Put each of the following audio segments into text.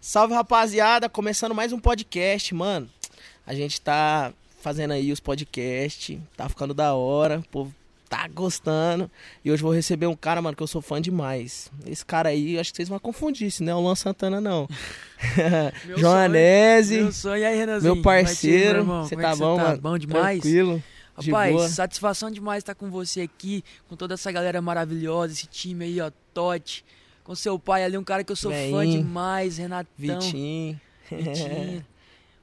Salve, rapaziada! Começando mais um podcast, mano. A gente tá fazendo aí os podcasts, tá ficando da hora, o povo tá gostando. E hoje vou receber um cara, mano, que eu sou fã demais. Esse cara aí, acho que vocês vão confundir, se não é o Luan Santana, não. Meu Joanese, sonho- Meu sonho. E aí, Renanzinho? meu parceiro. Como é que Você Como é tá que bom, mano? Bom demais? Tranquilo. de Rapaz, boa. satisfação demais estar com você aqui, com toda essa galera maravilhosa, esse time aí, ó, Totti. Com seu pai ali, um cara que eu sou fã Vem. demais, Renatão. Vitinho. Vitinho.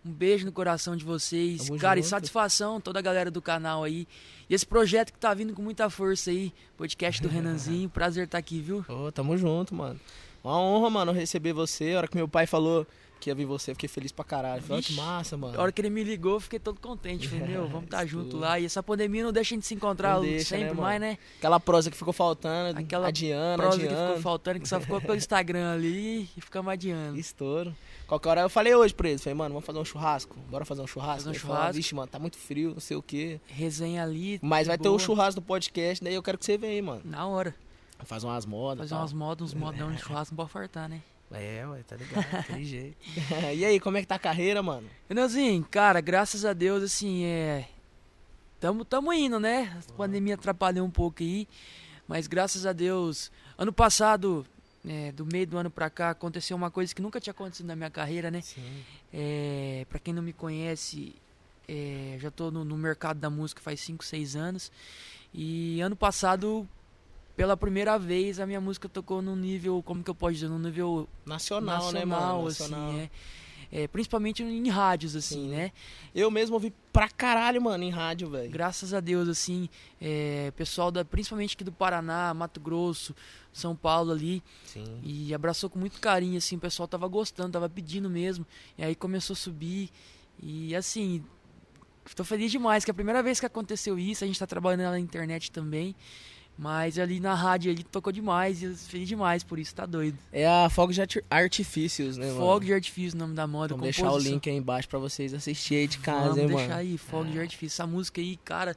Um beijo no coração de vocês. Tamo cara, e junto. satisfação toda a galera do canal aí. E esse projeto que tá vindo com muita força aí, podcast do Renanzinho. Prazer estar aqui, viu? Ô, tamo junto, mano. Uma honra, mano, receber você. A hora que meu pai falou que ia vir você, eu fiquei feliz pra caralho. Falei, ó, que Vixe, massa, mano. A hora que ele me ligou, eu fiquei todo contente. Falei, meu, vamos estar Isso junto tudo. lá. E essa pandemia não deixa a gente se encontrar Não deixa, né, sempre mano? mais, né? Aquela prosa que ficou faltando, Aquela adiando, prosa que adiando. ficou faltando, que só ficou pelo Instagram ali e ficamos adiando. Estouro. Qualquer hora eu falei hoje pra eles, falei, mano, vamos fazer um churrasco? Bora fazer um churrasco? Fazer um Ele falou, churrasco. Vixe, mano, tá muito frio, não sei o quê. Resenha ali. Mas vai ter boa. um churrasco do podcast, daí eu quero que você venha, mano. Na hora. Faz umas modas. Fazer tal. umas modas, uns modão de churrasco, não pode fartar, né? É, ué, tá ligado, tem jeito. e aí, como é que tá a carreira, mano? Renanzinho, cara, graças a Deus, assim, é. Tamo, tamo indo, né? A pandemia atrapalhou um pouco aí. Mas graças a Deus. Ano passado, é, do meio do ano pra cá, aconteceu uma coisa que nunca tinha acontecido na minha carreira, né? Sim. É, para quem não me conhece, é, já tô no, no mercado da música faz 5, 6 anos. E ano passado, pela primeira vez, a minha música tocou num nível, como que eu posso dizer, num nível Nacional, nacional, né, mano? assim, é. É, principalmente em rádios, assim, Sim. né? Eu mesmo ouvi pra caralho, mano, em rádio, velho. Graças a Deus, assim, é, pessoal da, principalmente aqui do Paraná, Mato Grosso, São Paulo ali, Sim. E abraçou com muito carinho, assim, o pessoal tava gostando, tava pedindo mesmo. E aí começou a subir. E assim, tô feliz demais, que é a primeira vez que aconteceu isso, a gente tá trabalhando na internet também. Mas ali na rádio ele tocou demais, e eu sou feliz demais, por isso tá doido. É a Fogo de Arti- Artifícios, né, mano? Fogo de artifício, o nome da moda. Vamos deixar o composição. link aí embaixo pra vocês assistirem aí de casa, Vamos hein, deixar mano? É. aí, fogo de artifício. Essa música aí, cara,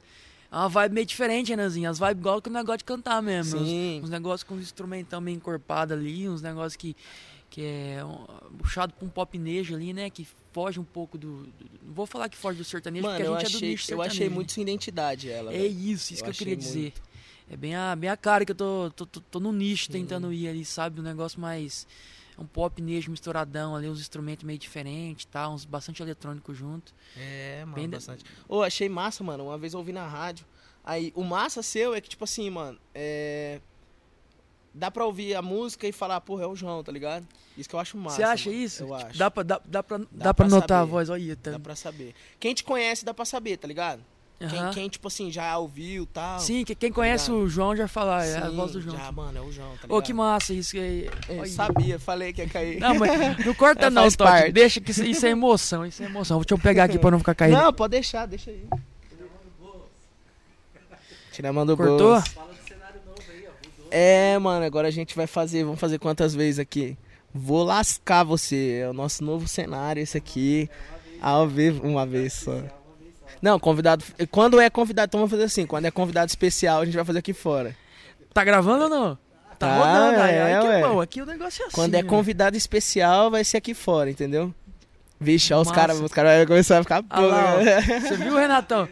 é uma vibe meio diferente, Renanzinho. As vibes igual que eu não gosto de cantar mesmo. Uns- Sim. Uns negócios com instrumental meio encorpado ali, uns negócios que, que é um- puxado pra um popnejo ali, né? Que foge um pouco do. do- não vou falar que foge do sertanejo, Mano, porque eu a gente é do achei, nicho eu sertanejo. achei né? muito sua identidade ela, É velho. isso, isso Eu que eu queria achei dizer. É bem a, bem a cara que eu tô, tô, tô, tô no nicho tentando ir ali, sabe? Um negócio mais. Um popnejo misturadão ali, uns instrumentos meio diferentes, tá? Uns bastante eletrônico junto. É, mano, Bem da- bastante. Ô, achei massa, mano. Uma vez eu ouvi na rádio. Aí, o massa seu é que, tipo assim, mano, é. Dá pra ouvir a música e falar, porra, é o João, tá ligado? Isso que eu acho massa. Você acha mano. isso? Eu Tipo, acho. Dá pra, dá, dá pra, dá Dá pra pra notar a saber. voz, olha. Tá... Dá pra saber. Quem te conhece, dá pra saber, tá ligado? Quem, Aham. quem, tipo assim, já ouviu e tal. Sim, que- quem conhece ligado? o João já fala, é a Sim, voz do João. Já, mano, é o João, tá ligado? Ô, que massa isso. É, Eu olha. sabia, falei que ia cair. Não, mas não corta não, Faz parte. Totti. Deixa que isso, isso é emoção, isso é emoção. Deixa eu pegar aqui pra não ficar caindo. Não, pode deixar, deixa aí. Tira a mão do bolso. Cortou? É, mano, agora a gente vai fazer, vamos fazer quantas vezes aqui? Vou lascar você, é o nosso novo cenário esse aqui, ao vivo, uma vez só. Não, convidado, quando é convidado, então vamos fazer assim, quando é convidado especial, a gente vai fazer aqui fora. Tá gravando ou não? Tá, Tá, rodando aí. é, Ai, que ué. bom. Aqui o negócio é assim. Quando é né? convidado especial, vai ser aqui fora, entendeu? Vixe, ó, os Massa. caras, os caras vão começar a ficar Ah lá, ó. puto, né? Você viu, Renatão?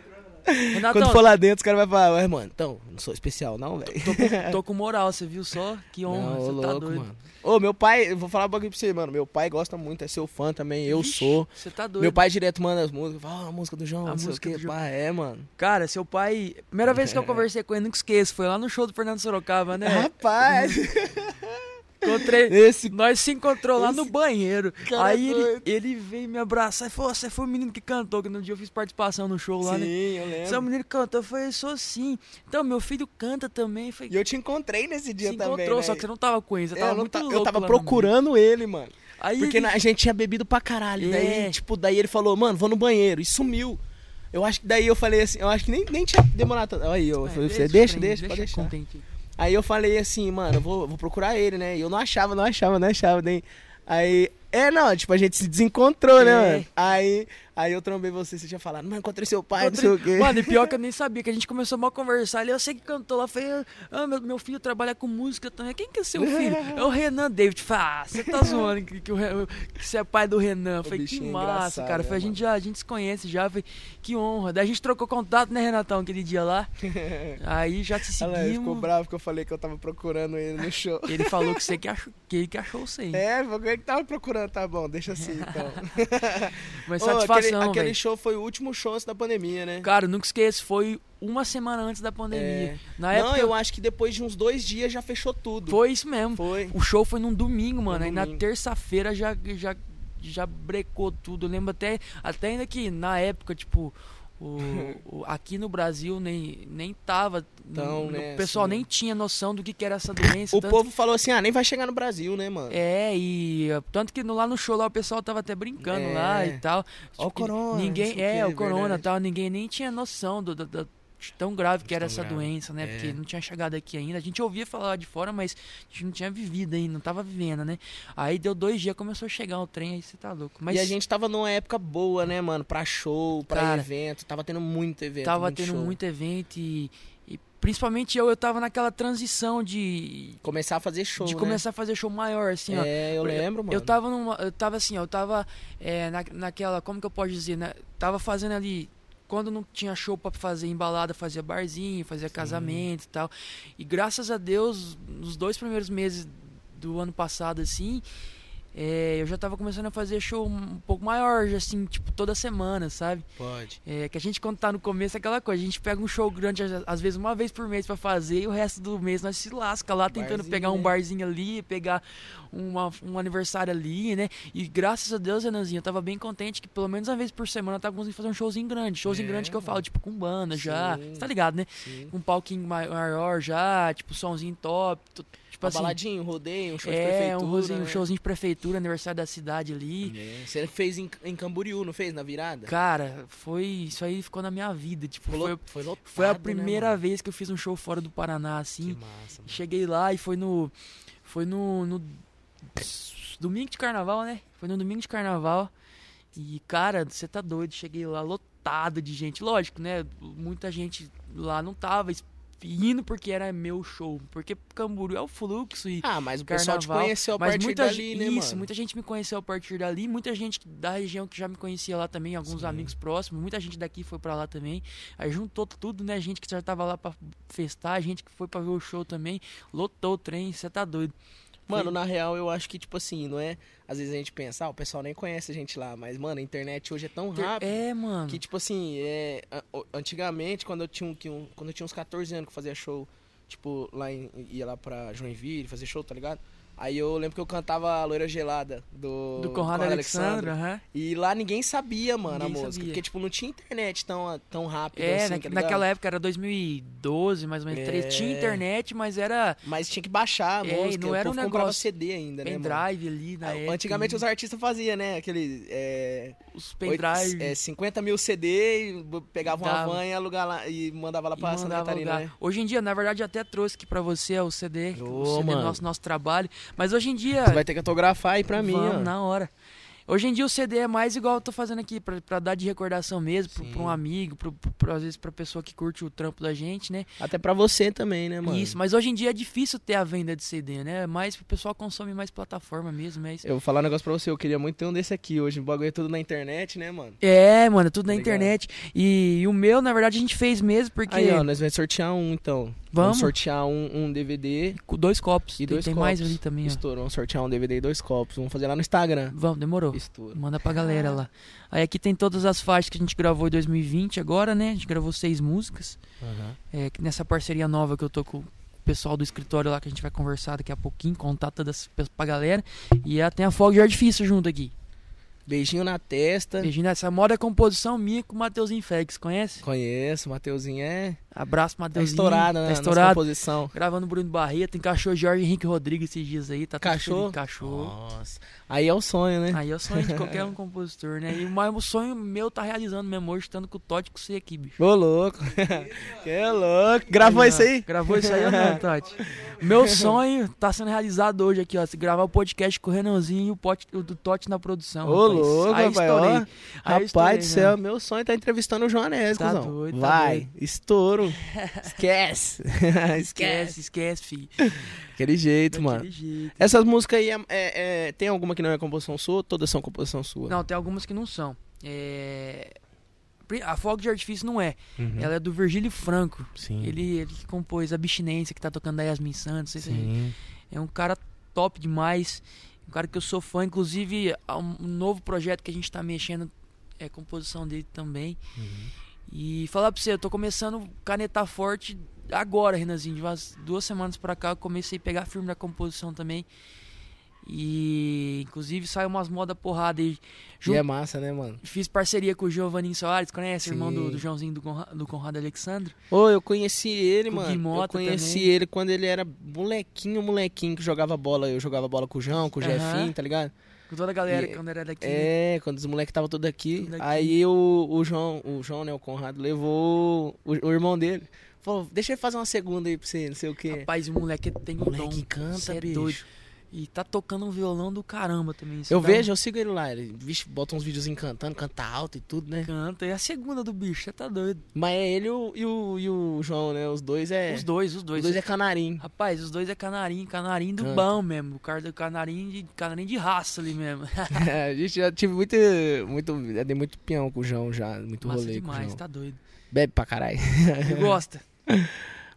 Renatão, Quando for lá dentro, os caras vão falar, ué, mano, então, não sou especial não, velho. tô, com, tô com moral, você viu só? Que honra, Não, ô, você tá louco, doido. mano. Ô, meu pai, eu vou falar um bagulho pra você, mano. Meu pai gosta muito, é seu fã também, eu Vixe, sou. Você tá doido. Meu pai direto manda as músicas, fala "Ó, a música do João, A não sei o música quê. do João. Pá, é, mano. Cara, seu pai. Primeira vez que eu conversei com ele, nunca esqueço. Foi lá no show do Fernando Sorocaba, né? Rapaz, Encontrei. esse Nós se encontrou lá no Esse banheiro. cara aí é ele, doido. ele veio me abraçar e falou: Você foi o menino que cantou, que no dia eu fiz participação no show lá, né? Sim, eu Você é o lembro. menino que cantou? Eu falei: Sou sim. Então, meu filho canta também. Foi, E eu te encontrei nesse dia se também. encontrou, né? só que você não tava com ele. Você É, tava eu, não muito ta- eu louco tava lá no procurando ele, mano. meio. Aí Porque ele- na- a gente tinha bebido pra caralho. Daí, É. tipo, daí ele falou, mano, vou no banheiro. E sumiu. Eu acho que daí eu falei assim, eu acho que nem, nem tinha demorado tanto. Aí eu Ué, falei pra você, esse deixa, É, trem, deixa, pode deixar. contente. Aí eu falei assim, mano, eu vou, vou procurar ele, né? E eu não achava, não achava, não achava, nem. Aí. É, não, tipo, a gente se desencontrou, né, É. mano? Aí, Aí eu trombei você, você tinha falado, mas encontrei seu pai, Encontrei- não sei o quê. Mano, e pior que eu nem sabia, que a gente começou mal a conversar. Ele, eu sei que cantou lá, foi, ah, meu, meu filho trabalha com música também. Quem que é seu filho? é o Renan David. Eu Falei, ah, você tá zoando que, que, o Re- que você é pai do Renan. Eu Falei, que bichinho é massa, engraçado, cara. né, Falei, a gente já, a gente se conhece já. Eu Falei, que honra. Daí a gente trocou contato, né, Renatão, aquele dia lá. Aí já te Ela ficou seguimos. bravo que eu falei que eu tava procurando ele no show. Ele falou que você que achou, que ele que achou você. hein? É, eu que tava procurando, tá bom, deixa assim então. Mas Ô, satisfação, aquele, velho. aquele show foi o último show antes da pandemia, né? Cara, eu nunca esqueço, foi uma semana antes da pandemia. É. Na não, época eu acho que depois de uns dois dias já fechou tudo. foi isso mesmo. Foi. O show foi num domingo, mano. Num Aí na domingo. terça-feira já, já, já brecou tudo. Eu lembro até, até ainda que na época, tipo, o, o- aqui no Brasil nem, nem tava. Tão, n- né, o pessoal assim, nem tinha noção do que, que era essa doença. O tanto- povo falou assim, ah, nem vai chegar no Brasil, né, mano? É, e eh, tanto que no- lá no show lá o pessoal tava até brincando É. lá e tal. Tipo, Ó o corona, não Ninguém, sei o é, quê, o corona e verdade. tal, ninguém nem tinha noção do, do- do- de tão grave que era tão essa grave. doença, né? É. Porque não tinha chegado aqui ainda. A gente ouvia falar de fora, mas a gente não tinha vivido ainda, não tava vivendo, né? Aí deu dois dias, começou a chegar o trem, aí você tá louco. Mas E a gente tava numa época boa, né, mano? Pra show, pra Cara, evento. Tava tendo muito evento. tava muito tendo show. muito evento e, e principalmente eu, eu tava naquela transição de, Começar a fazer show. de né? começar a fazer show maior, assim, ó. É, eu lembro, mano. Eu tava numa. Eu tava assim, ó, eu tava é, na, naquela. Como que eu posso dizer? né? tava fazendo ali. Quando não tinha show pra fazer embalada, fazia barzinho, fazia casamento e tal. E graças a Deus, nos dois primeiros meses do ano passado, assim, é, eu já tava começando a fazer show um pouco maior, já assim, tipo, toda semana, sabe? Pode. É, que a gente, quando tá no começo, é aquela coisa, a gente pega um show grande, às- às vezes uma vez por mês pra fazer, e o resto do mês nós se lasca lá, tentando Barzinho, pegar um né? barzinho ali, pegar uma- um aniversário ali, né? E graças a Deus, Renanzinho, eu tava bem contente que pelo menos uma vez por semana eu tava conseguindo fazer um showzinho grande. Showzinho É, grande que eu falo, mano. tipo, com banda já, Sim. você tá ligado, né? Sim. Com um palquinho maior já, tipo, somzinho top, tu- tipo Uma assim... baladinha, um rodeio, um show de É, prefeitura. um, rosinho, um né? showzinho de prefeitura, aniversário da cidade ali. É, Você fez em, em Camboriú, não fez? Na virada? Cara, foi... Isso aí ficou na minha vida, tipo, Foi, foi... lo- foi lotado, Foi a né, primeira mano? vez que eu fiz um show fora do Paraná, Que assim. massa, mano. Cheguei lá e foi no. Foi no, no. Domingo de carnaval, né? Foi no domingo de carnaval. E, cara, você tá doido. Cheguei lá lotado de gente. Lógico, né? Muita gente lá não tava es- indo porque era meu show. Porque Camboriú é o fluxo e. Ah, mas o pessoal te Carnaval, conheceu a Mas partir muita dali, gente, né, isso, mano? muita gente me conheceu a partir dali, muita gente da região que já me conhecia lá também, alguns Sim. amigos próximos, muita gente daqui foi pra lá também. Aí juntou tudo, né, gente que já tava lá pra festar, gente que foi pra ver o show também, lotou o trem, você tá doido. Mano, na real, eu acho que, tipo assim, não é... Às vezes a gente pensa, ah, o pessoal nem conhece a gente lá. Mas, mano, a internet hoje é tão Ter- rápida. É, mano. Que, tipo assim, é, a- o- antigamente, quando eu, tinha, um- que um- quando eu tinha uns 14 anos que eu fazia show, tipo, lá em, ia lá pra Joinville fazer show, tá ligado? Aí eu lembro que eu cantava a Loira Gelada do, do Conrado Alexandre, aham. E lá ninguém sabia, mano, Ninguém a música. sabia. Porque, tipo, não tinha internet tão, tão rápida É, assim, na- tá ligado? naquela época era 2012, mais ou menos, três. É. tinha internet, mas era Mas tinha que baixar a É, e música. não era o um povo comprava negócio CD ainda, né, mano? pendrive ali na época. Antigamente os os, artistas faziam, né? Aquele. É, os oito- pendrive... é, 50 mil CD, e b- pegava uma Dava. van e alugava lá e mandava lá E pra Santa mandava Catarina, alugar. né? Hoje em dia, na verdade, eu até trouxe aqui pra você o CD, Ô, é o CD mano. nosso, nosso trabalho. Mas hoje em dia. Você vai ter que autografar aí pra mim, vamos, ó. na hora. Hoje em dia o CD é mais igual eu tô fazendo aqui, pra, pra dar de recordação mesmo, pro, Sim. pra um amigo, pro, pro- às vezes pra pessoa que curte o trampo da gente, né? Até pra você também, né, mano? Isso, mas hoje em dia é difícil ter a venda de CD, né? Mas o pessoal consome mais plataforma mesmo, é isso. Eu vou falar um negócio pra você, eu queria muito ter um desse aqui hoje. O bagulho é tudo na internet, né, mano? É, mano, tudo na Obrigado. internet. E, e o meu, na verdade, a gente fez mesmo, porque. Aí, ó, nós vamos sortear um, então. vamos, sortear um, um DVD. com dois copos. E tem dois tem mais copos. ali também, ó. Estourou. Vamos sortear um DVD e dois copos. Vamos fazer lá no Instagram. Vamos, demorou. Estouro. Manda pra galera lá. Aí aqui tem todas as faixas que a gente gravou em 2020 agora, né? A gente gravou seis músicas. É, que nessa parceria nova que eu tô com o pessoal do escritório lá, que a gente vai conversar daqui a pouquinho, contar todas as pessoas pra galera. E é, tem a Fogo de Artifício junto aqui. Beijinho na testa. é Regina, essa moda é composição minha com o Mateuzinho Fex, conhece? Conheço, o Mateuzinho é. Abraço, Tá Matheusinho. estourada, né? Tá nas estourado. composição. Gravando Bruno Barreto, encaixou Jorge Henrique Rodrigues esses dias aí. Tá tudo Encaixou? feliz, Encaixou. Nossa. Aí é o sonho, né? Aí é o sonho de qualquer um compositor, né? E o maior sonho meu tá realizando mesmo hoje, estando com o Totti e com você aqui, bicho. Ô, louco. que louco. Gravou Não, isso aí? Gravou isso aí ou não, Tati? Meu sonho tá sendo realizado hoje aqui, ó. Se gravar o podcast com o Renanzinho e o, Pote, o do Totti na produção. Ô, rapaz. louco, aí rapaz, estourei. ó. Aí Rapaz estourei, do né? céu, meu sonho é tá entrevistando o Joanes, Tá cuzão. doido, tá Vai, doido. estouro. Esquece. Esquece. Esquece, esquece, filho. Aquele jeito, Daquele mano. jeito. Essas músicas aí, é- é- é- tem alguma que não é composição sua? Todas são composição sua? Não, tem algumas que não são. É... pri- A Fogo de Artifício não é. Uhum. Ela é do Virgílio Franco. Sim. Ele, ele que compôs Abstinência, que tá tocando da Yasmin Santos. Esse Sim. É um cara top demais. Um cara que eu sou fã. Inclusive, há um um novo projeto que a gente tá mexendo é composição dele também. Uhum. E falar pra você, eu tô começando a canetar forte agora, Renanzinho. De umas duas semanas pra cá, eu comecei a pegar firme na composição também. E, inclusive, saiu umas moda porrada aí. E Jun- é massa, né, mano? Fiz parceria com o Giovanni Soares, conhece? Irmão do, Sim. do Joãozinho do, Conra- do Conrado Alexandre. Ô, eu conheci ele, Com o mano. Guimota eu conheci também. ele quando ele era molequinho, molequinho que jogava bola. Eu jogava bola com o João, com o Aham. Jefinho, tá ligado? Com toda a galera E- quando era daqui. né? É, quando os moleques tava tudo aqui. Tudo aqui. Aí o, o João, o João, né, o Conrado, levou o, o irmão dele. Falou, deixa ele fazer uma segunda aí pra você, não sei o quê. Rapaz, o moleque tem um O moleque dom. cê canta, é bicho. doido. E tá tocando um violão do caramba também. cê Eu dá um vejo, eu sigo ele lá. Ele, vixe, bota uns videozinhos cantando, canta alto e tudo, né? Canta. E a segunda do bicho, você tá doido. Mas é ele e o, e o, e o João, né? Os dois é. Os dois, os dois. os dois é canarim. Rapaz, os dois é canarim, canarim do Canta. bom mesmo. O cara do canarim de, canarim de raça ali mesmo. a gente já tive muito. muito já dei muito peão com o João já, muito Massa rolê com o demais, João. tá doido. Bebe pra caralho. Ele gosta.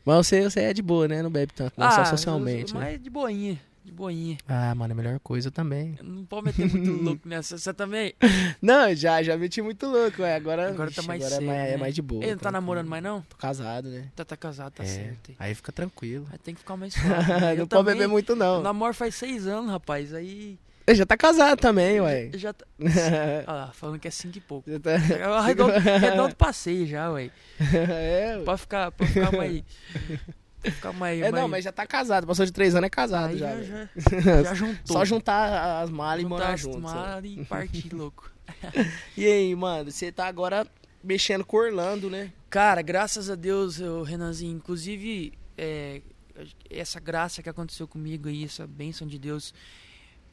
Mas você, você é de boa, né? Não bebe tanto, não, só socialmente. né? Ah, Mas é. de boinha, de boinha. Ah, mano, é a melhor coisa também. Não pode meter muito louco nessa. Você também? Não, já, já meti muito louco. é, Agora, Agora tá vixe, mais agora sério, é, mais, é né? mais de boa. Ele não tá tranquilo. namorando mais não? Tô casado, né? Tá, tá casado, tá É, certo. Aí fica tranquilo. Aí tem que ficar mais suave. né? Eu não pode também- beber muito, Eu não. namoro faz seis anos, rapaz. Aí. Ele já tá casado também, ué. Já, já tá. Olha lá, falando que é cinco e pouco. Já tá... Eu arredondo, arredondo passei já, ué. é, ué. Pra ficar, pra ficar mais. pra ficar mais. É, não, mas mais- já tá casado. Passou de três anos, é casado aí já. já, velho. já, já juntou. Só juntar as malas e Juntar morar as junto. sabe? malas e partir, louco. E aí, mano, você tá agora mexendo com o Orlando, né? Cara, graças a Deus, ô, Renanzinho. Inclusive, é, essa graça que aconteceu comigo aí, essa bênção de Deus,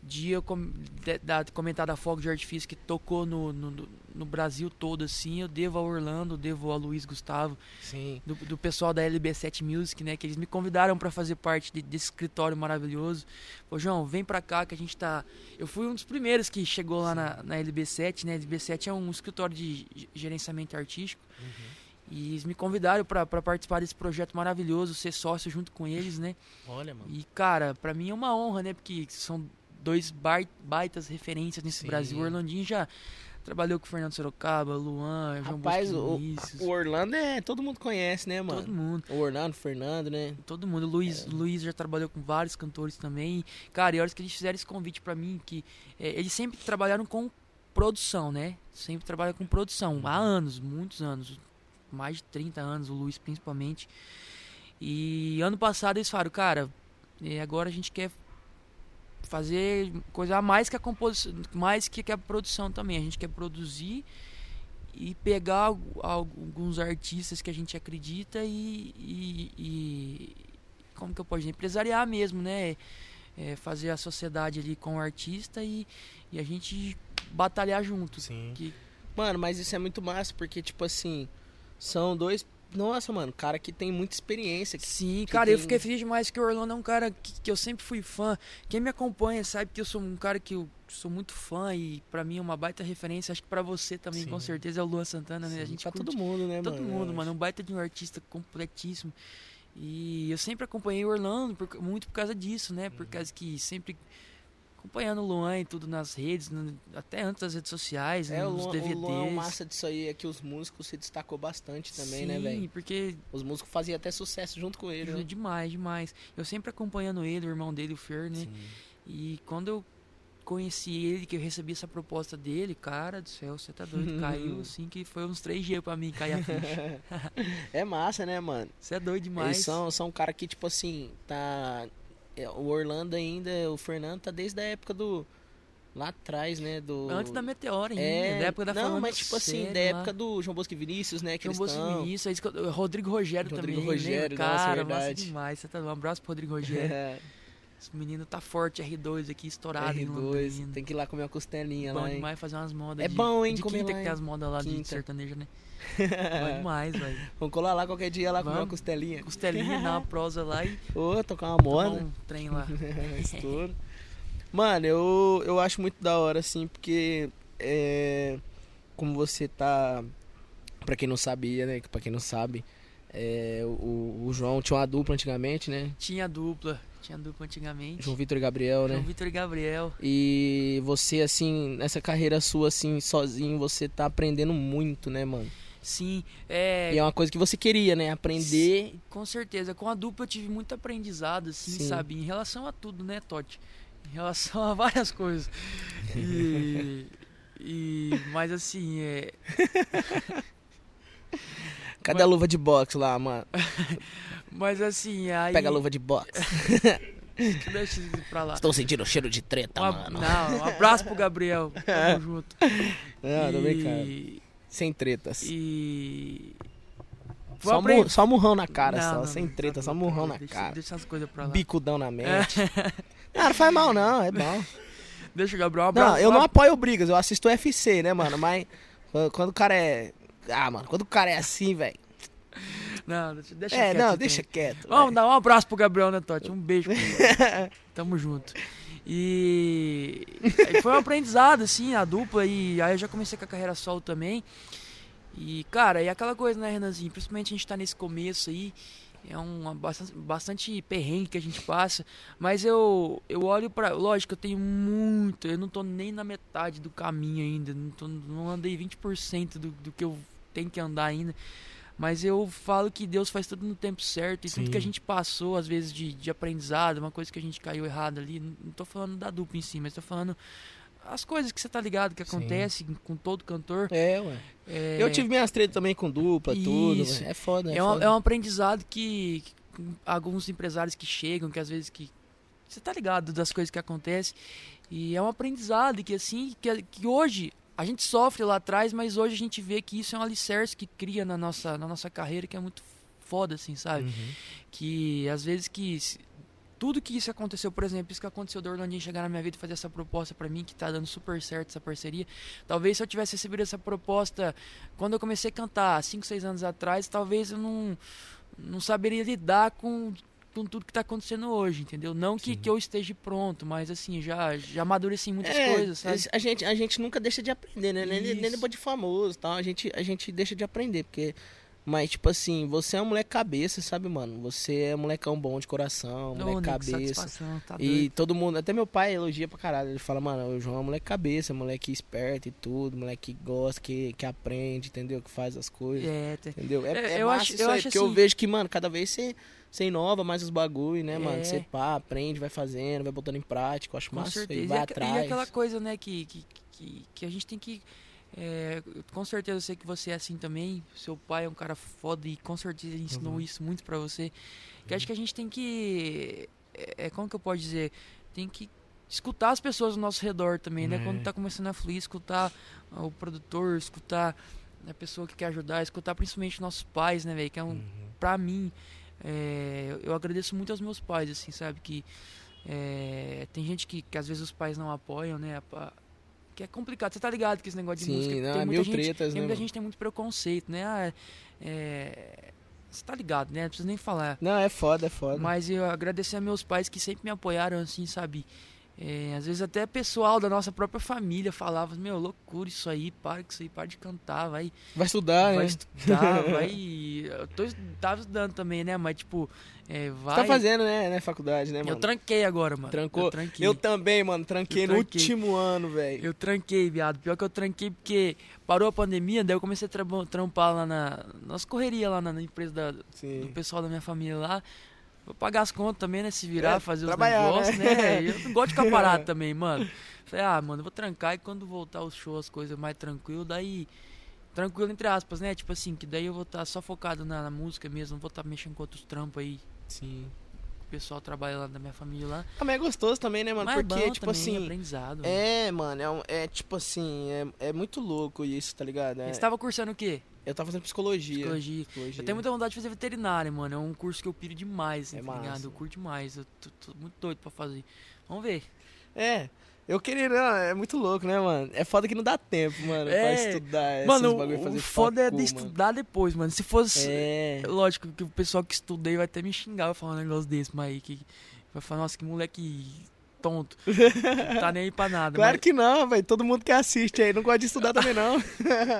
de eu com, de- da, comentar da Fogo de Artifício que tocou no, no- no- no Brasil todo, assim, eu devo a Orlando, eu devo a Luiz Gustavo, Sim. do, do pessoal da LB7 Music, né? Que eles me convidaram pra fazer parte de- desse escritório maravilhoso. Pô, João, vem pra cá que a gente tá. Eu fui um dos primeiros que chegou lá na, na LB7, né? LB7 é um escritório de ge- gerenciamento artístico. Uhum. E eles me convidaram pra pra participar desse projeto maravilhoso, ser sócio junto com eles, né? Olha, mano. E, cara, pra mim é uma honra, né? Porque são dois bai- baitas referências nesse Sim. Brasil. O Orlandinho já trabalhou com o Fernando Sorocaba, Luan, João Rapaz, Bosco o- Vinícius, O Orlando é. Todo mundo conhece, né, mano? todo mundo. O Orlando, o Fernando, né? Todo mundo. O Luiz, Luiz já trabalhou com vários cantores também. Cara, e a hora que eles fizeram esse convite pra mim, que eh, eles sempre trabalharam com produção, né? Sempre trabalham com produção. Há anos, muitos anos. Mais de 30 anos, o Luiz principalmente. E ano passado eles falaram, cara, eh, agora a gente quer fazer coisa a mais que a composição, mais que que a produção também. A gente quer produzir e pegar al- alguns artistas que a gente acredita e, e- e- como que eu posso dizer? empresariar mesmo, né? É, fazer a sociedade ali com o artista e, e a gente batalhar juntos. Sim. Que- tipo, Mano, mas isso é muito massa, porque, tipo assim, são dois. Nossa, mano, cara que tem muita experiência. Que... Sim, que cara, eu tem- fiquei feliz demais que o Orlando é um cara que, que eu sempre fui fã. Quem me acompanha sabe que eu sou um cara que eu sou muito fã e pra mim é uma baita referência. Acho que pra você também, Sim. com certeza, é o Luan Santana, né? A gente pra curte todo mundo, né, Todo mano? mundo, mano. Um baita de um artista completíssimo. E eu sempre acompanhei o Orlando por- muito por causa disso, né? Uhum. Por causa que sempre acompanhando o Luan e tudo nas redes, no- até antes das redes sociais, É, o nos Luan, o DVDs. Luan, o massa disso aí é que os músicos se destacou bastante também, né, Sim, velho? porque Os músicos faziam até sucesso junto com ele, né? né? demais, demais. Eu sempre acompanhando ele, o irmão dele, o Fer, né? Sim. E quando eu conheci ele, que eu recebi essa proposta dele, cara do céu, você tá doido, caiu assim que foi uns 3 dias pra mim cair a ficha. É massa, né, mano? Você é doido demais. Eles são, são um cara que, tipo assim, tá. é, O Orlando ainda, o Fernando tá desde a época do. Lá atrás, né? Do. Antes da Meteora ainda, é da época da É, Não, Fórmula mas tipo assim, 7 da lá. época do João Bosco e Vinícius, né? Que Tinha o eles Bolso tão- Vinícius, aí esco- o Rodrigo Rogério Rodrigo também. lembra? Rogério, nossa, cara, massa verdade. demais. Você tá, um abraço pro Rodrigo Rogério. É, Esse menino tá forte, R2 aqui, estourado em R2, Londrina. tem que ir lá comer uma costelinha bom lá, hein? demais fazer umas modas. É de, bom, hein, De comer quinta lá, que tem as modas lá de Quinta. sertaneja, né? bom demais, velho. Vamos colar lá qualquer dia lá comer uma Vamos. costelinha. Costelinha, dar uma prosa lá e Ô, tocar uma tomar moda. um trem lá. Estouro. Mano, eu, eu acho muito da hora, assim, porque é, como você tá. Pra quem não sabia, né? Pra quem não sabe, é, o, o João tinha uma dupla antigamente, né? Tinha dupla, tinha dupla antigamente. João Vitor e Gabriel, João né? Vitor e Gabriel. E você, assim, nessa carreira sua, assim, sozinho, você tá aprendendo muito, né, mano? Sim, é, E é uma coisa que você queria, né? Aprender. Com certeza, com a dupla eu tive muito aprendizado, assim, Sim. sabe? Em relação a tudo, né, Totti? Em relação a várias coisas. E. e mas assim, é, Cadê a luva de boxe lá, mano? mas assim, aí. Pega a luva de boxe. Deixa isso pra lá. Estou sentindo o cheiro de treta, Um ab- mano. Não, um abraço pro Gabriel. Tamo junto. Não, tô brincando. e, Sem tretas. e. Vou Só, aprender- mu- só murrão na cara, Não, só. não, sem não, treta, não, só não, murrão na deixa, cara. Deixa essas coisas pra lá. É. Bicudão na mente. Não, não faz mal, não, é bom. Deixa o Gabriel um abraço. Não, eu lá. não apoio brigas, eu assisto UFC, né, mano? Mas quando- quando o cara é. Ah, mano, quando o cara é assim, velho. Não, deixa, deixa É, quieto, não, então. deixa quieto. Vamos véi. dar um abraço pro Gabriel, né, Totti? Um beijo. pro Gabriel. Tamo junto. E e foi um aprendizado, assim, a dupla. E aí eu já comecei com a carreira solo também. E, cara, é aquela coisa, né, Renanzinho? Principalmente a gente tá nesse começo aí. É um bastante, bastante perrengue que a gente passa. Mas eu, eu olho pra. Lógico, eu tenho muito. Eu não tô nem na metade do caminho ainda. Não, tô, não andei 20% do, do que eu tenho que andar ainda. Mas eu falo que Deus faz tudo no tempo certo. E Sim. tudo que a gente passou, às vezes, de, de aprendizado, uma coisa que a gente caiu errado ali. Não não tô falando da dupla em si, mas tô falando as coisas que você tá ligado que Sim. acontece com todo cantor. É, ué. É, Eu tive minhas tretas também com dupla, tudo. Isso. véi. É foda, é, é, um, foda. é um aprendizado que, que alguns empresários que chegam, que às vezes que você tá ligado das coisas que acontecem e é um aprendizado que assim que, que hoje a gente sofre lá atrás, mas hoje a gente vê que isso é um alicerce que cria na nossa na nossa carreira que é muito foda assim, sabe? Uhum. que às vezes que se- tudo que isso aconteceu, por exemplo, isso que aconteceu do Orlandinho chegar na minha vida e fazer essa proposta pra mim, que tá dando super certo essa parceria. Talvez se eu tivesse recebido essa proposta quando eu comecei a cantar, 5, 6 anos atrás, talvez eu não, não saberia lidar com, com tudo que tá acontecendo hoje, entendeu? Não que, que eu esteja pronto, mas assim, já, já amadureci em muitas É, coisas, sabe? A gente, a gente nunca deixa de aprender, né? Nem, nem Isso. depois de famoso e tal. A gente, a gente deixa de aprender, porque. Mas, tipo assim, você é um moleque cabeça, sabe, mano? Você é um molecão bom de coração, um Ô, moleque Nico, cabeça. satisfação, tá doido. E todo mundo, até meu pai elogia pra caralho. Ele fala, mano, o João é um moleque cabeça, moleque esperto e tudo, moleque que gosta, que, que aprende, entendeu? Que faz as coisas. É, tem- Entendeu? É, É, é eu massa acho- isso eu aí, acho porque eu assim- vejo que, mano, cada vez você, você inova mais os bagulho, né, mano? É. Você pá, aprende, vai fazendo, vai botando em prática, eu acho Com massa isso aí, certeza. vai e, aque- e atrás. aquela coisa, né, que, que, que, que a gente tem que. é, com certeza eu sei que você é assim também. Seu pai é um cara foda e com certeza ele ensinou Uhum. isso muito pra você. Que acho que a gente tem que. É, é, como que eu posso dizer? Tem que escutar as pessoas ao nosso redor também, né? É. Quando tá começando a fluir, escutar ah, o produtor, escutar a pessoa que quer ajudar, escutar principalmente nossos pais, né, velho? Que é Uhum. um, pra mim, é, eu- eu agradeço muito aos meus pais, assim, sabe? Que é, tem gente que, que às vezes os pais não apoiam, né? a pa- Que é complicado. Você tá ligado que esse negócio de música Sim, não, tem é muita mil gente, tretas, tem né? muita mano? gente que tem muito preconceito, né? Ah, é, você tá ligado, né? Não precisa nem falar. Não, é foda, é foda. Mas eu agradecer a meus pais que sempre me apoiaram, assim, sabe? É, às vezes até pessoal da nossa própria família falava, meu, loucura isso aí, para com isso aí, para de cantar, vai Vai estudar, vai né? estudar, vai. Eu tô, es- tava estudando também, né? Mas, tipo, é, vai. Tá fazendo, né, né, faculdade, né, Eu mano? tranquei agora, mano. Trancou? Eu tranquei. Eu também, mano, tranquei Eu no tranquei. último ano, velho. Eu tranquei, viado. Pior que eu tranquei porque parou a pandemia, daí eu comecei a traba- trampar lá na. Nas correrias lá na, na empresa da- do Sim. pessoal da minha família lá. Vou pagar as contas também, né? Se virar, É, fazer os trabalhar, negócios, né? né? Eu não gosto de ficar parado também, mano. Falei, ah, mano, eu vou trancar e quando voltar o show, as coisas mais tranquilo, daí. Tranquilo, entre aspas, né? Tipo assim, que daí eu vou estar só focado na, na música mesmo, não vou estar mexendo com outros trampos aí. Sim. O pessoal trabalha lá da minha família lá. Ah, mas é gostoso também, né, mano? Mas Porque, é bom tipo também, assim. aprendizado. mano. É, mano, é, um- é tipo assim, é, é muito louco isso, tá ligado? É- Você tava cursando o quê? Eu tava fazendo psicologia. Psicologia. Psicologia. Eu tenho muita vontade de fazer veterinária, mano. É um curso que eu piro demais, É tá massa. ligado? Eu curto demais. Eu tô, tô muito doido pra fazer. Vamos ver. É. Eu queria, não, é muito louco, né, mano? É foda que não dá tempo, mano, pra É. estudar esses mano, bagulho, o fazer foda é facu, de mano. estudar depois, mano. Se fosse. É. Lógico que o pessoal que estudei vai até me xingar vai falar um negócio desse, mas aí que. Vai falar, nossa, que moleque tonto. que tá nem aí pra nada. Claro mas que não, velho. Todo mundo que assiste aí não gosta de estudar também, não.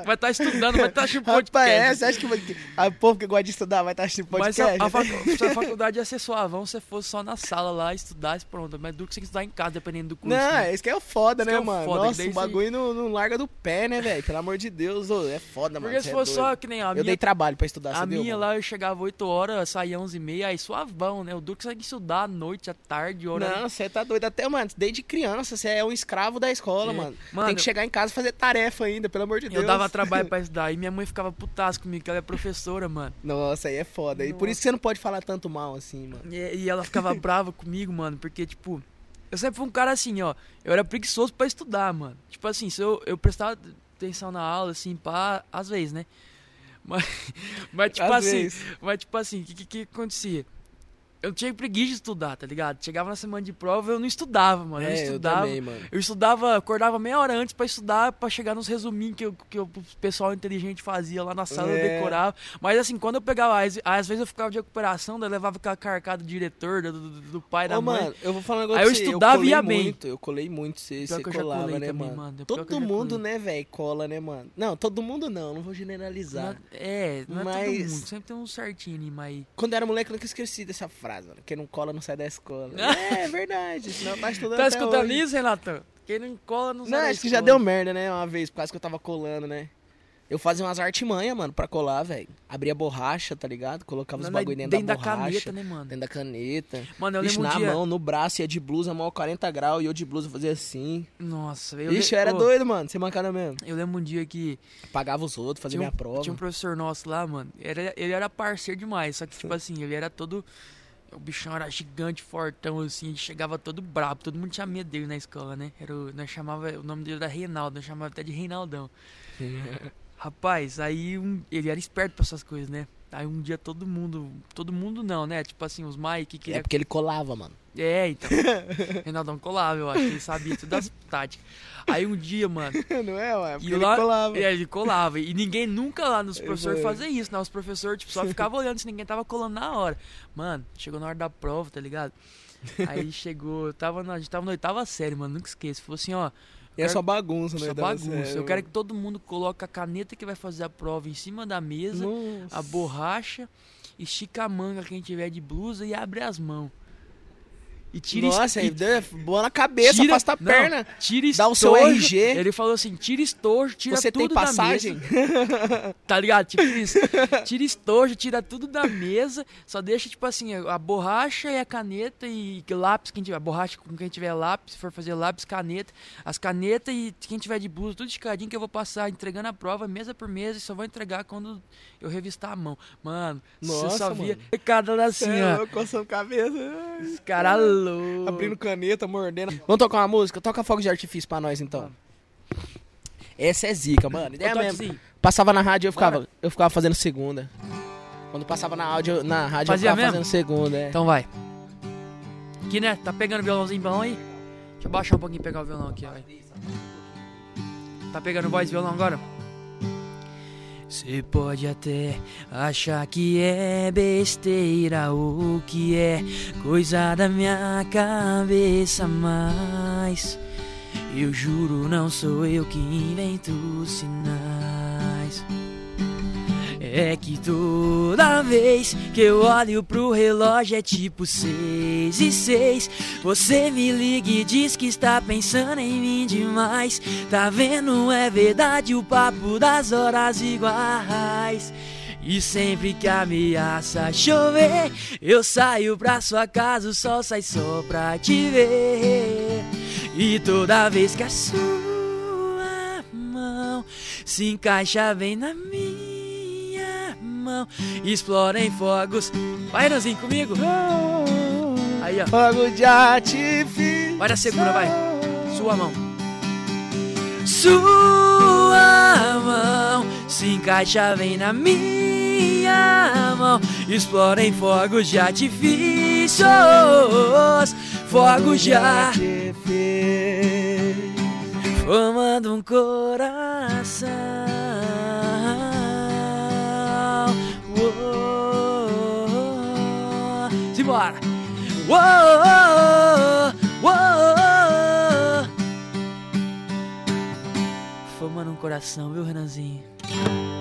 Vai estar estudando, vai estar achando podcast. tá. Rapaz, é, você acha que vai- que a povo que gosta de estudar vai estar assistindo Mas a, podcast? a facu- se a faculdade ia ser suavão se você fosse só na sala lá estudar e pronto. Mas duro que você tem que estudar em casa, dependendo do curso. Não, né? esse que é o foda, Isso né, que é o mano? foda, que Nossa, daí o você- bagulho não, não larga do pé, né, velho? Pelo amor de Deus, ô, é foda, mano. Porque se cê é fosse só doido. que nem a Eu dei minha, trabalho pra estudar, a você viu? minha mano? lá, eu chegava 8 horas, saía 11 e meia, aí suavão, né? O duro que você tem que estudar à noite, à tarde, hora. Não, você tá doido. Até, mano, desde criança, você é um escravo da escola, É. mano. Mano, Tem que chegar em casa e fazer tarefa ainda, pelo amor de Deus. eu dava trabalho pra estudar. E minha mãe ficava putaça comigo, que ela é professora, mano. Nossa, aí é foda. E por isso que você não pode falar tanto mal assim, mano. E, e ela ficava brava comigo, mano, porque, tipo, eu sempre fui um cara assim, ó. Eu era preguiçoso pra estudar, mano. Tipo assim, se eu, eu prestava atenção na aula, assim, pá, às vezes, né? Mas, mas tipo Às assim, vezes. mas tipo assim, o que, que, que acontecia? Eu tinha preguiça de estudar, tá ligado? Chegava na semana de prova, eu não estudava, mano. eu não é, eu estudava. também, mano. Eu estudava, acordava meia hora antes pra estudar, pra chegar nos resuminhos que, eu- que eu- o pessoal inteligente fazia lá na sala, eu É. decorava. Mas assim, quando eu pegava, às, às vezes eu ficava de recuperação, daí eu levava aquela carcada do diretor, do, do- do pai, da Ô, mãe. mano, eu vou falar um negócio Aí eu pra você, estudava e colei ia bem. muito, Eu colei muito, você, Pior você que eu já colava, colei né, também, mano? mano. Pior que eu Todo já mundo, colei. né, velho, cola, né, mano? Não, todo mundo não, não vou generalizar. Não- é, não é todo Mas- mundo, sempre tem um certinho ali, mas. Quando eu era moleque, eu nunca esqueci dessa frase, mano. Quem não cola não sai da escola. é, é verdade, senão tá estudando Tá até escutando hoje. isso, Renato? Quem não cola não Não, sai da acho que já escola. deu merda, né? Uma vez, por causa que eu tava colando, né? Eu fazia umas artimanhas, mano, pra colar, velho. Abria borracha, tá ligado? Colocava os Não, é né, bagulho dentro, da da borracha. caneta, né, mano? Dentro da caneta. Mano, eu Ixi, lembro um na dia. mão, no braço, ia de blusa, maior 40 graus, e eu de blusa fazia assim. Nossa, eu, Ixi, le- eu era Ô, doido, mano, sem mancada mesmo. eu lembro um dia que. Pagava os outros, fazia Tinha minha um- prova. Tinha um professor nosso lá, mano. Era, ele era parceiro demais, só que, tipo assim, ele era todo. O bichão era gigante, fortão, assim, ele chegava todo brabo, todo mundo tinha medo dele na escola, né? Era o, nós chamava, o nome dele era Reinaldo, nós chamava até de Reinaldão. Rapaz, aí um- ele era esperto pra essas coisas, né? Aí um dia todo mundo. Todo mundo não, né? Tipo assim, os Mike que É porque ele colava, mano. é, então. Reinaldão colava, eu acho. Ele sabia tudo das táticas. Aí um dia, mano. Não é, ué? porque E ele lá- colava. É, ele colava. E ninguém nunca lá nos Eu professores vou- fazia isso, né? Os professores tipo, só ficavam olhando se ninguém tava colando na hora. Mano, chegou na hora da prova, tá ligado? Aí chegou, eu tava na, a gente tava na oitava série, mano, nunca esqueço. Falou assim, ó, E é só bagunça, né? só Dá- bagunça. é, eu quero que todo mundo coloque a caneta que vai fazer a prova em cima da mesa, Nossa. a borracha, estica a manga quem tiver de blusa e abre as mãos. E tira es- Nossa, e aí deu- boa na cabeça, Tira- afasta a não, perna. Tira estojo. Dá o seu RG. Ele falou assim: tira estojo, tira Você tem tudo da passagem? mesa. Tá ligado? Tipo isso. Tira estojo, tira tudo da mesa. Só deixa, tipo assim, a borracha e a caneta e que lápis, quem tiver. A borracha com quem tiver lápis, se for fazer lápis, caneta. As canetas e quem tiver de blusa, tudo esticadinho que eu vou passar entregando a prova mesa por mesa e só vou entregar quando eu revistar a mão. Mano, você Nossa, só via. mano. Cada hora assim, É, ó. eu coçando cabeça. Esse cara louco. Abrindo caneta, mordendo. Vamos tocar uma música? Toca fogo de artifício pra nós então. Vamos. Essa é zica, mano. Ideia Ô, mesmo. Toxizinho, Passava na rádio, eu ficava, eu ficava fazendo segunda. Quando passava na áudio, na rádio, Fazia eu ficava fazendo mesmo? segunda, é. Então vai. Aqui, né? Tá pegando o violãozinho bom aí? Deixa eu baixar um pouquinho e pegar o violão aqui, ó. Tá pegando voz e violão agora? Você pode até achar que é besteira ou que é coisa da minha cabeça, mas eu juro não sou eu que invento os sinais. É que toda vez que eu olho pro relógio é tipo seis e seis. Você me liga e diz que está pensando em mim demais. Tá vendo, é verdade o papo das horas iguais. E sempre que ameaça chover, eu saio pra sua casa, o sol sai só pra te ver. E toda vez que a sua mão se encaixa bem na minha mão, explora em fogos. Vai, Renanzinho, comigo. Aí, ó. Fogo de artifício. Vai na segunda, vai. Sua mão. Sua mão se encaixa bem na minha mão. Explorem fogos de artifícios. Fogos de ar. artifício. Formando um coração. Uou. Simbora! Uou, uou. Formando um coração, viu, Renanzinho?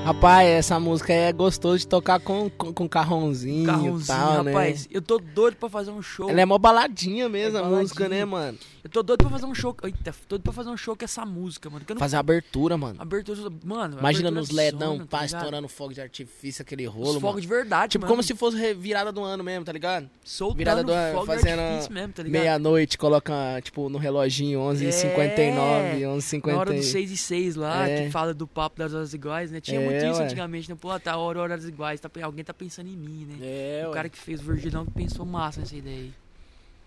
Rapaz, essa música aí é gostoso de tocar com, com, com carrãozinho, Carrãozinho, e tal, rapaz. né? Eu tô doido pra fazer um show. Ela é mó baladinha mesmo, É a música, baladinha. né, mano? Eu tô doido pra fazer um show. Eita, tô doido pra fazer um show com essa música, mano. Que eu não... Fazer a abertura, mano. Abertura. Mano, Imagina abertura nos zona, ledão, tá pá, ligado? estourando fogo de artifício, aquele Os rolo, fogos mano. de verdade, Tipo, mano. como se fosse re- virada do ano mesmo, tá ligado? Soltando Virada do ano, fogo fazendo de artifício mesmo, tá ligado? É. Meia-noite, coloca, tipo, no reloginho 11h59, 11h50. Na hora dos 6 e 6 lá, É. que fala do papo das horas iguais, né? Tinha É, muito isso ué. antigamente, né? Pô, tá hora, horas iguais, tá, alguém tá pensando em mim, né? É, o ué. cara que fez o Virgilão que pensou massa nessa ideia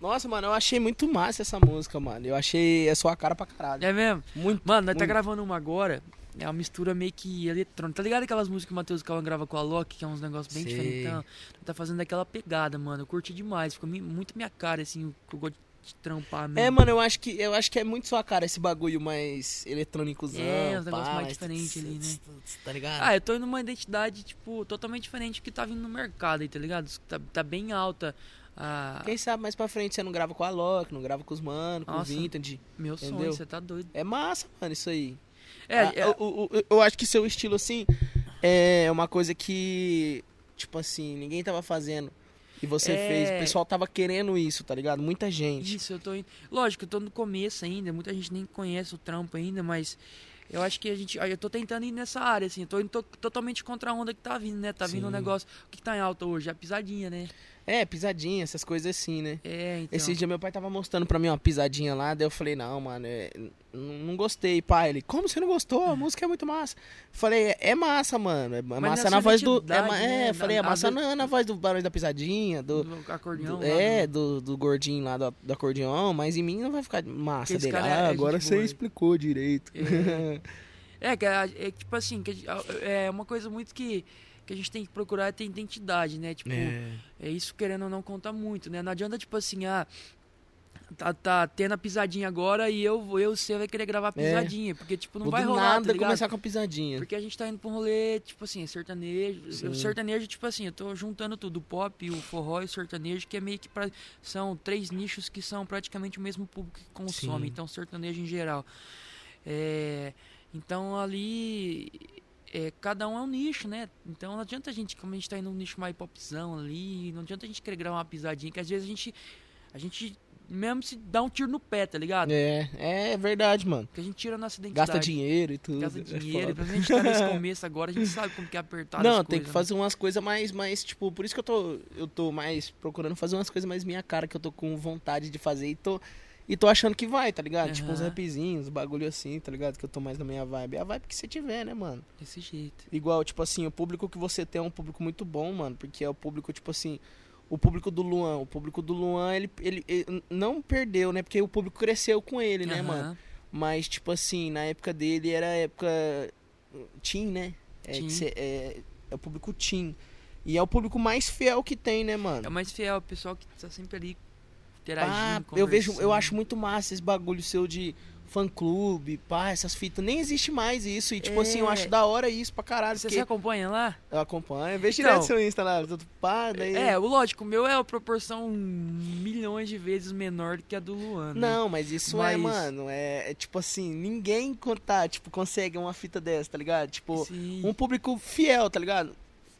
Nossa, mano, eu achei muito massa essa música, mano. Eu achei é sua cara pra caralho. aí. É mesmo? Muito. Mano, nós tá Muito. gravando uma agora, é uma mistura meio que eletrônica. Tá ligado aquelas músicas que o Matheus Calma grava com a Loki, que é uns negócios bem Sei. diferentão? Tá fazendo aquela pegada, mano. Eu curti demais, ficou mi- muito minha cara, assim, o que eu gosto de trampar mesmo. É, mano, eu acho que eu acho que é muito sua cara esse bagulho mais eletrônicozão. É, os pá, negócios mais diferentes ali, né? Tá ligado? Ah, eu tô indo numa identidade, tipo, totalmente diferente do que tá vindo no mercado aí, tá ligado? Tá, tá bem alta. Ah, Quem sabe mais pra frente você não grava com a Loki, não grava com os mano, com o Nossa. Vintage. meu sonho, entendeu? você tá doido. É massa, mano, isso aí. É, Ah, é, o- o- o- eu, acho que seu estilo, assim, é uma coisa que, tipo assim, ninguém tava fazendo. E você É. fez. O pessoal tava querendo isso, tá ligado? Muita gente. isso, eu tô indo. Lógico, eu tô no começo ainda, muita gente nem conhece o trampo ainda, mas eu acho que a gente. Eu tô tentando ir nessa área, assim, eu tô indo to- totalmente contra a onda que tá vindo, né? Tá vindo um Sim. negócio. O que, que tá em alta hoje? A pisadinha, né? É, pisadinha, essas coisas assim, né? É, então. Esse dia meu pai tava mostrando pra mim uma pisadinha lá, daí eu falei, não, mano, é, n- não gostei, pai. Ele, como você não gostou? A música é muito massa. Falei, é, é massa, mano. É ma- na massa sua na voz do. É, ma- identidade, né? é, falei, é Na- massa na- na, na voz do barulho da pisadinha, do. do acordeão. do- lá, né? é, do, do- do gordinho lá do, do acordeão, mas em mim não vai ficar massa Esse dele. cara é- ah, é gente agora você boa. explicou direito. É, que a- é, tipo assim, que a gente- é uma coisa muito que, que a gente tem que procurar é ter identidade, né? Tipo. É isso querendo ou não conta muito, né? Não adianta tipo assim, ah, tá, tá tendo a pisadinha agora e eu vou, eu você vai querer gravar a É. pisadinha, porque tipo não Vou vai do rolar, nada tá ligado? começar com a pisadinha. Porque a gente tá indo pra um rolê, tipo assim, sertanejo. Sim. O sertanejo, tipo assim, eu tô juntando tudo, o pop, o forró e o sertanejo, que é meio que pra, são três nichos que são praticamente o mesmo público que consome, Sim. então sertanejo em geral. É, então ali é, cada um é um nicho, né? Então não adianta a gente, como a gente tá indo num nicho mais popzão ali, não adianta a gente querer gravar uma pisadinha, que às vezes a gente. A gente mesmo se dá um tiro no pé, tá ligado? É, é verdade, mano. Porque a gente tira a nossa identidade. Gasta dinheiro e tudo. Gasta é dinheiro, foda. e pelo menos a gente tá nesse começo agora, a gente sabe como que é apertado Não, tem as coisas, que né? fazer umas coisas mais, mais, tipo, por isso que eu tô, eu tô mais procurando fazer umas coisas mais minha cara, que eu tô com vontade de fazer e tô, e tô achando que vai, tá ligado? Tipo, uns Aham. rapzinhos, bagulho assim, tá ligado? Que eu tô mais na minha vibe. É a vibe que você tiver, né, mano? Desse jeito. Igual, tipo assim, o público que você tem é um público muito bom, mano, porque é o público, tipo assim, o público do Luan. O público do Luan, ele, ele, ele não perdeu, né? Porque o público cresceu com ele, né, Aham. mano? Mas, tipo assim, na época dele era a época teen, né? É, Teen. que cê- é, é o público teen. E é o público mais fiel que tem, né, É mano? o mais fiel, o pessoal que tá sempre ali Pá, interagindo, Ah, eu vejo, eu conversando. acho muito massa esse bagulho seu de fã clube, pá, essas fitas. Nem existe mais isso. E tipo assim, eu É. acho da hora isso pra caralho. Você porque se acompanha lá? eu acompanho, eu vejo Então, direto seu Insta lá, tudo pá, daí. É, o lógico, o meu é a proporção milhões de vezes menor que a do Luan. né? Não, mas isso é, Mas- mano, é, é tipo assim, ninguém contar, tipo, consegue uma fita dessa, tá ligado? Tipo, Sim. um público fiel, tá ligado?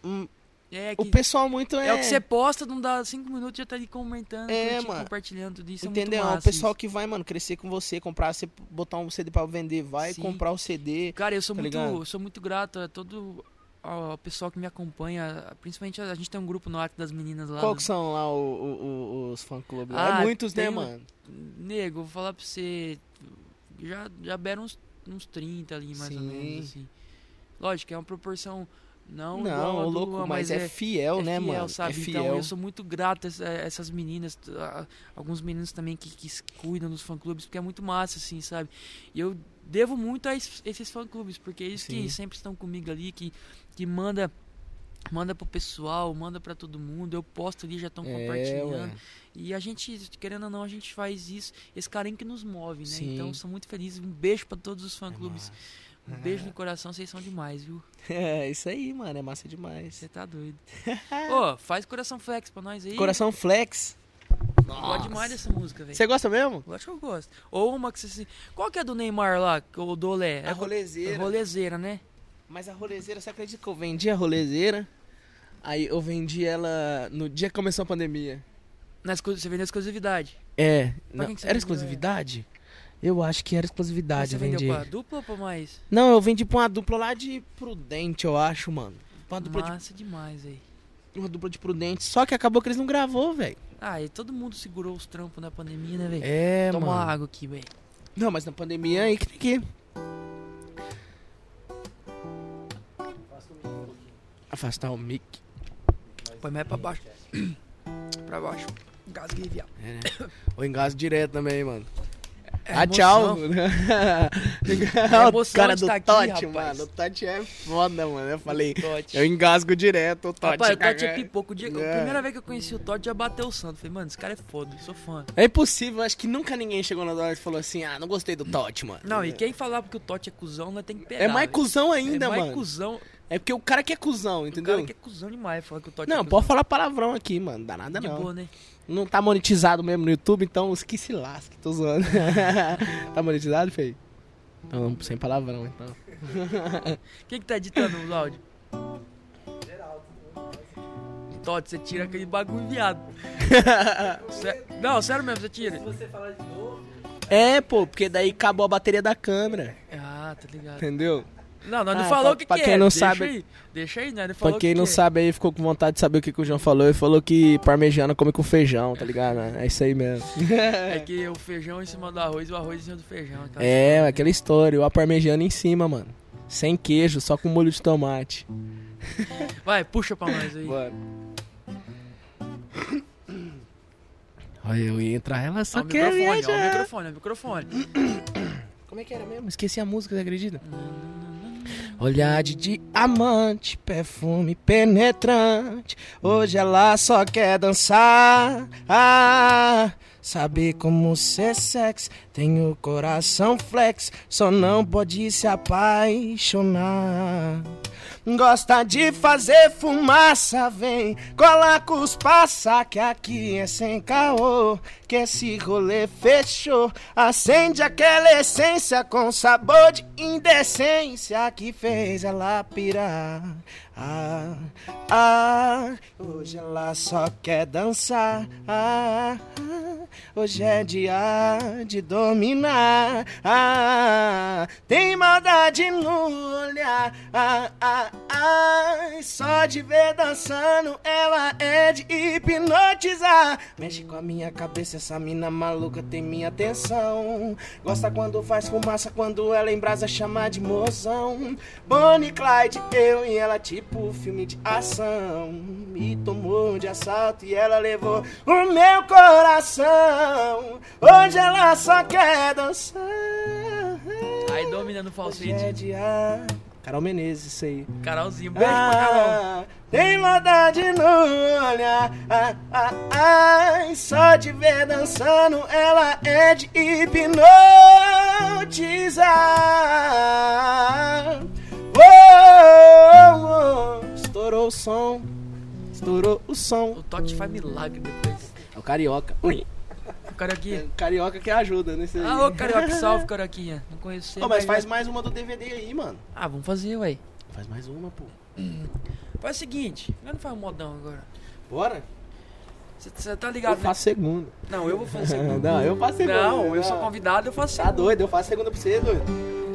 Um, É, O que, pessoal muito é. é o que você posta, não dá cinco minutos já tá ali comentando, É, curtindo, mano. compartilhando tudo isso. Entendeu? É É muito o massa pessoal isso. que vai, mano, crescer com você, comprar, você botar um CD pra vender, vai Sim. comprar o CD. Cara, eu sou tá muito, ligado? eu sou muito grato a todo ao pessoal que me acompanha, principalmente a, a gente tem um grupo no WhatsApp das meninas lá. Qual do- que são lá o- o- o- os fã-clubes? Ah, é muitos, né, tem um- mano? Nego, vou falar pra você. Já, já beram uns, uns 30 ali, mais ou Sim. menos, assim. Lógico, que é uma proporção. Não, Não, igual a ô do louco, Luan, mas, é, fiel, né, mano? sabe? É fiel. Então eu sou muito grato a essa- a essas meninas, a- alguns meninos também que, que se cuidam dos fã-clubes, porque é muito massa, assim, sabe? E eu devo muito a es- esses fã-clubes, porque é eles Sim. que sempre estão comigo ali, que, que manda. Manda pro pessoal, manda pra todo mundo. Eu posto ali, já estão é, compartilhando. ué. E a gente, querendo ou não, a gente faz isso. Esse carinho que nos move, né? Sim. Então, sou muito feliz. Um beijo pra todos os fã-clubes. massa. um beijo É. no coração, vocês são demais, viu? É, isso aí, mano. É massa demais. Você tá doido. Ô, faz coração flex pra nós aí. Coração Flex. Gosto demais dessa música, velho. Você gosta mesmo? Eu acho que eu gosto. Ou uma que você. se- Qual que é do Neymar lá? Ou do Olé? É A rolezeira. rolezeira, né? Mas a rolezeira, você acredita que eu vendi a rolezeira? Aí eu vendi ela no dia que começou a pandemia. Na exclu- Você vendeu exclusividade. É. não- Não, que você era vendeu exclusividade? Eu acho que era Mas exclusividade, você eu Ah, vendi. vendeu pra dupla ou pra mais? Não, eu vendi pra uma dupla lá de Prudente, eu acho, mano. Pra Uma dupla, Massa demais, aí. de, uma dupla de Prudente. Só que acabou que eles não gravou, velho. Ah, e todo mundo segurou os trampos na pandemia, né, velho? É, Toma mano. água aqui, velho. Não, mas na pandemia aí que tem que. Afastar o mic. Põe mais pra baixo. pra baixo. Gasguei, viado. É, né? Ou engasgo direto também, mano. É ah, emoção. tchau. o emoção cara de do tá aqui, Totti, rapaz. mano. O Totti é foda, mano. Eu falei, Tote. eu engasgo direto, o Totti. Rapaz, o Totti é cara. pipoco. O dia- É. A primeira vez que eu conheci o Totti já bateu o santo. Falei, mano, esse cara é foda, sou fã. É impossível, acho que nunca ninguém chegou na hora e falou assim, ah, não gostei do Totti, mano. Não, e quem falar porque o Totti é cuzão, nós tem que pegar. É mais velho. cuzão ainda, é mais mano. cuzão. É porque o cara que é cuzão, O entendeu? cara que é cuzão demais falar que o Totti é Não, cuzão. pode falar palavrão aqui, mano. Não dá nada De não. boa, né? Não tá monetizado mesmo no YouTube, então os que se lasque, tô zoando. tá monetizado, Fei? Então, sem palavrão, então. Quem que tá editando os áudios? Totti, você tira aquele bagulho, viado. Sé- Não, sério mesmo, você tira. É, pô, porque daí acabou a bateria da câmera, Ah, tá ligado. entendeu? Não, nós não Ah, falou pra- o que, pra que quem é. não deixa sabe- Aí. Deixa aí, né? Ele Pra falou quem o que não que é. sabe aí, ficou com vontade de saber o que, que o João falou. Ele falou que parmegiana come com feijão, tá ligado? É isso aí mesmo. É que o feijão em cima do arroz e o arroz em cima do feijão. aquela É, história, né? aquela história, o parmegiana em cima, mano. Sem queijo, só com molho de tomate. Vai, puxa pra nós aí. Bora. Olha, eu ia entrar, ela Ó, só o quer microfone, ó, o viajar. microfone, ó, o microfone. Como é que era mesmo? Esqueci a música, você acredita? Olhar de diamante, perfume penetrante. Hoje ela só quer dançar. Ah, saber como ser sexy. Tem o coração flex, só não pode se apaixonar. Gosta de fazer fumaça, vem cola com os passa que aqui é sem caô. Que esse rolê fechou. Acende aquela essência com sabor de indecência que fez ela pirar. Ah, ah, hoje ela só quer dançar. Ah, ah, hoje é dia de dominar. Ah, tem maldade no olhar. Ah, ah, ah, só de ver dançando, ela é de hipnotizar. Mexe com a minha cabeça, essa mina maluca tem minha atenção. Gosta quando faz fumaça, quando ela em brasa chama de mozão. Bonnie e Clyde, eu e ela, tipo filme de ação. Me tomou de assalto e ela levou o meu coração. Hoje ela só quer dançar. Aí dominando o Hoje é falsete. dia. Carol Menezes, isso aí. Carolzinho, beijo pra Carol. Ah, Tem maldade no olhar. Ah, ah, ai, só de ver dançando, ela é de hipnotizar. Oh, oh, oh. Estourou o som. Estourou o som. O Totti faz milagre depois. É o carioca. Ui. O É Carioquinha. o carioca que ajuda, né? isso aí. Ah, ô Carioca, salve, Carioquinha. Não conheço você. Ô, mas faz mais uma do DVD aí, mano. Ah, vamos fazer, ué. Faz mais uma, pô. Faz o seguinte, nós não faz modão agora. Bora? Você tá Eu ligado, né? faço segunda. Não, eu vou fazer. Não, eu faço segunda. Não, eu sou convidado, Tá eu faço. Tá doido, eu faço segunda pra você, doido.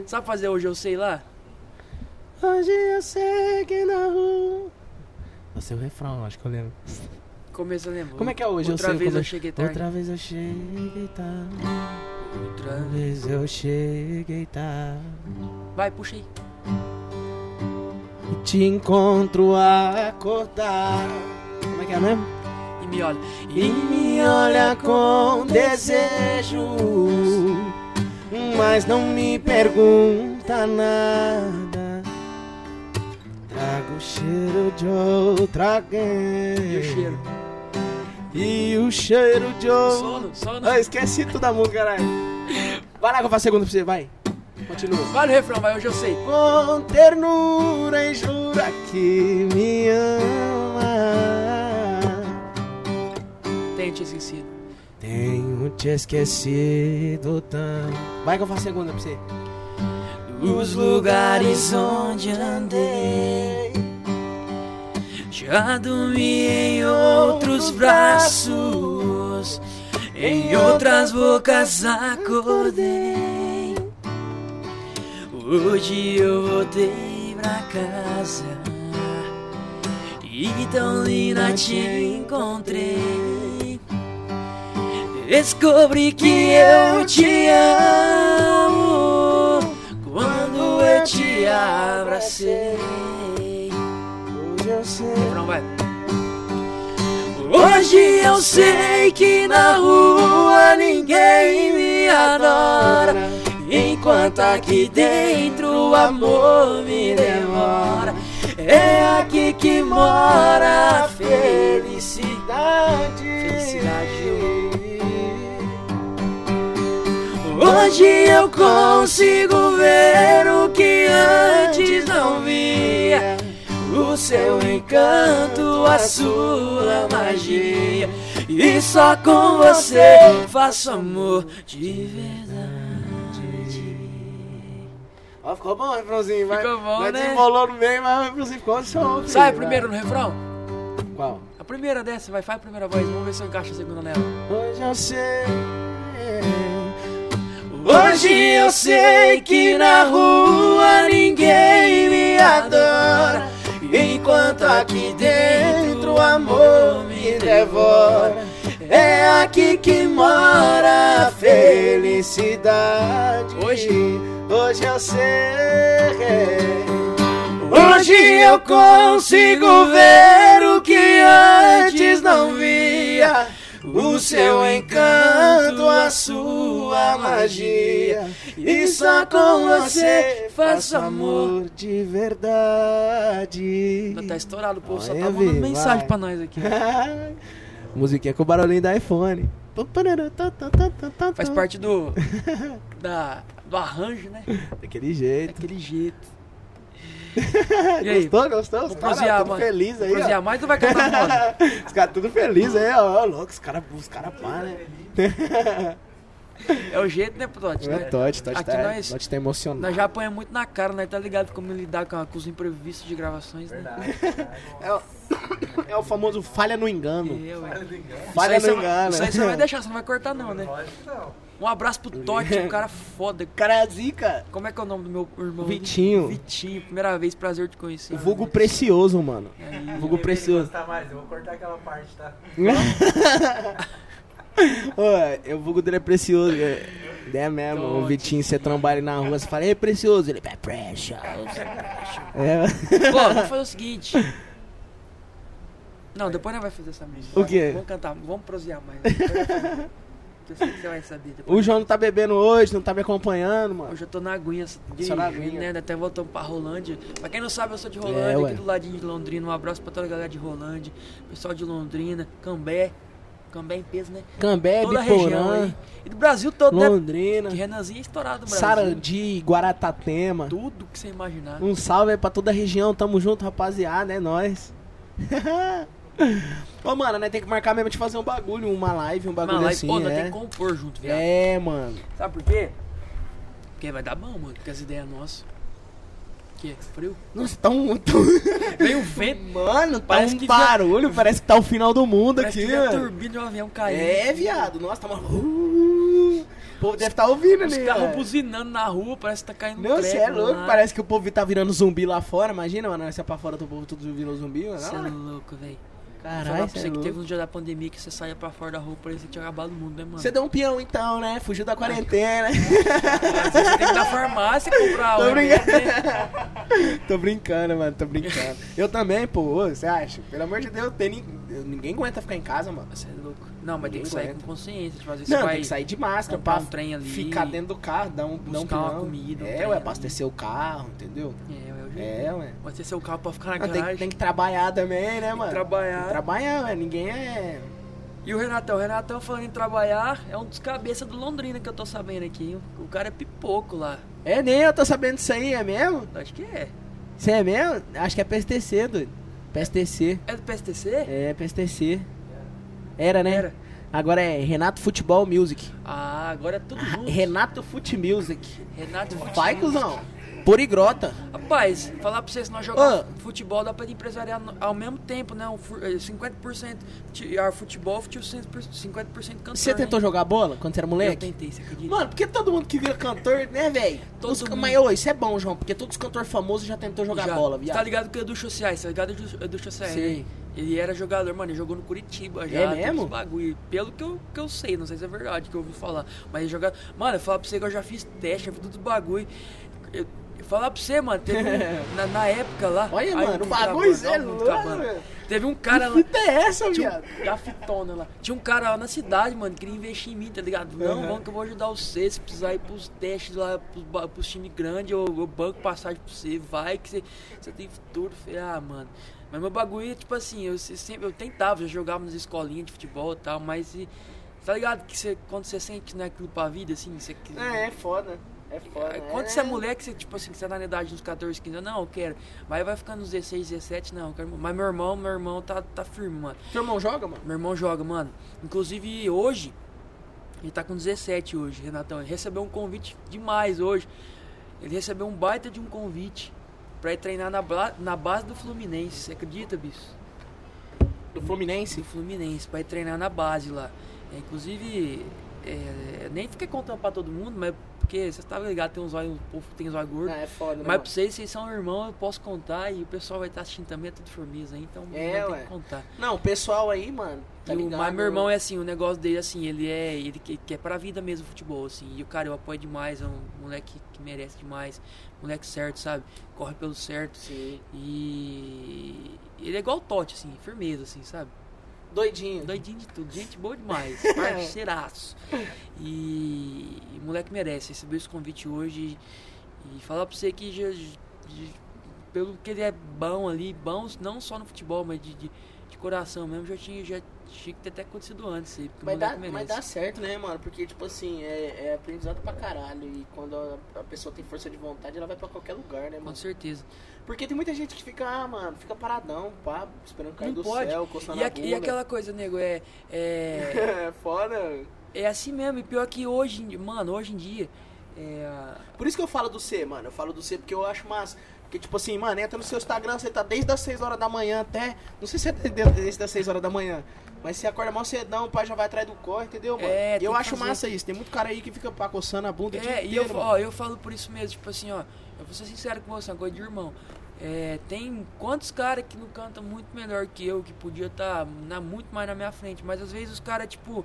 Sabe fazer hoje eu sei lá? Hoje eu sei que na rua. Esse é o refrão, acho que eu lembro. Começo eu lembro. Como é que é hoje? né, eu Outra sei vez como eu é- cheguei tarde. Outra vez eu cheguei tarde. Outra Outra vez eu cheguei tarde. Vai, puxa aí. E te encontro a acordar. Como é que é mesmo? E me olha. e me olha com desejo, mas não me pergunta nada. Trago o cheiro de outra E o alguém cheiro. e o cheiro de outro. Sono, sono. Ah, esqueci tudo da música, caralho. Vai lá que eu faço segundo pra você, vai. Continua. Vai no refrão, vai, hoje eu sei. Com ternura e jura que me ama. Tem, tinha esquecido. Tenho te esquecido tanto. Vai que eu faço a segunda pra você. Os lugares onde andei, já dormi em outros braços, em outras bocas acordei. Hoje eu voltei pra casa e tão linda te encontrei. Descobri que eu te amo quando eu te abracei. Hoje eu sei. vai. Hoje eu sei que na rua ninguém me adora. Enquanto aqui dentro o amor me demora, é aqui que mora a felicidade. Felicidade. Felicidade. Hoje eu consigo ver o que antes não via. O seu encanto, a sua magia. E só com você faço amor de verdade. Ó, ficou bom o refrãozinho, vai. Ficou bom, Nós né? desembolou no meio, mas o refrãozinho ficou só. um né? Sai primeiro no refrão? Qual? A primeira dessa, vai, faz a primeira voz, vamos ver se eu encaixo a segunda nela. Hoje eu sei. Hoje eu sei que na rua ninguém me adora. Enquanto aqui dentro o amor me devora. É aqui que mora a felicidade. Hoje? hoje eu sei. Hoje eu consigo ver o que antes não via. O seu encanto, a sua magia. E só com você faço amor de verdade. Tá estourado, o povo só Olha, tá mandando Vi, mensagem vai. pra nós aqui. Musiquinha com o barulhinho da iPhone. Faz parte do. da, do arranjo, né? Daquele jeito. Daquele jeito. E aí? Gostou, gostou? Os Vamos caras prosear, tudo mano. feliz aí, Prosear ó. mais ou vai cantar moda? Os caras tudo feliz aí, ó. ó, Louco, os caras os cara pá, né? É o jeito, né, Totti? Não é né? Tote, Tote Aqui tá, nós- Tote tá emocionado. Nós já apanhamos muito na cara, nós tá ligado como lidar com, com os imprevistos de gravações, né? É, o... é o famoso falha no engano. Eu, hein? Falha Isso aí no você- engano. né? Isso aí você vai deixar, você não vai cortar não, né? Um abraço pro Totti, um cara foda. Cara, é zica. Como é que é o nome do meu irmão? ali? Vitinho. Vitinho, primeira vez, prazer te conhecer. É O vulgo precioso, mano. Aí, O vulgo precioso. Tá mais, eu vou cortar aquela parte, tá? Ué, eu vulgo dele é precioso. É, é mesmo, o Vitinho, você trabalha na rua, você fala, é precioso. Ele é precious. É. Pô, vamos fazer o seguinte. Não, depois não vai fazer essa música. O quê? Vamos cantar, vamos prosear mais. Depois vai fazer. Eu sei que você vai saber depois. O João não tá bebendo hoje, não tá me acompanhando, mano. Hoje eu tô na aguinha, Só na aguinha. né? Até voltamos pra Rolândia. Pra quem não sabe, eu sou de É, Rolândia, ué. aqui do ladinho de Londrina. Um abraço pra toda a galera de Rolândia, pessoal de Londrina, Cambé. Cambé em peso, né? Cambé, toda a região É, Biporã, aí. E do Brasil todo, né? Londrina, Que Renanzinho é estourado no Brasil. Sarandi, Guaratatema. Tudo que você imaginar. Um salve aí pra toda a região, tamo junto, rapaziada, é nóis. Ô, mano, né, tem que marcar mesmo de fazer um bagulho, uma live, um bagulho Mano, lá assim, pô, nós tem né? que compor junto, viado. É, mano. Sabe por quê? Porque vai dar bom, mano, com as ideias nossas. Que? é Frio? Nossa, tá um... Veio um vento. Mano, tá Parece um que já- barulho, parece que tá o final do mundo Parece que aqui, veio a mano. turbina de um avião caindo. É, viado, nossa, tá uma... Uh, O povo deve estar tá ouvindo, Os né? carros velho? buzinando na rua, parece que tá caindo um Não, você treco é louco. lá. Parece que o povo tá virando zumbi lá fora. Imagina, mano. Você é pra fora do povo, tudo virou zumbi. Mano. Você é louco, velho. Caralho, você você é que teve louco. um dia da pandemia que você saia pra fora da rua, parecia que tinha acabado o mundo, né, mano? Você deu um peão então, né? Fugiu da quarentena. Às vezes você tem que ir na farmácia e comprar Tô um remédio, né? tô brincando, mano. Tô brincando. Eu também, pô. ô, Você acha? Pelo amor de Deus, tem, nin- ninguém aguenta ficar em casa, mano. Você é louco. Não, mas tem que Ninguém sair com aguenta. consciência. Tipo, às vezes Não, você vai... tem que sair de máscara comprar pra um trem ali, ficar dentro do carro, dar um, dar um buscar uma peão. comida, um É, trem ué, ali. abastecer o carro, entendeu? É, é o jeito. É, ué. Pode ser seu carro pra ficar na Ah, tem, garagem. tem que trabalhar também, né, mano? Tem que trabalhar. trabalhar, ué. Ninguém é. E o Renatão, o Renatão falando em trabalhar, é um dos cabeças do Londrina que eu tô sabendo aqui. O cara é pipoco lá. É, nem eu tô sabendo disso aí, é mesmo? Acho que é. Isso é mesmo? Acho que é PSTC, doido. PSTC. É do PSTC? É, PSTC. Era, né? Era. Agora é Renato Futebol Music. Ah, agora é tudo junto. Renato Fute Music. Renato Futebol. Vai, cuzão. Porigrota. Rapaz, falar pra vocês, se nós jogar Ah. futebol dá pra empresariar no- ao mesmo tempo, né? Um, fu- eh, 50% ti- ah, futebol, fute- 50% cantor. Você tentou né? jogar bola quando você era Eu moleque? tentei, você acredita? Mano, porque todo mundo que vira cantor, né, velho? Todo Os- mundo. Mas, ô, isso é bom, João, porque todos os cantores famosos já tentou jogar Já. bola, Tá viado. ligado que o Edu Sociais, tá ligado Edu- Edu Sociais? Sei. Né? Ele era jogador, mano, ele jogou no Curitiba já. É todos os mesmo? Bagulho. Pelo que eu, que eu sei, não sei se é verdade que eu ouvi falar. Mas ele jogava. Mano, eu falar pra você que eu já fiz teste, eu fiz tudo bagulho. Eu, eu falar pra você, mano, teve um- na, na época lá. Olha, Ai, mano, o mundo o bagulho acabando, é ó, o mundo louco, acabando. velho. Teve um cara Que lá. fita é essa, Tinha viado? um, e a fitona lá. Tinha um cara lá na cidade, mano, que queria investir em mim, tá ligado? Não, Aham. vamos que eu vou ajudar você. Se precisar ir pros testes lá, pros, ba- pros times grandes, eu, eu banco passagem pra você. Vai que você, você tem futuro. Eu Falei, ah, mano. Mas meu bagulho é tipo assim, eu se- sempre eu tentava, já jogava nas escolinhas de futebol e tal, mas e- tá ligado? Que você, quando você sente que não é aquilo pra vida, assim, você. que- É, é foda. É foda. quando você é moleque, você, tipo assim, que você tá na idade dos 14, 15 anos, não, eu quero. Mas vai ficando nos 16, 17, não, eu quero. Mas meu irmão, meu irmão tá, tá firme, mano. Seu irmão joga, mano? Meu irmão joga, mano. Inclusive hoje, ele tá com 17 hoje, Renatão. Ele recebeu um convite demais hoje. Ele recebeu um baita de um convite pra ir treinar na, bla- na base do Fluminense. Você acredita, bicho? Do Do Fluminense? Fluminense, pra ir treinar na base lá. É, inclusive, é, eu nem fiquei contando pra todo mundo, mas porque vocês estavam ligados, tem uns olhos, o povo tem uns olhos gordos. é foda, né, Mas mano? pra vocês, vocês são irmão, eu posso contar e o pessoal vai estar assistindo também, é tudo formiza, aí, então É, não tem ué. que contar. Não, o pessoal aí, mano. Tá E o- ligado? mas meu irmão é assim, o negócio dele assim, ele é. Ele que- quer pra vida mesmo o futebol, assim. E o cara eu apoio demais, é um moleque que merece demais, moleque certo, sabe? Corre pelo certo. Sim. E ele é igual o Totti, assim, firmeza, assim, sabe? Doidinho. Doidinho de tudo, gente boa demais, parceiraço. E, e o moleque merece, recebeu esse convite hoje e falar pra você que já- de- pelo que ele é bom ali, bom não só no futebol, mas de, de, de coração mesmo, já tinha, já tinha que ter até acontecido antes aí, porque Mas o dá, moleque mas merece. dá certo, né, mano? Porque, tipo assim, é, é aprendizado pra caralho. E quando a, a pessoa tem força de vontade, ela vai pra qualquer lugar, né, Com mano? certeza. Porque tem muita gente que fica, ah, mano, fica paradão, pá, esperando cair Não do pode. céu, coçando E, a a- bunda. e aquela coisa, nego, é. É, É foda. é assim mesmo, e pior que hoje, em- mano, hoje em dia. É, Por isso que eu falo do C, mano. Eu falo do C porque eu acho massa. Porque, tipo assim, mano, entra no seu Instagram, você tá desde as 6 horas da manhã até. Não sei se é de- desde as 6 horas da manhã. Mas você acorda mal cedão, o pai já vai atrás do corre, entendeu, mano? É, E eu tem que acho fazer. massa isso. Tem muito cara aí que fica pá, coçando a bunda o dia É, e eu, inteiro, fa- mano. ó, eu falo por isso mesmo, tipo assim, ó, eu vou ser sincero com você, uma coisa de irmão. É, tem quantos caras que não cantam muito melhor que eu, que podia estar na, muito mais na minha frente, mas às vezes os caras, tipo,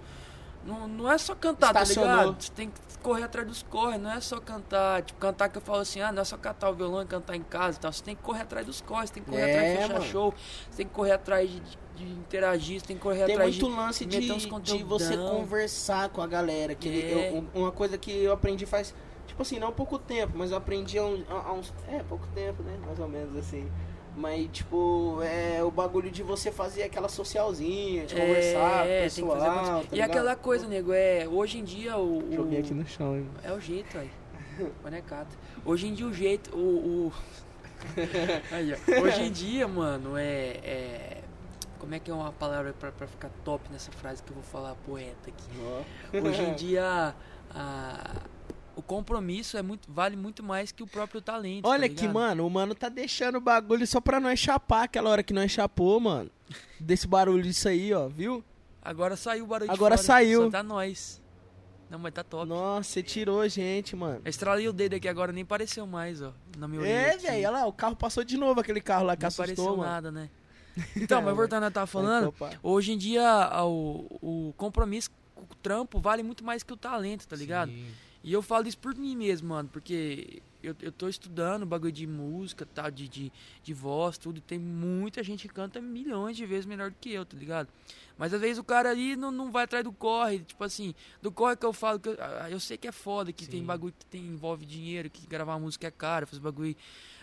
não, não é só cantar, Estacionou. tá ligado? Você tem que correr atrás dos corres, não é só cantar, tipo, cantar que eu falo assim, ah, não é só catar o violão e cantar em casa e tal, você tem que correr atrás dos corres, você tem que correr É, atrás de fechar mano. show, você tem que correr atrás de, de- de interagir, você tem que correr Tem atrás muito de... lance de, meter uns de você conteúdão. conversar com a galera. Que ele- É. eu- um- uma coisa que eu aprendi faz, tipo assim, não pouco tempo, mas eu aprendi há, um- há- há uns. É, pouco tempo, né? Mais ou menos assim. Mas, tipo, é o bagulho de você fazer aquela socialzinha, de conversar, com o é, tem que pessoal. fazer acontecer. tá E ligado? aquela coisa, nego, é, hoje em dia o... o- Joguei aqui no chão, hein? É o jeito, aí. Bonecata. Hoje em dia o jeito. O. o- Aí, ó. Hoje em dia, mano, é. é- Como é que é uma palavra pra, pra ficar top nessa frase que eu vou falar poeta aqui? Hoje em dia a- o compromisso é muito, vale muito mais que o próprio talento. tá Olha que, ligado? mano, o mano tá deixando o bagulho só pra nós chapar aquela hora que nós chapou, mano. Desse barulho disso aí, ó, viu? Agora saiu o barulho de Agora fora, saiu. Só tá nós. Não, mas tá top. Nossa, você tirou, gente, mano. Eu estralei o dedo aqui agora, nem pareceu mais, ó. Na minha orelha. É, aqui. velho, olha lá, o carro passou de novo, aquele carro lá que Não assustou, apareceu mano. É, nada, né? Então, mas voltando a estar falando, Então, pá. hoje em dia a- o, o compromisso com o trampo vale muito mais que o talento, tá ligado? Sim. E eu falo isso por mim mesmo, mano, porque eu, eu tô estudando bagulho de música, tal, de, de, de voz, tudo. Tem muita gente que canta milhões de vezes melhor do que eu, tá ligado? Mas às vezes o cara ali não, não vai atrás do corre, tipo assim, do corre que eu falo, que eu, ah, eu sei que é foda, que tem Sim. bagulho que tem, envolve dinheiro, que gravar música é caro, fazer bagulho.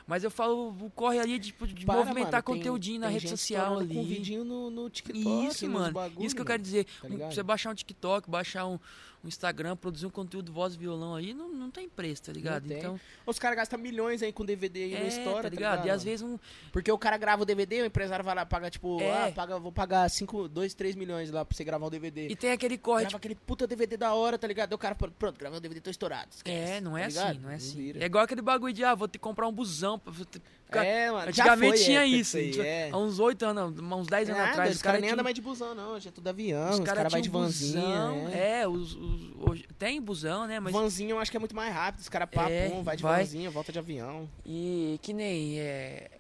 Mas eu falo o corre ali de, tipo, de Para, movimentar mano, tem- conteúdinho na tem rede gente social estourando ali. Com vidinho no, no TikTok, Isso, nos mano. bagulho, Isso que eu mano. quero dizer. tá Um- ligado? você baixar um TikTok, baixar um, um Instagram, produzir um conteúdo voz e violão aí, não, não tem preço, tá ligado? tem. Então, Os caras gastam milhões aí com DVD aí é, na história, tá ligado? E mano? às vezes um. Porque o cara grava o DVD, o empresário vai lá, paga tipo, É. ah, paga, vou pagar 5, 2, 3 milhões lá pra você gravar um DVD. E tem aquele corre. tipo, Grava aquele puta DVD da hora, tá ligado? Daí o cara, pronto, pronto, gravei um DVD, tô estourado. tipo, é, tá não é assim, não é assim. É É, igual aquele bagulho de, ah, vou ter que comprar um busão. pra- vou ter- mano, já Antigamente foi tinha época isso. aí, tipo, é. Há uns 8 anos, não, uns 10 anos Nada, atrás. os caras nem tinha andam um- mais de busão, não. Hoje é tudo avião, Os os caras caras vai de tinham um vanzinha. busão. né? É, os, os- hoje- tem busão, né? Mas Vanzinho eu acho que é muito mais rápido. Os caras papum, É, vai de vai. vanzinha, volta de avião. E que nem. É...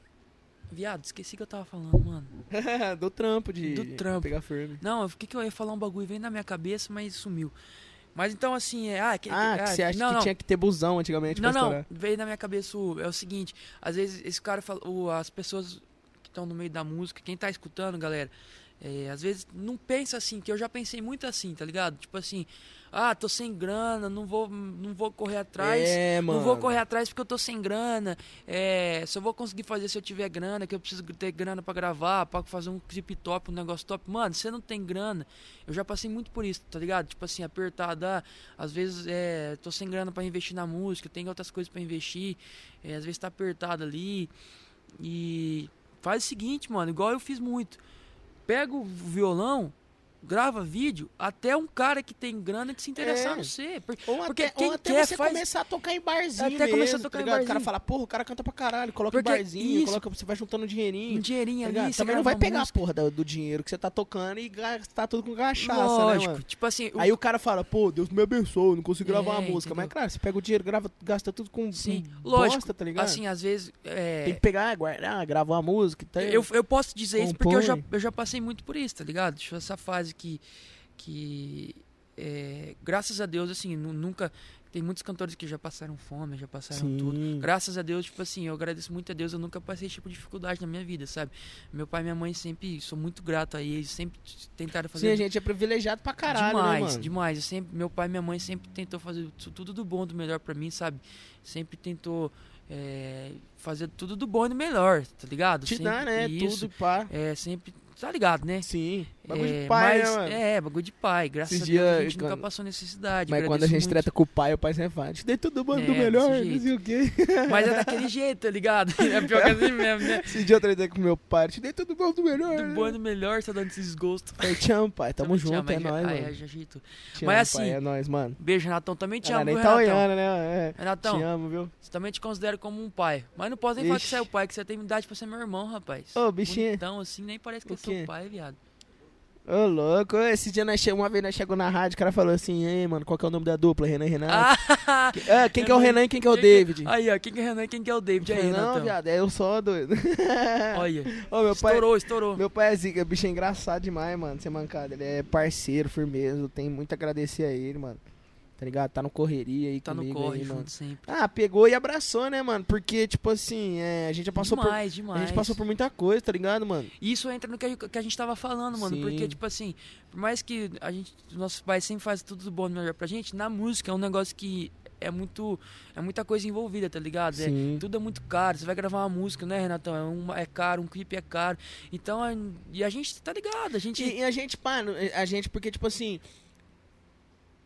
Viado, esqueci o que eu tava falando, mano. Do trampo de Do trampo. pegar firme. Não, o que que eu ia falar um bagulho veio na minha cabeça, mas sumiu. Mas então assim, é, ah, que, Ah, que você acha não, que não, tinha que ter busão antigamente Não, pra não, estourar. veio na minha cabeça o, é o seguinte, às vezes esse cara fala, o- as pessoas que estão no meio da música, quem tá escutando, galera, é, às vezes não pensa assim, que eu já pensei muito assim, tá ligado? Tipo assim, ah, tô sem grana, não vou não vou correr atrás. é, mano. Não vou correr atrás porque eu tô sem grana. É, só vou conseguir fazer se eu tiver grana, que eu preciso ter grana pra gravar, pra fazer um clipe top, um negócio top. Mano, você não tem grana. Eu já passei muito por isso, tá ligado? Tipo assim, apertada. Às vezes é, tô sem grana pra investir na música, tem outras coisas pra investir. é, às vezes tá apertado ali. E faz o seguinte, mano, igual eu fiz muito. Pega o violão, grava vídeo, até um cara que tem grana que se interessar É. no você. Por- Ou Porque até, quem ou até quer você faz- começar a tocar em barzinho Até começar a mesmo, tocar tá em ligado? O cara barzinho. fala, porra, o cara canta pra caralho, coloca em Porque barzinho, isso- coloca, você vai juntando um um dinheirinho. dinheirinho tá ali, ligado? você Também não grava vai uma pegar música. a porra da- do dinheiro que você tá tocando e gastar tudo com cachaça, Lógico, né, mano? tipo assim, o- Aí o cara fala, pô, Deus me abençoe, eu não consigo gravar É, uma música. Mas, entendeu? claro, você pega o dinheiro, grava, gasta tudo com, Sim, com lógico, bosta, tá ligado? assim, às vezes, é, Tem que pegar, guardar, gravar uma música. Tá... eu, eu posso dizer isso porque eu já, compõe. eu já passei muito por isso, tá ligado? Tipo, Essa fase que, que é, graças a Deus, assim, nu- nunca, tem muitos cantores que já passaram fome, já passaram Sim. tudo. Graças a Deus, tipo assim, eu agradeço muito a Deus, eu nunca passei esse tipo de dificuldade na minha vida, sabe? Meu pai e minha mãe sempre, sou muito grato a eles, sempre tentaram fazer Sim, a do- gente é privilegiado pra caralho, demais, né, mano? demais. Eu sempre, meu pai e minha mãe sempre tentou fazer tu- tudo do bom, do melhor pra mim, sabe? Sempre tentou é, fazer tudo do bom e do melhor, tá ligado? Te sempre, dá, né? Isso, Tudo, pá. É, sempre, tá ligado, né? Sim. Bagulho é, de pai, mas- né, mano? É, bagulho de pai. Graças Esses a Deus dias, a gente nunca quando- passou necessidade. Mas quando a agradeço gente muito. trata com o pai, o pai sempre fala, te dei tudo bom, É, do melhor, desse não sei o quê. Mas é daquele jeito, tá ligado? É pior que assim mesmo, né? Esse dia eu tratei com meu pai, te dei tudo bom, do melhor. Do bom e do melhor, tá dando esses gostos. Eu te amo, pai, tamo Também te junto, amo, é aí já- nóis, aí mano. já ajeitou. Te Mas amo, pai, assim- é nóis, mano. Beijo, Renatão. Também te Ela amo, nem Então, viu, tá Renatão. olhando, né? É. Renatão, Te amo, viu? Você também te considero como um pai. Mas não posso nem falar que Ixi. você é o pai, que você tem idade pra ser meu irmão, rapaz. Ô, bichinho. Então, assim, nem parece que O é seu quê? pai, viado. Ô, louco, esse dia nós che- uma vez nós chegou na rádio, o cara falou assim, ei, mano, qual que é o nome da dupla? Renan e Renato. Ah, Ah, quem que é o Renan e quem que é o quem que- David? aí, ó, quem que é o Renan e quem que é o David aí, Falei, não, Renatão? viado, é eu só doido. Olha, Ô, meu pai, estourou, estourou. Meu pai é zica, bicho é engraçado demais, mano, ser mancado. Ele é parceiro, firmeza, eu tenho muito a agradecer a ele, mano. Tá ligado? Tá no correria aí Tá no comigo corre aí, mano. junto sempre. Ah, pegou e abraçou, né, mano? Porque, tipo assim, é, a gente já passou demais, por. demais. A gente passou por muita coisa, tá ligado, mano? Isso entra no que a, que a gente tava falando, mano. Sim. Porque, tipo assim, por mais que a gente, os nossos pais sempre fazem tudo do bom e do melhor pra gente, na música é um negócio que é muito. É muita coisa envolvida, tá ligado? É- Sim. Tudo é muito caro. Você vai gravar uma música, né, Renatão? É, uma, é caro, um clipe é caro. Então, a- e a gente tá ligado, a gente. E, e a gente, pá, no- a gente, porque, tipo assim.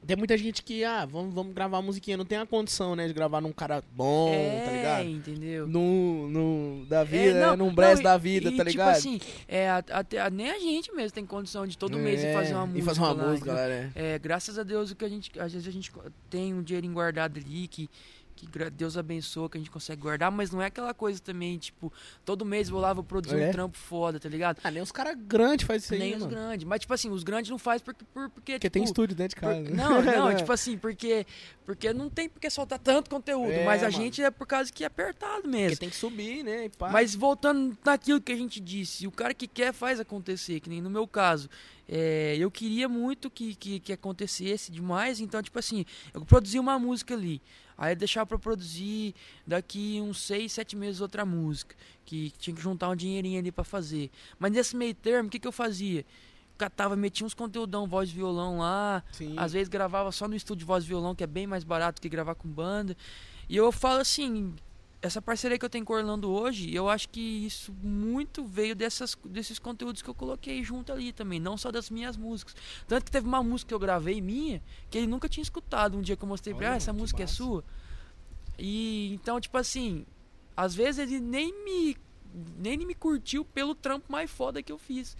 Tem muita gente que, ah, vamos, vamos gravar musiquinha. Não tem a condição, né, de gravar num cara bom, é, tá ligado? entendeu? Num, num. Da É, vida, né? não, num brez não, da e- vida, e, tá ligado? Tipo assim, é, a- até, a- nem a gente mesmo tem condição de todo mês ir É, fazer uma música. E fazer uma lá, né? música, né? entendeu? galera. É, graças a Deus o que a gente, às vezes a gente co- tem um dinheirinho guardado ali que que gra- Deus abençoa que a gente consegue guardar, mas não é aquela coisa também, tipo, todo mês eu vou lá, vou produzir É. um trampo foda, tá ligado? Ah, nem os caras grandes fazem isso aí, Nem mano. os grandes. Mas, tipo assim, os grandes não faz porque, por- porque, Porque tipo, tem estúdio dentro de por- casa. né? Não, não, é tipo assim, porque, porque não tem porque soltar tanto conteúdo, É, mas a mano. gente é por causa que é apertado mesmo. Porque tem que subir, né? e pá. Mas voltando naquilo que a gente disse, o cara que quer faz acontecer, que nem no meu caso. É, eu queria muito que, que, que acontecesse demais, então, tipo assim, eu produzi uma música ali. Aí eu deixava pra produzir daqui uns seis, sete meses outra música. Que tinha que juntar um dinheirinho ali pra fazer. Mas nesse meio termo, o que, que eu fazia? Catava, metia uns conteúdão, voz e violão lá, Sim. às vezes gravava só no estúdio de voz e violão, que é bem mais barato que gravar com banda. E eu falo assim, essa parceria que eu tenho com o Orlando hoje, eu acho que isso muito veio dessas, desses conteúdos que eu coloquei junto ali também, não só das minhas músicas. Tanto que teve uma música que eu gravei minha, que ele nunca tinha escutado. Um dia que eu mostrei pra ele, Olha, ah, essa que música é massa. sua. E então, tipo assim, às vezes ele nem me nem me curtiu pelo trampo mais foda que eu fiz.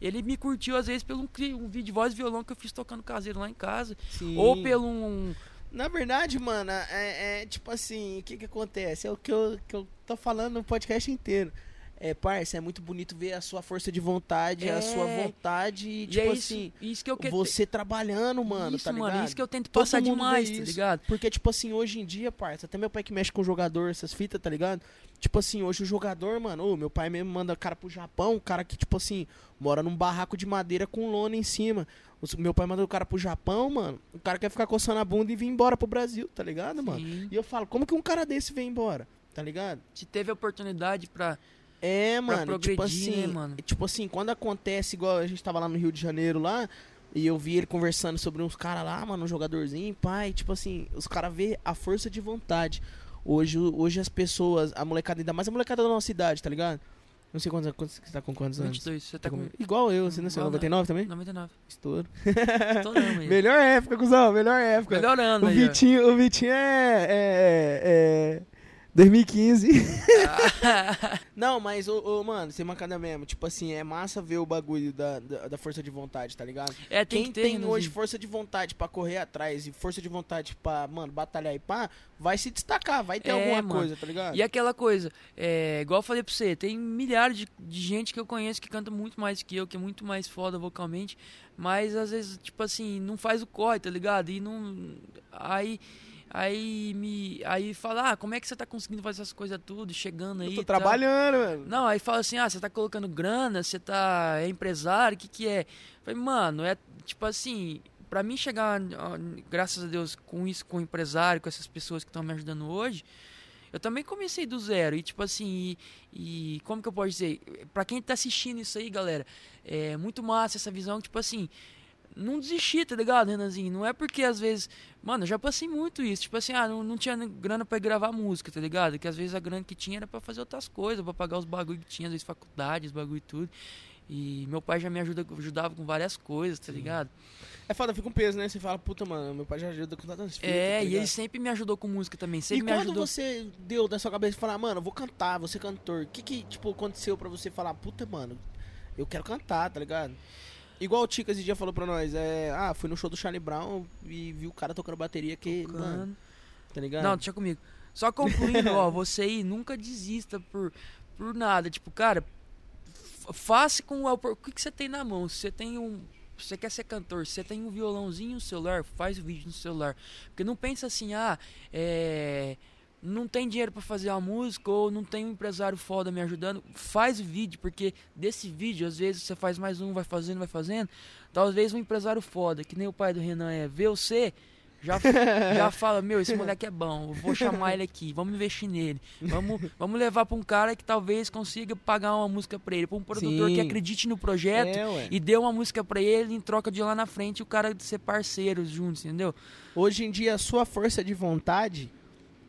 Ele me curtiu às vezes pelo um, cli- um vídeo de voz e violão que eu fiz tocando caseiro lá em casa, Sim. ou pelo um Na verdade, mano, é, é tipo assim, o que que acontece? É o que eu, que eu tô falando no podcast inteiro. É, parça, é muito bonito ver a sua força de vontade, a É. sua vontade, e, e tipo é isso, assim, isso que eu que- você trabalhando, mano, isso, tá ligado? mano, isso que eu tento Todo passar mundo vê demais, tá isso. ligado? Porque, tipo assim, hoje em dia, parça, até meu pai que mexe com jogador, essas fitas, tá ligado? Tipo assim, hoje o jogador, mano, ô, meu pai mesmo manda o cara pro Japão, o cara que, tipo assim, mora num barraco de madeira com lona em cima. Os- meu pai manda o cara pro Japão, mano, o cara quer ficar coçando a bunda e vir embora pro Brasil, tá ligado, mano? Sim. E eu falo, como que um cara desse vem embora? Tá ligado? Se teve oportunidade pra É, mano. tipo progredir, assim, né, mano? tipo assim, quando acontece igual a gente tava lá no Rio de Janeiro lá, e eu vi ele conversando sobre uns caras lá, mano, um jogadorzinho, pai, tipo assim, os caras vê a força de vontade. Hoje, hoje as pessoas, a molecada, ainda mais a molecada da nossa idade, tá ligado? Não sei quantos, quantos você tá com quantos anos. 22, você tá Tá com com- Igual eu, você não sei, Igual, né? 99 também? 99. Estouro. Tô não, mas- É. Melhor época, cuzão, melhor época. melhorando O aí. ó. Vitinho, o Vitinho é. é, é, é 2015. Ah. Não, mas, ô, ô, mano, sem mancada mesmo. Tipo assim, é massa ver o bagulho da, da, da força de vontade, tá ligado? é, tem Quem que ter, tem né, hoje gente? força de vontade pra correr atrás e força de vontade pra, mano, batalhar e pá, vai se destacar, vai ter É, alguma mano. coisa, tá ligado? E aquela coisa, é, igual eu falei pra você, tem milhares de, de gente que eu conheço que canta muito mais que eu, que é muito mais foda vocalmente, mas às vezes, tipo assim, não faz o corre, tá ligado? E não. Aí. Aí me. Aí fala, ah, como é que você tá conseguindo fazer essas coisas tudo, chegando aí. eu tô e tal?" trabalhando, mano. Não, aí fala assim, ah, você tá colocando grana, você tá. é empresário, o que que é? Eu Falei, mano, é tipo assim, pra mim chegar, ó, graças a Deus, com isso, com o empresário, com essas pessoas que estão me ajudando hoje, eu também comecei do zero. E tipo assim, e, e como que eu posso dizer? Pra quem tá assistindo isso aí, galera, é muito massa essa visão, tipo assim. Não desistir, tá ligado, Renanzinho? Não é porque às vezes. Mano, eu já passei muito isso. Tipo assim, ah, não, não tinha grana pra gravar música, tá ligado? Que às vezes a grana que tinha era pra fazer outras coisas, pra pagar os bagulho que tinha, às vezes faculdades, bagulho e tudo. E meu pai já me ajuda, ajudava com várias coisas, tá ligado? É foda, fica um peso, né? Você fala, puta, mano, meu pai já ajuda com tantas fitas, é, tá e ligado? ele sempre me ajudou com música também, E sempre me quando ajudou. você deu da sua cabeça e falar, mano, eu vou cantar, vou ser cantor, o que que, tipo, aconteceu pra você falar, puta, mano, eu quero cantar, tá ligado? Igual o Tico esse dia falou pra nós, é, ah, fui no show do Charlie Brown e vi o cara tocando bateria que, mano, Mano. tá ligado? Não, deixa comigo. Só concluindo, ó, você aí nunca desista por, por nada. Tipo, cara, fa- faça com o, o que, que você tem na mão. Se você tem um. se Você quer ser cantor, se você tem um violãozinho no celular, faz o vídeo no celular. Porque não pensa assim, ah, é. Não tem dinheiro pra fazer a música ou não tem um empresário foda me ajudando, faz o vídeo, porque desse vídeo, às vezes você faz mais um, vai fazendo, vai fazendo. Talvez um empresário foda, que nem o pai do Renan é, vê você, já, já fala: Meu, esse moleque é bom, eu vou chamar ele aqui, vamos investir nele, vamos, vamos levar pra um cara que talvez consiga pagar uma música pra ele, pra um produtor que Sim. acredite no projeto É, ué. e dê uma música pra ele em troca de lá na frente o cara ser parceiro juntos, entendeu? Hoje em dia, a sua força de vontade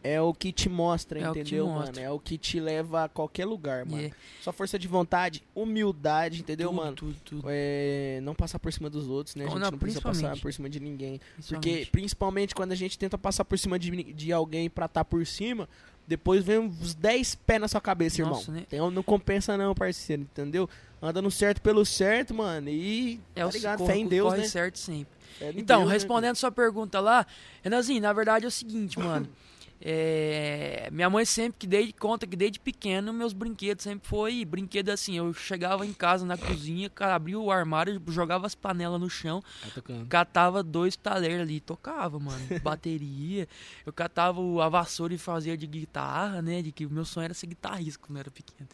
é o que te mostra, É o que te entendeu, mano? mostra. É o que te leva a qualquer lugar, mano. E é Sua força de vontade, humildade, entendeu, tudo, mano? Tudo, tudo. É, não passar por cima dos outros, né? A Não, gente não, precisa passar principalmente. por cima de ninguém. Porque, principalmente. principalmente quando a gente tenta passar por cima de, de alguém pra tá por cima, depois vem uns 10 pés na sua cabeça, irmão. Nossa, né? Então não compensa não, parceiro, entendeu? Anda no certo pelo certo, mano. E É tá o ligado? corre, Fé em Deus, corre né? certo sempre. Fé em Então, Deus, né, respondendo sua pergunta lá, Renanzinho, na verdade é o seguinte, mano. É, minha mãe sempre que dei conta que desde pequeno meus brinquedos sempre foi brinquedo assim. Eu chegava em casa na cozinha, cara, abria o armário, jogava as panelas no chão, Tá tocando. catava dois talheres ali, e tocava, mano, bateria. Eu catava o- a vassoura e fazia de guitarra, né? De que o meu sonho era ser guitarrista quando eu era pequeno.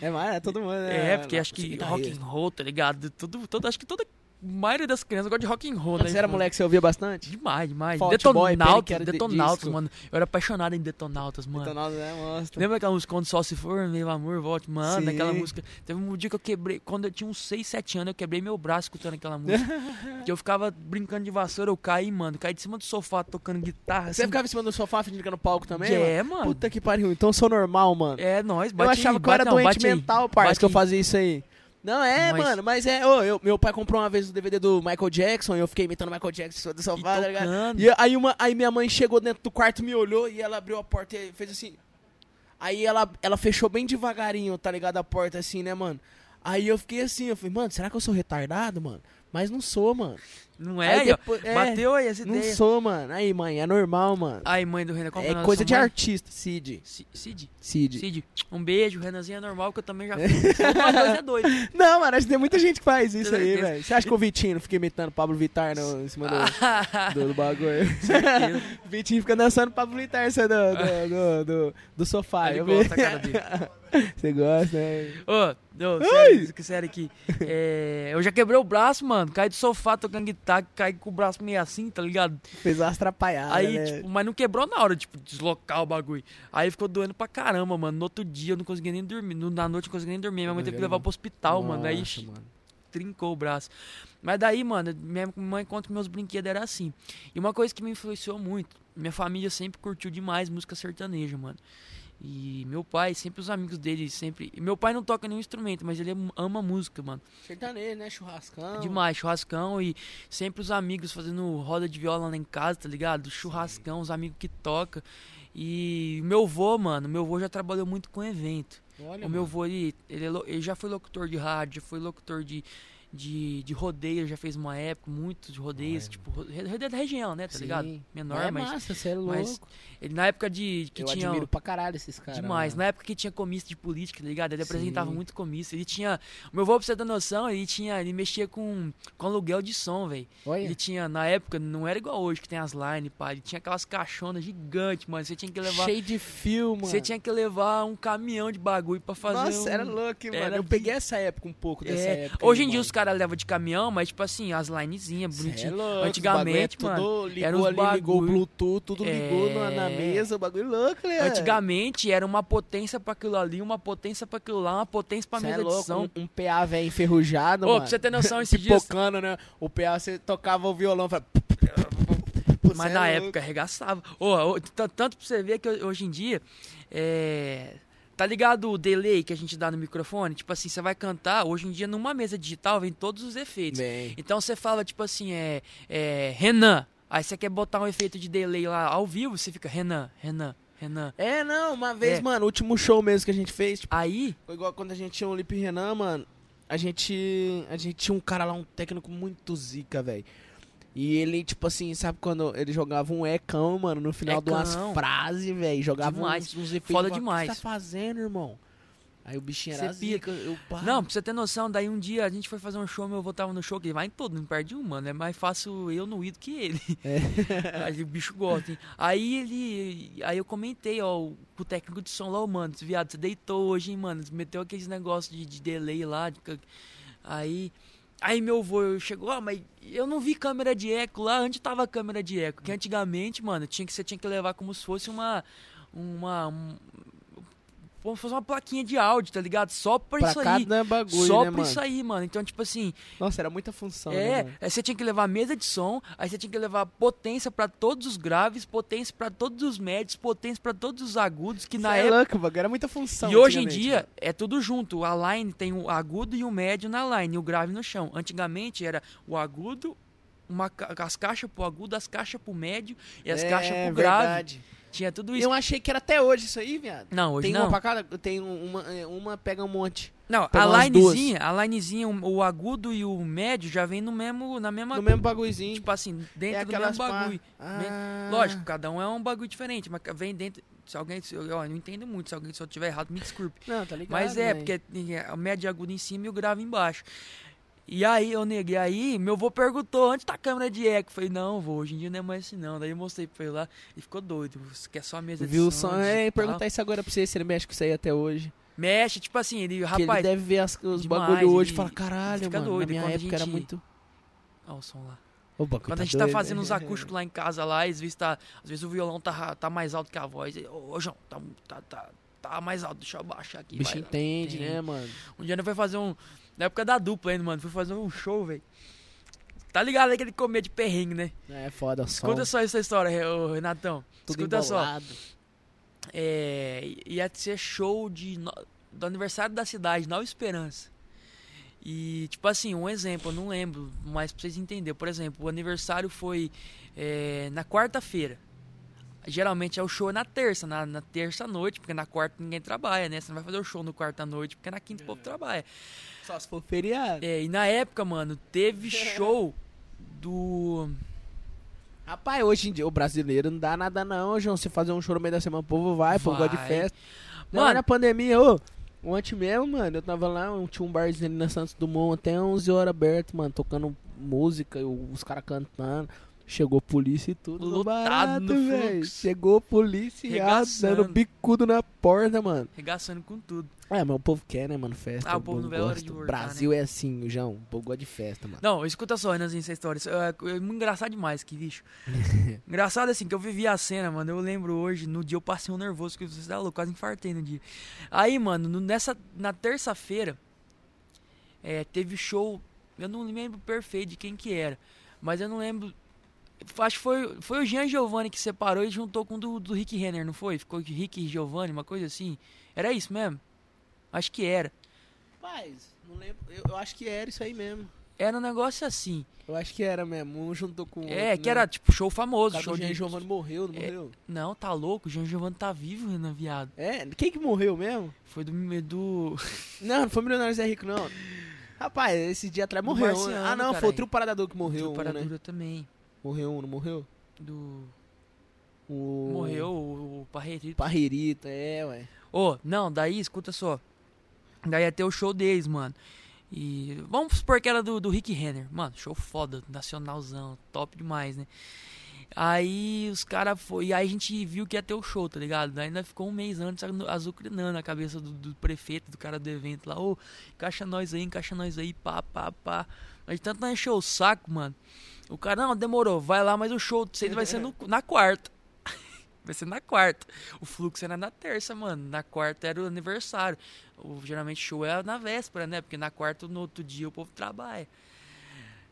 É, mas é todo mundo. É, porque acho que rock and Rock roll, tá ligado? Tudo, todo, acho que toda a maioria das crianças gosta de rock and roll, né? Quando você era moleque, você ouvia bastante? Demais, demais. Fault Boy, Panic! Detonautas, Era de Detonautas, disco. mano. Eu era apaixonado em Detonautas, mano. Então, nós, né, monstro. Lembra aquela música Quando Só Se For, Meu Amor, Volte? Mano, Sim. aquela música. Teve um dia que eu quebrei, quando eu tinha uns 6, 7 anos, eu quebrei meu braço escutando aquela música. que eu ficava brincando de vassoura, eu caí, mano. Caí de cima do sofá tocando guitarra. Você assim. ficava em cima do sofá fingindo no palco também? É, mano. mano? Puta que pariu, então eu sou normal, mano. É, nós, bate eu aí, achava que eu bate- era não, doente bate aí. mental, parça, Bate que eu aí. fazia isso aí. Não, é, Mas- mano, mas é. ô, eu- meu pai comprou uma vez o DVD do Michael Jackson e eu fiquei imitando o Michael Jackson em cima do E sofá, tá ligado? tocando. E aí, uma, aí minha mãe chegou dentro do quarto, me olhou e ela abriu a porta e fez assim. Aí ela, ela fechou bem devagarinho, tá ligado? A porta assim, né, mano? Aí eu fiquei assim, eu falei, mano, será que eu sou retardado, mano? Mas não sou, mano. Não Aí é, aí, ó. depois- é, Bateu aí essa Não ideia. Ah, sou, mano. Aí, mãe, é normal, mano. Ai, mãe do Renan, qual que o É nome da coisa sua de mãe? artista. Cid. Si- Cid. Cid. Cid, um beijo, Renanzinho é normal, que eu também já fiz. Mas nós é doido. Não, mano, acho que tem muita gente que faz isso Com aí, certeza. Ah. velho. Você acha que o Vitinho fica imitando Pablo Vittar no, em cima do, do, do bagulho? certeza. o Vitinho fica dançando Pablo Vittar em cima do, do, do, do- do sofá. Ele eu gosta vi. da cara dele. Você gosta, né? Ô, não, sério, que sério aqui. É, eu já quebrei o braço, mano. Caí do sofá tocando guitarra, caí com o braço meio assim, tá ligado? Fez umas atrapalhadas, Aí, né? tipo, mas não quebrou na hora, tipo, deslocar o bagulho. Aí ficou doendo pra caramba, mano. No outro dia eu não conseguia nem dormir. No- Na noite eu não conseguia nem dormir. Minha mãe teve que levar pro hospital, mano. Aí Nossa, mano. trincou o braço. Mas daí, mano, minha mãe conta que meus brinquedos eram assim. E uma coisa que me influenciou muito, minha família sempre curtiu demais música sertaneja, mano. E meu pai, sempre os amigos dele, sempre. e Meu pai não toca nenhum instrumento, mas ele ama música, mano. Sertanejo, né? Churrascão. Demais, churrascão e sempre os amigos fazendo roda de viola lá em casa, tá ligado? Churrascão, os amigos que toca. E meu avô, mano, meu avô já trabalhou muito com evento. Olha, O meu avô, ele, ele, é lo- ele já foi locutor de rádio, já foi locutor de, de, de rodeio, já fez uma época, muitos de rodeios, tipo, ro- rodeio da região, né, tá Sim. ligado? Menor, é mas, massa, você é louco. mas ele na época de que eu tinha admiro pra caralho esses caras. demais, né? mano. na época que tinha comício de política, tá ligado? Ele apresentava Sim. muito comício, ele tinha, o meu avô, pra você ter noção, ele tinha, ele mexia com, com aluguel de som, velho. Ele Olha, tinha, na época, não era igual hoje que tem as line, pá, ele tinha aquelas caixonas gigantes, mano, você tinha que levar... cheio de fio, mano. Você tinha que levar um caminhão de bagulho pra fazer Nossa, um- era louco, mano. era Eu peguei essa época um pouco É, dessa época. Hoje aí, em dia mano. os caras levam de caminhão, mas tipo assim, as linezinhas Cê bonitinhas. é louco, Antigamente, os bagulho é tudo ligou era uns ali, ligou o bagulho- Bluetooth, tudo ligou na, na É. mesa, o bagulho louco, né? Antigamente era uma potência pra aquilo ali, uma potência pra aquilo lá, uma potência pra Cê é mesa de louco, som. um, um PA velho enferrujado, Ô, mano. pra você ter noção, esses dias. Pipocando, né? O PA, você tocava o violão, falava... Mas é na época arregaçava. Ô, ô, t- tanto pra você ver que hoje em dia. É. Tá ligado o delay que a gente dá no microfone? Tipo assim, você vai cantar, hoje em dia numa mesa digital vem todos os efeitos. Bem, Então você fala, tipo assim, é, é, Renan. Aí você quer botar um efeito de delay lá ao vivo, você fica Renan, Renan, Renan. é, não, uma vez, É. mano, o último show mesmo que a gente fez, tipo, Aí, foi igual quando a gente tinha o Lipe Renan, mano, a gente, a gente tinha um cara lá, um técnico muito zica, velho. E ele, tipo assim, sabe quando ele jogava um ecão, mano, no final de umas Ecão. frases, velho, jogava Demais. uns, uns efeitos. Foda eu falava, demais. O que você tá fazendo, irmão? Aí o bichinho era Cê pica. zica, eu pá. Não, pra você ter noção, daí um dia a gente foi fazer um show, meu avô tava no show, que ele vai em todo, não perde um, mano. É mais fácil eu no ido que ele. É. Aí o bicho gosta, hein? Aí ele. Aí eu comentei, ó, o- com o técnico de som lá, ô, mano, esse viado, você deitou hoje, hein, mano? Você meteu aqueles negócios de, de delay lá. de ca- Aí. Aí meu avô chegou, ah, mas eu não vi câmera de eco lá, onde tava a câmera de eco? Que antigamente, mano, tinha que, você tinha que levar como se fosse uma. Uma. Um, como se fosse uma plaquinha de áudio, tá ligado? Só pra, pra isso aí. cada bagulho, Só né, pra mano? isso aí, mano. Então, tipo assim, Nossa, era muita função, né, é, mano? aí você tinha que levar mesa de som, aí você tinha que levar potência pra todos os graves, potência pra todos os médios, potência pra todos os agudos, que na Cê é época. louco, bagulho, era muita função. E hoje em antigamente, né? dia mano. é tudo junto. A line tem o agudo e o médio na line, e o grave no chão. Antigamente era o agudo, uma ca- as caixas pro agudo, as caixas pro médio e as É, caixas pro grave. verdade. Tinha tudo isso. Eu achei que era até hoje isso aí, viado. Não, hoje Tem não. uma pra cada, tem uma, é, uma pega um monte. Não, Pegou a umas linezinha, a linezinha, o, o agudo e o médio já vem no mesmo, na mesma, No mesmo bagulhozinho. tipo assim, dentro é do mesmo aquelas pá- bagulho. Ah. Lógico, cada um é um bagulho diferente, mas vem dentro. Se alguém, se, eu, ó, eu não entendo muito, se alguém se eu tiver errado, me desculpe. Não, tá ligado. Mas véi. é, porque é o médio e agudo em cima e o grave embaixo. E aí, eu neguei. Aí, meu avô perguntou onde tá a câmera de eco. Eu Falei, não, vô, hoje em dia não é mais assim, não. Daí eu mostrei pra ele lá e ficou doido. Você quer só a mesa Viu o de som? som? É, digital?" perguntar isso agora pra você, se ele mexe com isso aí até hoje. Mexe, tipo assim, ele, Porque ele rapaz. deve ver as- os demais, bagulho hoje e ele- fala, caralho, fica mano, doido na minha quando a época era gente- muito... Ó, o som lá. Ô, o bagulho Quando tá a gente tá doido, fazendo né? uns acústicos lá em casa, lá, às vezes, tá, às vezes o violão tá, ra- tá mais alto que a voz. Ele, Ô, ô, João, tá, tá, tá, tá mais alto, deixa eu baixar aqui. O bicho vai." entende, Entende. né, mano? Um dia nós foi fazer um. Na época da dupla ainda, mano. Fui fazer um show, velho. Tá ligado aí que ele comia de perrengue, né? É foda, o som. Escuta só essa história, Re- ô, Renatão. tudo Escuta só. embolado. É, ia ser show de, no- do aniversário da cidade, Nova Esperança. E, tipo assim, um exemplo, eu não lembro, mas pra vocês entenderem. Por exemplo, o aniversário foi é, na quarta-feira. Geralmente é o show na terça, na, na terça-noite, porque na quarta ninguém trabalha, né? Você não vai fazer o show no quarta-noite, porque na quinta o povo trabalha. Só se for feriado. É, e na época, mano, teve show do. Rapaz, hoje em dia, o brasileiro não dá nada não, João. Se fazer um show no meio da semana, o povo vai, o povo gosta de Vai. festa. Mano. Mano, na pandemia, ô. Ontem mesmo, mano, eu tava lá, um- tinha um barzinho ali na Santos Dumont até 11 horas aberto, mano, tocando música, eu- os caras cantando. Chegou polícia e tudo. no Lotado barato, no velho. fluxo. Chegou polícia ah, Regaçando. dando bicudo na porta, mano. Regaçando com tudo. É, mas o povo quer, né, mano? Festa. Ah, o povo não vê a hora gosta. de O voltar, né? Brasil é assim, João. O povo gosta de festa, mano. Não, escuta só, Renanzinho, essa história. Isso é, é muito engraçado demais, que bicho. engraçado assim, que eu vivi a cena, mano. Eu lembro hoje, no dia eu passei um nervoso, que você tá louco, quase infartei no dia. Aí, mano, no- nessa, na terça-feira, é, teve show. Eu não lembro perfeito de quem que era, mas eu não lembro. Acho que foi, foi o Jean Giovanni que separou e juntou com o do, do Rick Renner, não foi? Ficou de Rick e Giovanni, uma coisa assim. Era isso mesmo? Acho que era. Rapaz, não lembro. Eu, eu acho que era isso aí mesmo. Era um negócio assim. Eu acho que era mesmo. Um juntou com o outro. É, que né? era tipo show famoso, Cara, show o Jean de. Giovanni morreu, não É. morreu? Não, tá louco, o Jean Giovanni tá vivo, Renan Viado. É? Quem que morreu mesmo? Foi do. do... Não, não foi Milionários é Rico, não. Rapaz, esse dia atrás Do morreu. um, Marciano, né? ah, não, foi caralho. o Trio Paradador que morreu, do um, Paradura né? também. Morreu um, não morreu? Do. O... Morreu o, o Parreirito. Parreirita, é, ué. Ô, não, daí, escuta só. Daí ia ter o show deles, mano. E vamos supor que era do, do Rick Renner. Mano, show foda, nacionalzão, top demais, né? Aí os caras foi. E aí a gente viu que ia ter o show, tá ligado? Daí ainda ficou um mês antes anu- azucrinando a cabeça do, do prefeito, do cara do evento lá. Ô, encaixa nós aí, encaixa nós aí, pá, pá, pá. Mas tanto não encheu o saco, mano. O cara, não, demorou, vai lá, mas o show de vocês vai ser no- na quarta. Vai ser na quarta. O fluxo era na terça, mano. Na quarta era o aniversário. O, geralmente show é na véspera, né? Porque na quarta, no outro dia, o povo trabalha.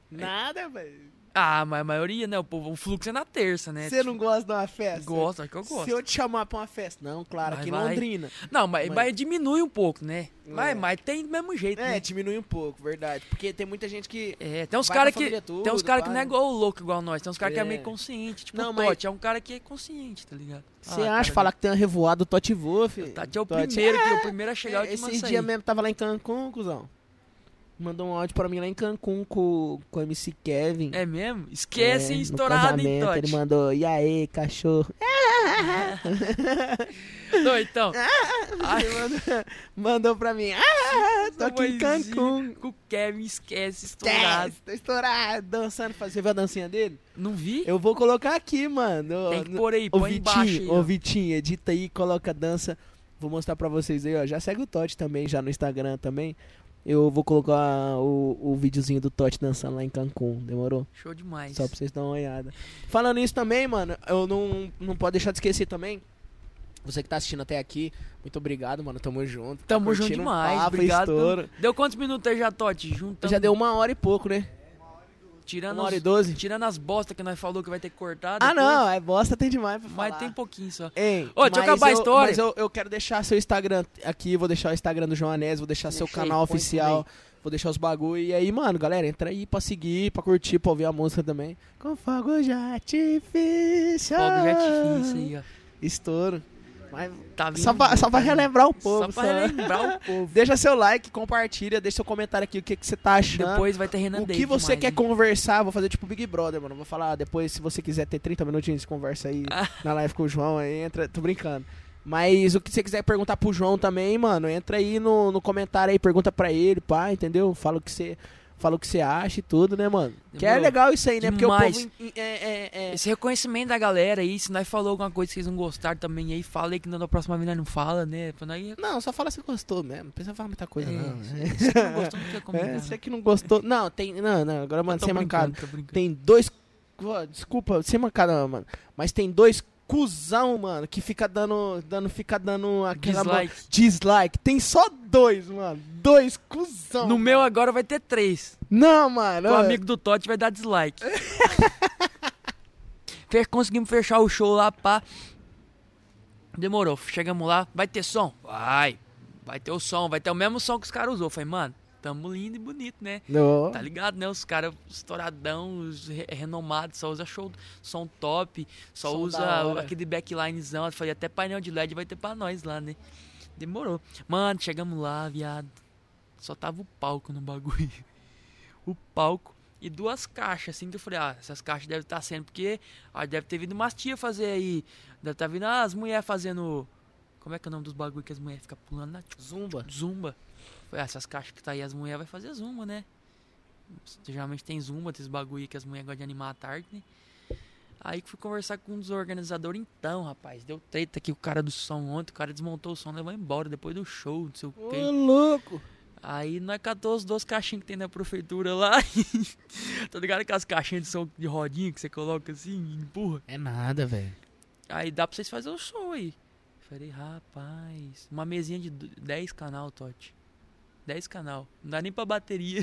Nada, velho. Ah, mas a maioria, né? O, povo, o fluxo é na terça, né? Você não gosta de uma festa? Gosto, acho que eu gosto. Se eu te chamar pra uma festa? Não, claro, Vai, aqui em vai. Londrina. Não, mas, Mas- mas diminui um pouco, né? É. Mas, mas tem do mesmo jeito, É, né? diminui um pouco, verdade. Porque tem muita gente que... É, tem uns Vai caras com a que. família tem uns toda, caras que pá, não é né? igual o louco igual nós. Tem uns caras que é É. meio consciente. Tipo, Não, o mas- Tote é um cara que é consciente, tá ligado? Você Ah, acha, cara, falar que tem uma revoada, o Tote voa, filho. Tá, é o Totti- primeiro, que é o primeiro a chegar, o último a Esse sair. dia mesmo tava lá em Cancún, cuzão. Mandou um áudio pra mim lá em Cancún com, com o MC Kevin. É mesmo? Esquece É, no estourado, hein, casamento, Ele Tote? mandou, e aí, cachorro? Não, então. Ai, Ah, Ele mandou, mandou pra mim, ah, tô aqui em mãezinha, Cancún. Com o Kevin, esquece estourado. Estourado. Tô estourado, dançando. Você viu a dancinha dele? Não vi? Eu vou colocar aqui, mano. Tem que pôr aí, Ô, põe embaixo aí. Vitinho, ó. ô, Vitinho, edita aí, coloca a dança. Vou mostrar pra vocês aí, ó. Já segue o Totti também, já no Instagram também. Eu vou colocar o, o videozinho do Totti dançando lá em Cancún, demorou? Show demais. Só pra vocês darem uma olhada. Falando isso também, mano, eu não, não posso deixar de esquecer também. Você que tá assistindo até aqui, muito obrigado, mano. Tamo junto. Tá Tamo junto curtindo um demais, papo, obrigado. estouro. Deu quantos minutos aí já, Tote? Juntando. Já deu uma hora e pouco, né? tirando Uma hora e as- doze. Tirando as bostas que nós falou que vai ter que cortar. Ah, depois, não. Ah. É bosta, tem demais pra falar. Mas tem pouquinho só. Ei, Ô, deixa eu mas acabar a eu- história. Mas eu, eu quero deixar seu Instagram aqui, vou deixar o Instagram do João Anésio, vou deixar seu Deixa aí, canal põe oficial, vou deixar os bagulho. E aí, mano, galera, entra aí pra seguir, pra curtir, pra ouvir a música também. Com fogo já artifício. Fogo de artifício aí, ó. Estouro. Mas Tá vindo, só pra, só pra tá vindo. relembrar o povo. Só pra relembrar o povo. Deixa seu like, compartilha, deixa seu comentário aqui o que, que você tá achando. Depois vai ter Renan o que David você mais, quer hein? conversar, vou fazer tipo Big Brother, mano. Vou falar ah, depois, se você quiser ter 30 minutinhos de conversa aí Ah. na live com o João, aí entra. Tô brincando. Mas o que você quiser perguntar pro João também, mano, entra aí no, no comentário aí, pergunta pra ele, pá, entendeu? Fala o que você. Fala o que você acha e tudo, né, mano? Que é Demorou. legal isso aí, né? Demais. Porque o povo. em- em- É, é- é- Esse reconhecimento da galera aí, se nós falou alguma coisa que vocês não gostaram também aí, fala aí que na próxima vez nós não fala, né? Pra nós... Não, só fala se gostou mesmo. Não precisa falar muita coisa, É, não. isso né? Você que não gostou, não quer comentar. É, você que não gostou. Não, tem. Não, não, agora, mano, Tô sem mancada. brincando, tô brincando. Tem dois. Ó, Desculpa, sem mancada, mano. Mas tem dois cuzão, mano, que fica dando. dando fica dando aquela. Dislike. Dislike. Tem só dois, mano. Dois cuzão. No meu agora vai ter três. Não, mano. O ó, amigo do Totti vai dar dislike. Fe- Conseguimos fechar o show lá, pá. Demorou, chegamos lá. Vai ter som? Vai. Vai ter o som, vai ter o mesmo som que os caras usou. Falei, mano, tamo lindo e bonito, né? não. Tá ligado, né? Os caras estouradão, os re- renomados, só usa show, som top, só Som da usa hora. aquele backlinezão. Eu Falei, até painel de LED vai ter pra nós lá, né? Demorou. Mano, chegamos lá, viado. Só tava o palco no bagulho. O palco e duas caixas, assim, que eu falei, ah, essas caixas devem estar sendo, porque ah, deve ter vindo umas tia fazer aí. Deve estar vindo ah, as mulheres fazendo. Como é que é o nome dos bagulho que as mulheres ficam pulando na Zumba. Zumba. Falei, ah, essas caixas que tá aí, as mulheres vai fazer zumba, né? Geralmente tem zumba, tem esses bagulho aí que as mulheres gostam de animar à tarde, né? Aí que fui conversar com um dos organizadores, então, rapaz, deu treta aqui com o cara do som ontem, o cara desmontou o som, levou embora depois do show, não sei o Ô, quê. louco. Aí nós catou os dois caixinhos que tem na prefeitura lá. tá ligado que as caixinhas de som de rodinha que você coloca assim e empurra? É nada, velho. Aí dá pra vocês fazerem o show aí. Falei, rapaz, uma mesinha de do- 10 canal, Totti. 10 canal. Não dá nem pra bateria.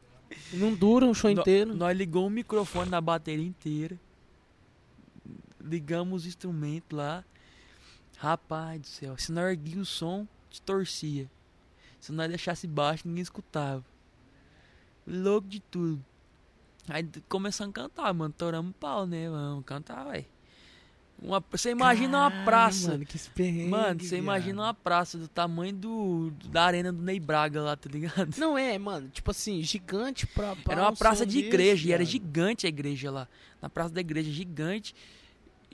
Não dura um show Nó- inteiro. Nós ligamos o microfone na bateria inteira. Ligamos os instrumentos lá. Rapaz do céu, se nós erguia o som, distorcia. Se nós deixasse baixo, ninguém escutava. Louco de tudo. Aí d- começamos a cantar, mano. Toramos pau, né? Vamos cantar, ué. Uma, você imagina uma Caralho, praça. Mano, que experiência. Mano, você imagina uma praça do tamanho do, da arena do Ney Braga lá, tá ligado? Não é, mano. Tipo assim, gigante pra. pra Era uma um praça som de desse, igreja, e era mano. gigante a igreja lá. Na praça da igreja, gigante.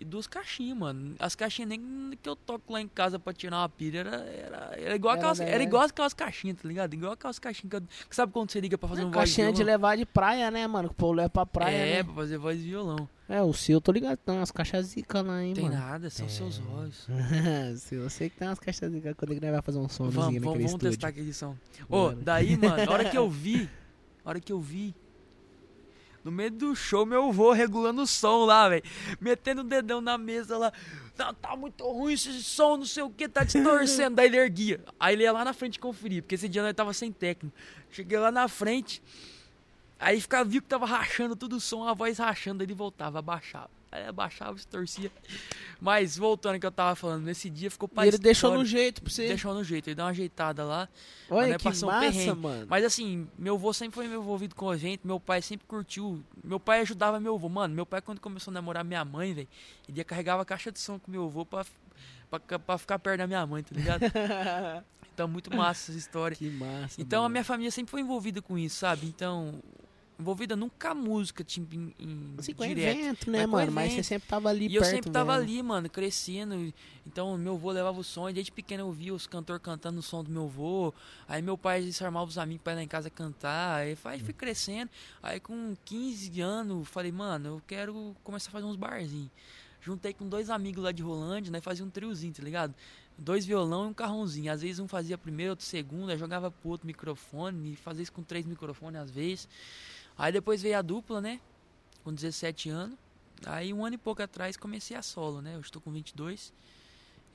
E duas caixinhas, mano. As caixinhas nem que eu toco lá em casa pra tirar uma pilha, era, era, era igual Era aquelas, da era Nerd. igual aquelas caixinhas, tá ligado? Igual aquelas caixinhas que, eu, que sabe quando você liga pra fazer Não, um voz e caixinha de violão? levar de praia, né, mano? Que o povo leva pra praia. É, né? pra fazer voz e violão. é o seu, eu tô ligado. Tem umas caixas zica lá, hein, Tem mano. nada, são É. seus olhos. Se você que tem umas caixas de quando ele vai fazer um som Vamos, naquele vamos, vamos estúdio. testar que edição. Ô, Bora. daí, mano, a hora que eu vi, a hora que eu vi, no meio do show, meu avô regulando o som lá, velho, metendo o dedão na mesa lá, não, tá muito ruim esse som, não sei o que, tá distorcendo, daí ele erguia. Aí ele ia lá na frente conferir, porque esse dia nós tava sem técnico. Cheguei lá na frente, aí ficava, viu que tava rachando tudo o som, a voz rachando, ele voltava, abaixava. Aí abaixava, distorcia. Mas voltando que eu tava falando, nesse dia ficou E pra ele deixou história. no jeito pra você. Deixou no jeito, ele deu uma ajeitada lá. Olha né, que passou um massa, perrengue. mano. Mas assim, meu avô sempre foi envolvido com a gente, meu pai sempre curtiu. Meu pai ajudava meu avô. Mano, meu pai quando começou a namorar minha mãe, velho, ele ia carregava a caixa de som com meu avô pra, pra, ca- pra ficar perto da minha mãe, tá ligado? então, muito massa essa história. que massa. Então, a mano. minha família sempre foi envolvida com isso, sabe? Então, envolvida nunca a música, tipo, em, em Assim, com direto. evento, né, Mas com mano? Mas você evento. sempre tava ali E eu perto. sempre tava velho. ali, mano, crescendo. Então, meu avô levava o som. e Desde pequeno eu via os cantores cantando o som do meu avô. Aí, meu pai desarmava os amigos pra ir lá em casa cantar. Aí, fa- Hum. fui crescendo. Aí, com 15 anos, falei, mano, eu quero começar a fazer uns barzinhos. Juntei com dois amigos lá de Rolândia, né? Fazia um triozinho, tá ligado? Dois violão e um carrãozinho. Às vezes um fazia primeiro, outro segundo, aí jogava pro outro microfone, e fazia isso com três microfones às vezes. Aí depois veio a dupla, né? Com 17 anos. Aí um ano e pouco atrás comecei a solo, né? Hoje estou com 22.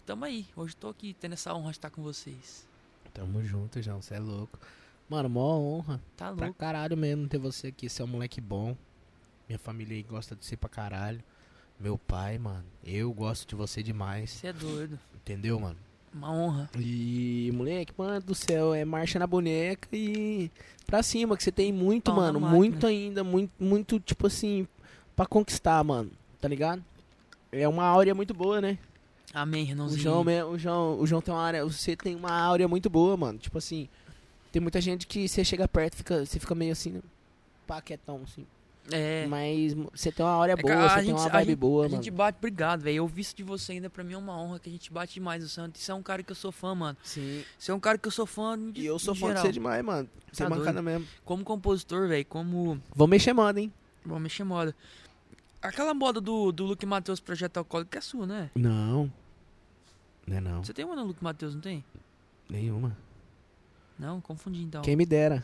Tamo aí, hoje tô aqui tendo essa honra de estar com vocês. Tamo junto, João. Você é louco. Mano, mó honra. Tá Pra louco? caralho mesmo ter você aqui. Você é um moleque bom. Minha família aí gosta de você pra caralho. Meu pai, mano. Eu gosto de você demais. Você é doido. Entendeu, mano? Uma honra. E, moleque, mano do céu, é marcha na boneca e pra cima, que você tem muito, Pau na mano, máquina. muito ainda, muito, muito, tipo assim, pra conquistar, mano, tá ligado? É uma áurea muito boa, né? Amém, O Renãozinho. João, mesmo- o João, o João tem uma área, você tem uma áurea muito boa, mano. Tipo assim, tem muita gente que você chega perto, fica, você fica meio assim, né? paquetão, assim. É. Mas mo- você tem uma áurea que boa, a você tem gente- uma a vibe gente- boa, a mano. gente bate, obrigado, velho. Eu vi isso de você ainda, pra mim é uma honra que a gente bate demais o Santos. Você é um cara que eu sou fã, mano. Sim. Você é um cara que eu sou fã de, E eu sou em fã de geral. você demais, mano. Você Tá é mancada doido. mesmo. Como compositor, velho, como... Vão mexer moda, hein? Bom, mexer moda. Aquela moda do, do Luke Matheus Projeto Alcoólico é sua, né? Não. Não é não. Você tem uma no Luke Matheus, não tem? Nenhuma. Não, confundi então. Quem me dera.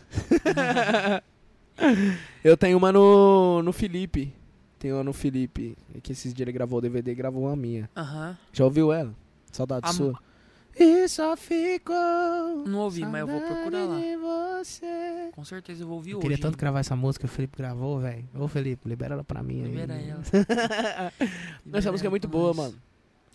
eu tenho uma no, no Felipe. Tenho uma no Felipe. É que esses dias ele gravou o DVD e gravou uma minha. Aham. Já ouviu ela? Saudade A- sua. E só ficou. Não ouvi, mas eu vou saudade procurar lá. de você. Com certeza eu vou ouvir Eu hoje. queria tanto hein? gravar essa música, o Felipe gravou, velho. Ô, Felipe, libera ela pra mim aí. Libera ela. Essa Libera música é ela muito pra boa, nós. mano.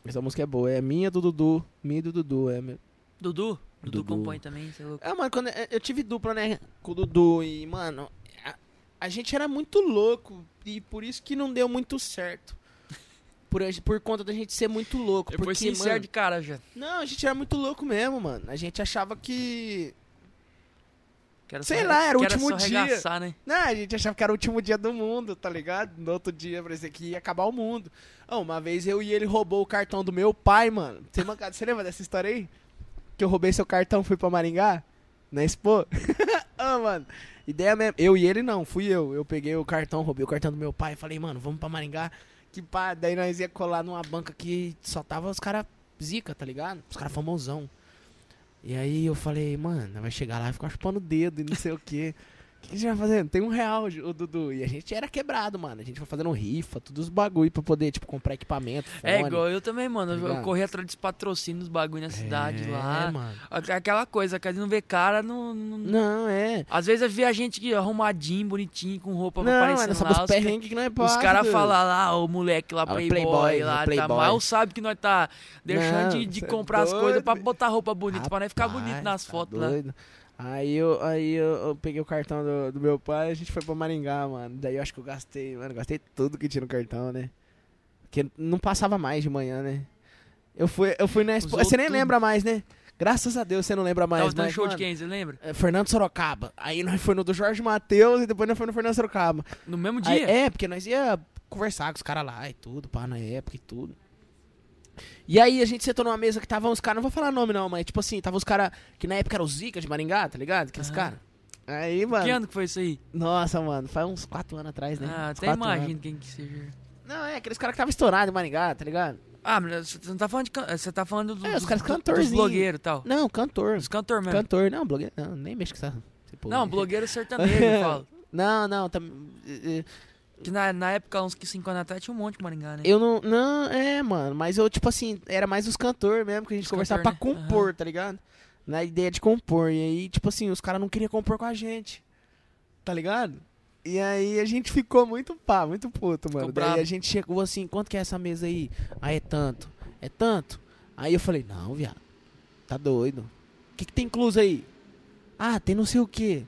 Essa música é boa. É minha do Dudu. Minha do Dudu. É, meu... Dudu? Dudu, Dudu. compõe também, você é louco. é mano, quando eu- eu tive dupla, né? Com o Dudu. E, mano, a, a gente era muito louco. E por isso que não deu muito certo. Por, a- por conta da gente ser muito louco. Depois se porque, mano, insere de cara já. Não, a gente era muito louco mesmo, mano. A gente achava que. Quero Sei só- lá, era o quero último só dia. arregaçar, né? Não, a gente achava que era o último dia do mundo, tá ligado? No outro dia parecia que ia acabar o mundo. Ah, uma vez eu e ele roubou o cartão do meu pai, mano. Você, mancada, você lembra dessa história aí? Que eu roubei seu cartão fui pra Maringá? Na Expo? Ah, mano. Ideia mesmo. Eu e ele não, fui eu. Eu peguei o cartão, roubei o cartão do meu pai. Falei, mano, vamos pra Maringá. Que pá, daí nós ia colar numa banca que só tava os caras zica, tá ligado? Os caras famosão. E aí eu falei, mano, vai chegar lá e ficar chupando o dedo e não sei o quê. O que a gente vai fazendo? Tem um real, o Dudu. E a gente era quebrado, mano. A gente foi fazendo rifa, todos os bagulho pra poder, tipo, comprar equipamento, fone. É igual eu também, mano. tá Eu- eu ligado? corri atrás dos patrocínios, bagulho na cidade É, lá. mano. A- Aquela coisa, que não vê cara, não. não- Não, é. Às vezes vê a gente que arrumadinho, bonitinho, com roupa não, nós aparecendo lá. somos os ca- perrengue que não é Os passa, caras Dudu. falam lá, o moleque lá, Ah, o playboy, playboy, lá, o tá playboy. mal sabe que nós tá deixando Não, de, de cê é comprar as coisas pra doido. botar roupa bonita, pra nós ficar Rapaz, bonito nas tá fotos lá. doido. Aí, eu, aí eu, eu peguei o cartão do, do meu pai a gente foi pra Maringá, mano. Daí eu acho que eu gastei, mano, gastei tudo que tinha no cartão, né? Porque não passava mais de manhã, né? Eu fui, eu fui na expo... Usou Você nem tudo. lembra mais, né? Graças a Deus você não lembra mais. Tava dando mas, show de mano, quem, você lembra? é, Fernando Sorocaba. Aí nós foi no do Jorge Matheus e depois nós foi no Fernando Sorocaba. No mesmo Aí- dia? é, porque nós ia conversar com os caras lá e tudo, pá, na época e tudo. E aí a gente sentou numa mesa que tava uns caras, não vou falar nome não, mas tipo assim, tava os caras que na época era o Zica de Maringá, tá ligado? Aqueles Aham. caras. Aí, mano. Que ano que foi isso aí? Nossa, mano, faz uns 4 anos atrás, né? Ah, Uns até quatro imagino anos. quem que seja. Não, é, aqueles caras que tava estourado em Maringá, tá ligado? Ah, mas você não tá falando de. can- Você tá falando do, É, os dos, caras do- dos cantorzinho. blogueiros e tal. Não, cantor. Dos cantor mesmo. Cantor, não, blogueiro. Não, nem mexe com essa. esse povo, Não, né? blogueiro sertanejo, eu falo. Não, não, tá. Que na, na época, uns 5 anos atrás, tinha um monte de Maringá, né? Eu não. Não, é, mano. Mas eu, tipo assim, era mais os cantores mesmo que a gente Os conversava cantor, pra né? compor, tá ligado? Na ideia de compor. E aí, tipo assim, os caras não queriam compor com a gente. Tá ligado? E aí a gente ficou muito pá, muito puto, mano. bravo. Daí a gente chegou assim, quanto que é essa mesa aí? Ah, é tanto. É tanto? Aí eu falei, não, viado. Tá doido. O que, que tem incluso aí? Ah, tem não sei o que.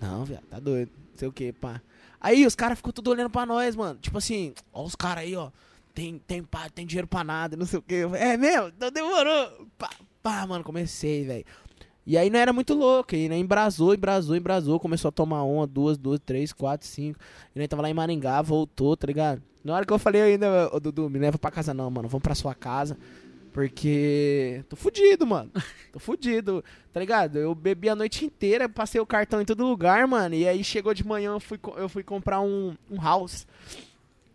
Não, viado, tá doido. Não sei o que, pá. Aí os caras ficam tudo olhando pra nós, mano. Tipo assim, ó os caras aí, ó. Tem, tem, pá, tem dinheiro pra nada, não sei o que. É mesmo? Então demorou. Pá, pá, mano, comecei, velho. E aí não era muito louco, e né? embrasou, embrasou, embrasou, começou a tomar uma, duas, duas, três, quatro, cinco. E nós tava lá em Maringá, voltou, tá ligado? Na hora que eu falei ainda, ô Dudu, me leva pra casa não, mano, vamos pra sua casa. Porque tô fudido, mano. Tô fudido, tá ligado? Eu bebi a noite inteira, passei o cartão em todo lugar, mano. E aí chegou de manhã, eu fui, co- eu fui comprar um, um house.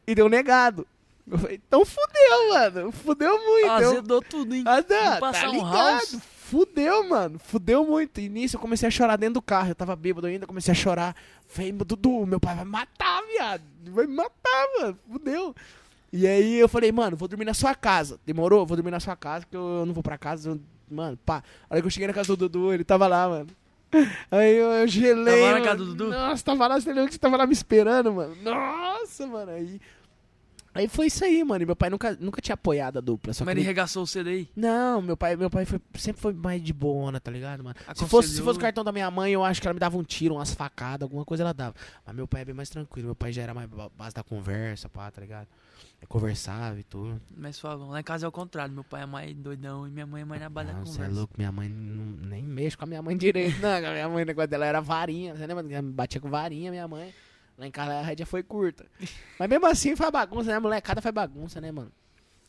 E deu negado. Eu falei, então fudeu, mano. Fudeu muito. Ah, eu- Azedou tudo, hein? ah, não, passar tá um ligado. house? Fudeu, mano. Fudeu muito. E nisso eu comecei a chorar dentro do carro. Eu tava bêbado ainda, comecei a chorar. Falei, Dudu, meu pai vai matar, viado. Vai me matar, mano. Fudeu. E aí eu falei, mano, vou dormir na sua casa. Demorou? Vou dormir na sua casa, porque eu não vou pra casa. Eu- Mano, pá. A hora que eu cheguei na casa do Dudu, ele tava lá, mano. Aí eu, eu gelei. Tava lá na mano. casa do Dudu? Nossa, tava lá, você lembra que você tava lá me esperando, mano. Nossa, mano. Aí, aí foi isso aí, mano. E meu pai nunca, nunca tinha apoiado a dupla. Só que Mas ele ele regaçou cedo aí. não, meu pai, meu pai foi- sempre foi mais de boa, tá ligado, mano? Se Aconselhou. né? fosse, se fosse o cartão da minha mãe, eu acho que ela me dava um tiro, umas facadas, alguma coisa ela dava. Mas meu pai é bem mais tranquilo, meu pai já era mais ba- base da conversa, pá, tá ligado? conversava e tudo. Mais suavão. Lá em casa é o contrário. Meu pai é mais doidão e minha mãe é mais na bala da Não, conversa. você é louco, minha mãe não- nem mexe com a minha mãe direito, não. que a Minha mãe, o negócio dela era varinha. Você lembra? Ela Batia com varinha, minha mãe. Lá em casa a rédea foi curta. Mas mesmo assim faz bagunça, né? A molecada faz bagunça, né, mano?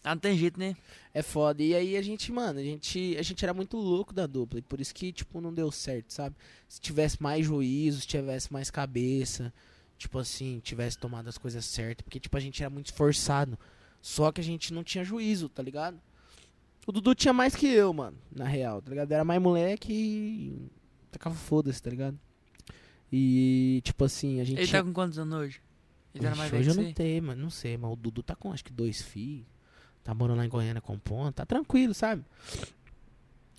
Ah, não tem jeito, né? É foda. E aí a gente, mano, a gente, a gente era muito louco da dupla. E por isso que, tipo, não deu certo, sabe? Se tivesse mais juízo, se tivesse mais cabeça, tipo assim, tivesse tomado as coisas certas. Porque, tipo, a gente era muito esforçado. Só que a gente não tinha juízo, tá ligado? O Dudu tinha mais que eu, mano, na real, tá ligado? Era mais moleque e. Tacava foda-se, tá ligado? E, tipo assim, a gente. Ele tá com quantos anos hoje? Ele era Ixi, mais hoje velho eu que não você? tenho, mano. Não sei, mas o Dudu tá com acho que dois filhos. Tá morando lá em Goiânia com ponto. Tá tranquilo, sabe?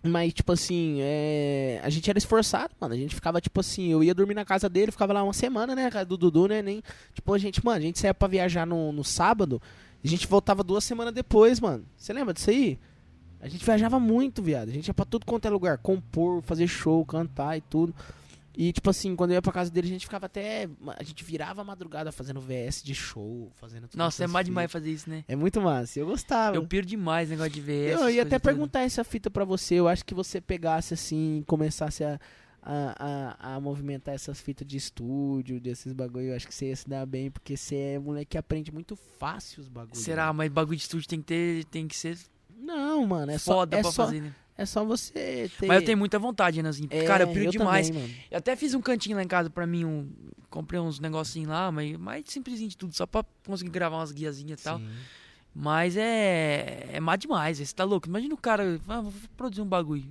Mas, tipo assim, é... a gente era esforçado, mano. A gente ficava, tipo assim, eu ia dormir na casa dele, ficava lá uma semana, né? Casa do Dudu, né? Nem... Tipo, a gente, mano, a gente saía pra viajar no, no sábado e a gente voltava duas semanas depois, mano. Você lembra disso aí? A gente viajava muito, viado. A gente ia pra tudo quanto é lugar, compor, fazer show, cantar e tudo. E, tipo assim, quando eu ia pra casa dele, a gente ficava até. A gente virava a madrugada fazendo VS de show, fazendo tudo. Nossa, é essas mais demais fitas. fazer isso, né? É muito massa. Eu gostava. Eu piro demais negócio de ver Eu ia até perguntar essa fita pra você. Eu acho que você pegasse assim, começasse a, a, a, a movimentar essas fitas de estúdio, desses bagulho. Eu acho que você ia se dar bem, porque você é moleque que aprende muito fácil os bagulhos. Será? Mas bagulho de estúdio tem que ter, tem que ser Não, mano. É só, foda é pra só, fazer, né? é só você ter. Mas eu tenho muita vontade, Renanzinho. É, Cara, eu piro eu demais. também, mano. Eu até fiz um cantinho lá em casa pra mim, um... comprei uns negocinhos lá, mas mais simplesinho de tudo, só pra conseguir gravar umas guiazinhas e tal. Sim. Mas é. É má demais, você tá louco? Imagina o cara, ah, vou produzir um bagulho.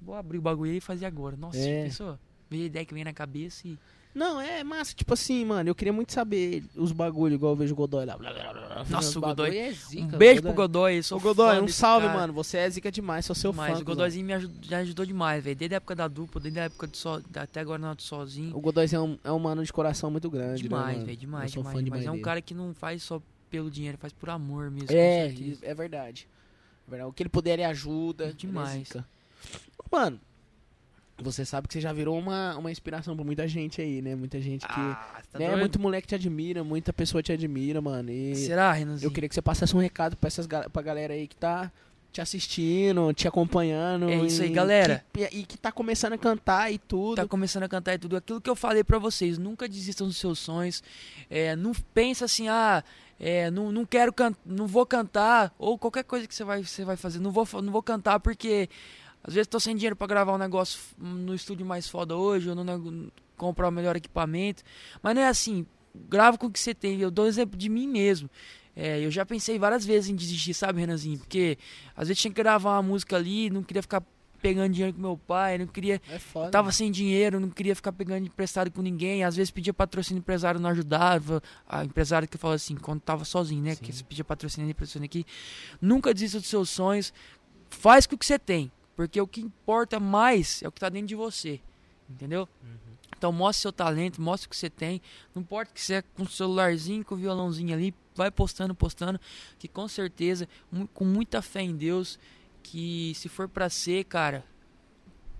Vou abrir o bagulho aí e fazer agora. Nossa, É. é. pensou? Vem a ideia que vem na cabeça e. Não, é massa, tipo assim, mano, eu queria muito saber os bagulho, igual eu vejo o Godoy lá. blá, blá, blá, blá, fazendo Nossa, os o Godoy- bagulho, é zica, Um mano. beijo pro Godoy, eu sou Ô, Godoy, fã um desse salve, cara. mano. Você é zica demais, sou seu Mas fã. o Godoyzinho me ajudou, já ajudou demais, velho. Desde a época da dupla, desde a época de so, da- até agora na sozinho. O Godoyzinho é um, é um mano de coração muito grande. né, demais, mano? velho, demais, Eu sou demais. fã demais. demais Mas é um dele. cara que não faz só pelo dinheiro, faz por amor mesmo. com É, certeza. é verdade. É verdade. O que ele puder, ele ajuda. ele é Demais. zica. Mano, você sabe que você já virou uma, uma inspiração pra muita gente aí, né? Muita gente que. Ah, tá né? doido? é Muito moleque te admira, muita pessoa te admira, mano. E Será, Renanzinho? eu queria que você passasse um recado pra, essas, ga- pra galera aí que tá te assistindo, te acompanhando. É isso aí, e galera. que- e que tá começando a cantar e tudo. Tá começando a cantar e tudo. Aquilo que eu falei pra vocês, nunca desistam dos seus sonhos. É, não pensa assim, ah, é, não, não quero cantar, não vou cantar, ou qualquer coisa que você vai, você vai fazer, não vou, fa- não vou cantar porque às vezes tô sem dinheiro pra gravar um negócio f- no estúdio mais foda hoje, ou no nego- comprar o melhor equipamento. Mas não é assim, grava com o que você tem. Eu dou exemplo de mim mesmo. É, eu já pensei várias vezes em desistir, sabe, Renanzinho? Porque às vezes tinha que gravar uma música ali, não queria ficar pegando dinheiro com meu pai, não queria É foda. Tava sem dinheiro, não queria ficar pegando emprestado com ninguém. Às vezes pedia patrocínio, empresário não ajudava. A empresário que fala assim, quando tava sozinho, né? Que você pedia patrocínio, patrocínio aqui. Nunca desista dos seus sonhos. Faz com o que você tem. Porque o que importa mais é o que tá dentro de você. Entendeu? Então mostre seu talento, mostre o que você tem. Não importa que você é com o celularzinho, com o violãozinho ali, vai postando, postando, que com certeza, mu- com muita fé em Deus, que se for pra ser, cara,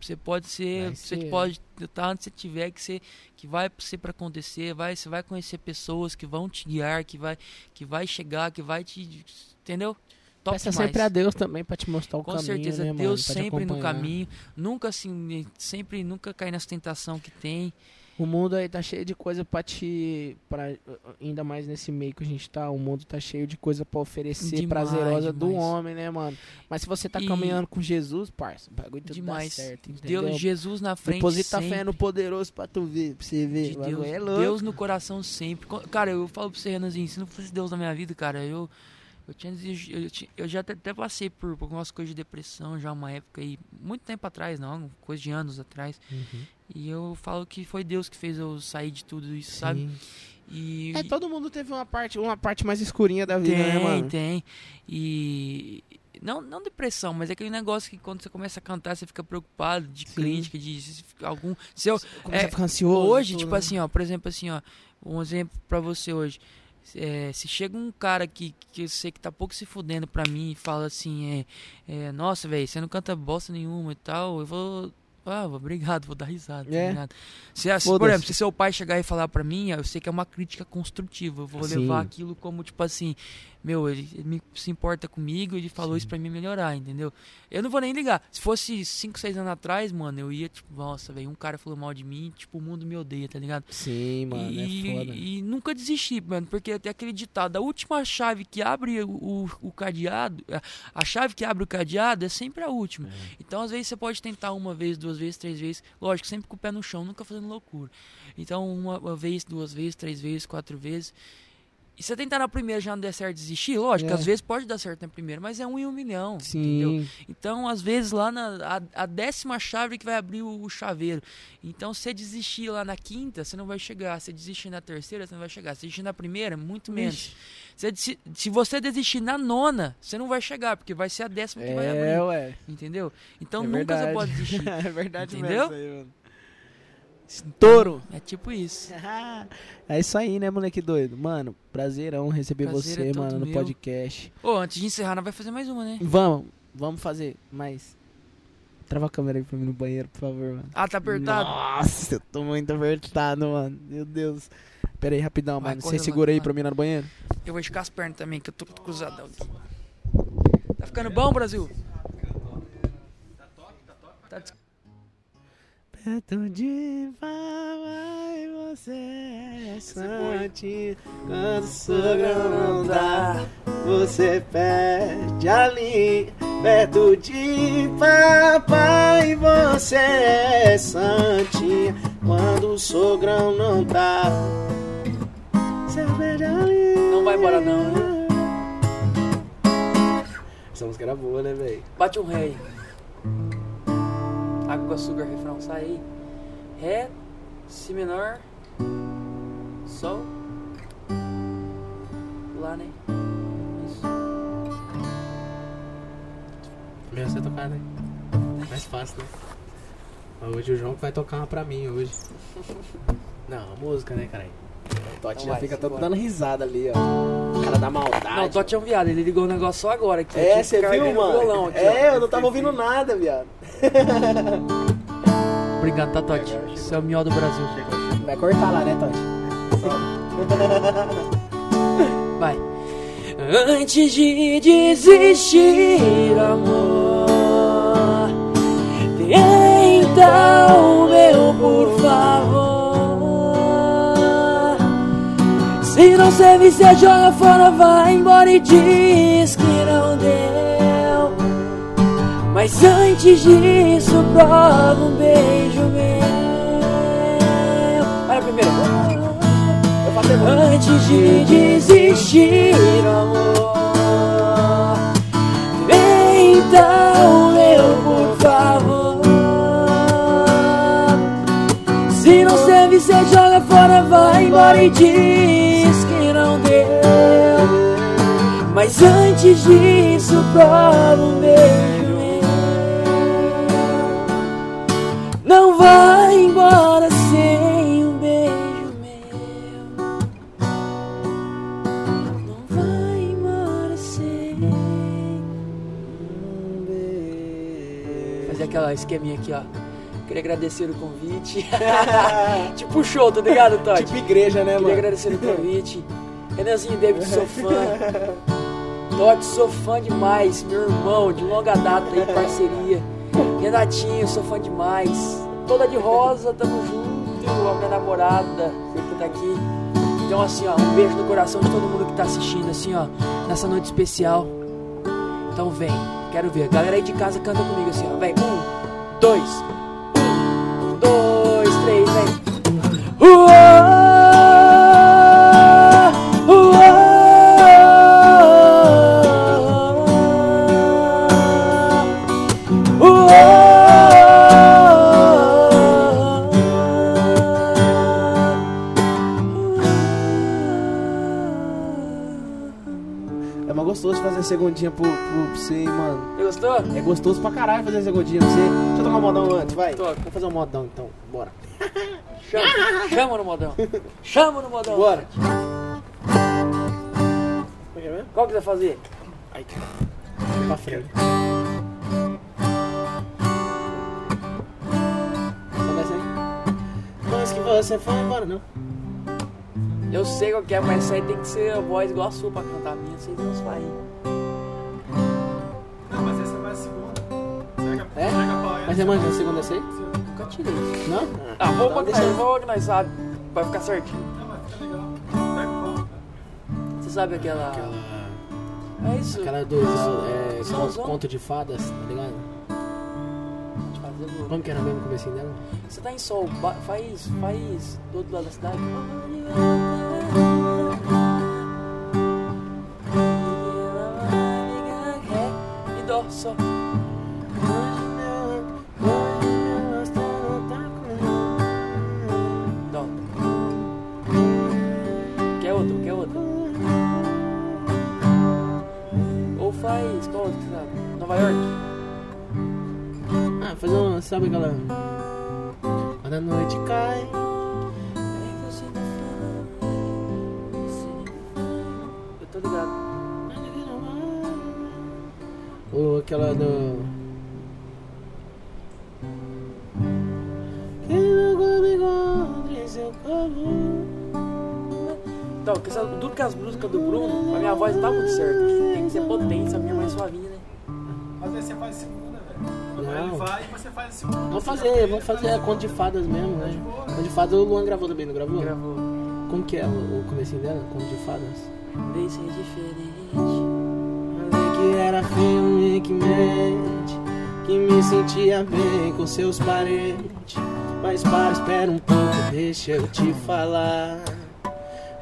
você pode ser, Vai você ser. pode estar onde você tiver que você que vai ser pra acontecer, vai, você vai conhecer pessoas que vão te guiar, que vai que vai chegar, que vai te, entendeu? Top Peça demais. sempre a Deus também pra te mostrar o Com caminho. certeza, né, mano? Deus Pra te sempre no acompanhar. caminho, nunca assim, sempre nunca cair nessa tentação que tem. O mundo aí tá cheio de coisa pra te. Pra, ainda mais nesse meio que a gente tá, o mundo tá cheio de coisa pra oferecer Demais, prazerosa do demais. homem, né, mano? Mas se você tá E- caminhando com Jesus, parça, o bagulho tudo demais. dá certo, entendeu? Deus, Jesus na frente Deposita a sempre. fé no poderoso pra tu ver, pra você ver. de o bagulho Deus, é louco. Deus no coração sempre. Co- Cara, eu falo pra você, Renanzinho, se não fosse Deus na minha vida, cara, eu eu tinha desig- eu, ti- eu já até, até passei por, por algumas coisas de depressão já uma época aí, muito tempo atrás, não, coisa de anos atrás. Uhum. E eu falo que foi Deus que fez eu sair de tudo isso, sabe? E É, todo mundo teve uma parte, uma parte mais escurinha da vida, tem, né, mano? tem. E. Não, não depressão, mas é aquele negócio que quando você começa a cantar, você fica preocupado de Sim. crítica, de se algum. Se eu, Começa É, a ficar ansioso. hoje, tudo, tipo né? assim, ó, por exemplo, assim, ó, um exemplo pra você hoje. É, se chega um cara que, que eu sei que tá pouco se fudendo pra mim e fala assim, é, é, nossa, velho, você não canta bosta nenhuma e tal, eu vou Ah, obrigado, vou dar risada. tá É. ligado? Se, a- se, por Foda-se. exemplo, se seu pai chegar e falar pra mim, eu sei que é uma crítica construtiva. Eu vou Sim. levar aquilo como, tipo assim, meu, ele, ele me- se importa comigo, ele falou isso pra mim melhorar, entendeu? Eu não vou nem ligar. Se fosse 5, 6 anos atrás, mano, eu ia, tipo, nossa, velho, um cara falou mal de mim, tipo, o mundo me odeia, tá ligado? Sim, mano, e, é foda. e nunca desisti, mano, porque tem aquele ditado, a última chave que abre o, o- o cadeado, a- a chave que abre o cadeado é sempre a última. Então, às vezes, você pode tentar uma vez, duas vezes, três vezes, lógico, sempre com o pé no chão, nunca fazendo loucura. Então, uma, uma vez, duas vezes, três vezes, quatro vezes. E se você tentar na primeira e já não der certo desistir, lógico, É. às vezes pode dar certo na primeira, mas é um em um milhão. entendeu? Sim, Então, às vezes, lá na a, a décima chave que vai abrir o, o chaveiro. Então, se você desistir lá na quinta, você não vai chegar. Se você desistir na terceira, você não vai chegar. Se desistir na primeira, muito menos. Se, se, se você desistir na nona, você não vai chegar, porque vai ser a décima que vai é, abrir. ué. Entendeu? Então, É nunca você verdade. pode desistir. É verdade Entendeu? mesmo. Entendeu? Touro! É tipo isso. É isso aí, né, moleque doido? Mano, prazerão receber Prazer é você, todo mano, no meu. podcast. Ô, antes de encerrar, nós vai fazer mais uma, né? Vamos, vamos fazer, mas. Trava a câmera aí pra mim no banheiro, por favor, mano. Ah, tá apertado? Nossa, eu tô muito apertado, mano. Meu Deus. Pera aí, rapidão, Vai, mano. corre Você lá, segura aí mano. pra mim lá no banheiro? Eu vou esticar as pernas também, que eu tô cruzadão aqui. Tá ficando bom, Brasil? Tá top, Perto de vai você é sorte. Quando não dá, você perde ali. Perto de papai, você é santinha. Quando o sogrão não tá, você perde ali. Não vai embora não, né? Essa música era boa, né, velho? Bate um ré aí. Água com açúcar, refrão, sai aí. Ré, si menor, sol, lá, né? Isso. Tá Meu, você tocar, né? Mais fácil, né? Mas hoje o João que vai tocar uma pra mim hoje. Não, a música, né, caralho? O Totti Então já vai, fica todo simbora. dando risada ali, ó. O cara da maldade. Não, o Totti é um viado, ele ligou o negócio só agora aqui. Eu É, tinha que você ficar viu, erguendo o mano? violão aqui, é, eu não tava ouvindo nada, viado. ó. Obrigado, tá, Totti? Você é o mió do Brasil. Vai cortar lá, né, Totti? Vai. Antes de desistir, amor, tenta o meu por favor. Se não serve, você joga fora, vai embora e diz que não deu. Mas antes disso, prova um beijo meu. Para primeiro. Antes de desistir, amor, tenta o meu, por favor. Se não serve, você joga fora, vai embora e diz que não deu. Mas antes disso, prova um beijo meu. Não vá embora sem um beijo meu. Não vá embora sem um beijo. Fazer aquela esqueminha aqui, ó. Queria agradecer o convite. tipo show, tá ligado, Todd? Tipo igreja, né, Queria mano? agradecer o convite. Renanzinho David, sou fã. Totti, sou fã demais. Meu irmão, de longa data aí, parceria. Renatinho, sou fã demais. Toda de rosa, tamo junto. A minha namorada, que tá aqui. Então, assim, ó, um beijo no coração de todo mundo que tá assistindo, assim, ó, nessa noite especial. Então, vem, quero ver. Galera aí de casa canta comigo, assim, ó, vem. Um, dois, um, dois, três, vem. Uou, uou, uou. É mais gostoso fazer segundinha pro, pro, pra você, hein, mano. Gostou? É gostoso pra caralho fazer segundinha pra você. Deixa eu tocar um modão antes, vai. Toca. Vou fazer um modão então, bora. Chama, chama no modão. Chama no modão. Bora. Qual é que você vai fazer? Pra frente. é você foi embora, não? Eu sei qual que é, mas isso aí tem que ser a voz igual a sua pra cantar a minha, sem Deus vai. Não, mas essa é mais segunda. Pega, É? pega a pau. Mas você manja a segunda sei? Nunca tirei. Não? Ah, vou Então contar, deixa- eu vou que nós sabe. Vai ficar certinho. Não, mas fica tá legal. Pega o pau. tá? Você sabe aquela. Aquela. É isso. Aquela do. É, Ah. Só con- usou? conto de fadas, tá ligado? Deixa eu fazer o- Como que era mesmo o comecinho dela? Você tá em sol, ba- faz, faz do outro lado da cidade. E dó só. Dó. Quer outro, quer outro. Ou faz, qual outro que você sabe? Nova York? Ah, fazer uma. Sabe aquela. Quando a noite cai. Eu tô ligado. Ou aquela do. Que nunca me encontre em é seu corpo. Então, que essa- tudo que as músicas do Bruno, a minha voz não tá muito certa. Tem que ser potente, a minha é mais suavinha, né? Às vezes você faz segunda, velho. Quando Não. ele vai, você faz a segunda. Vou fazer, vou fazer a conta de fadas mesmo, né? Conto de fadas o Luan gravou também, não gravou? Gravou. Como que é o, o comecinho dela? Conto de fadas? Vem ser diferente. Falei que era feio unicamente Que me sentia bem com seus parentes Mas para, espera um pouco, deixa eu te falar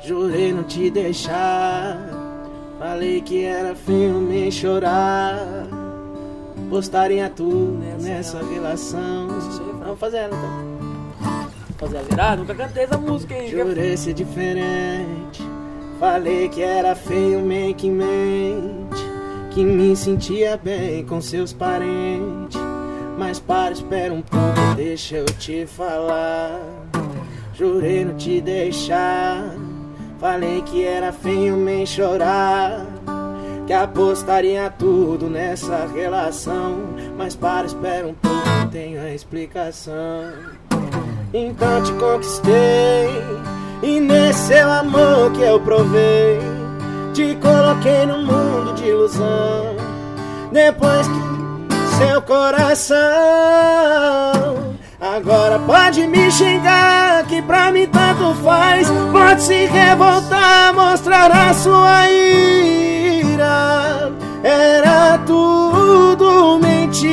Jurei não te deixar Falei que era feio me chorar Postaria tudo nessa relação Vamos fazer ela então Fazer ela Ah, nunca cantei essa música, hein? Jurei ser diferente. Falei que era feio, make mente. Que me sentia bem com seus parentes. Mas para, espera um pouco, deixa eu te falar. Jurei não te deixar. Falei que era feio, me chorar. Que apostaria tudo nessa relação. Mas para, espera um pouco, tenho a explicação. Então te conquistei E nesse seu amor que eu provei Te coloquei no mundo de ilusão Depois que seu coração Agora pode me xingar Que pra mim tanto faz Pode se revoltar Mostrar a sua ira Era tudo mentira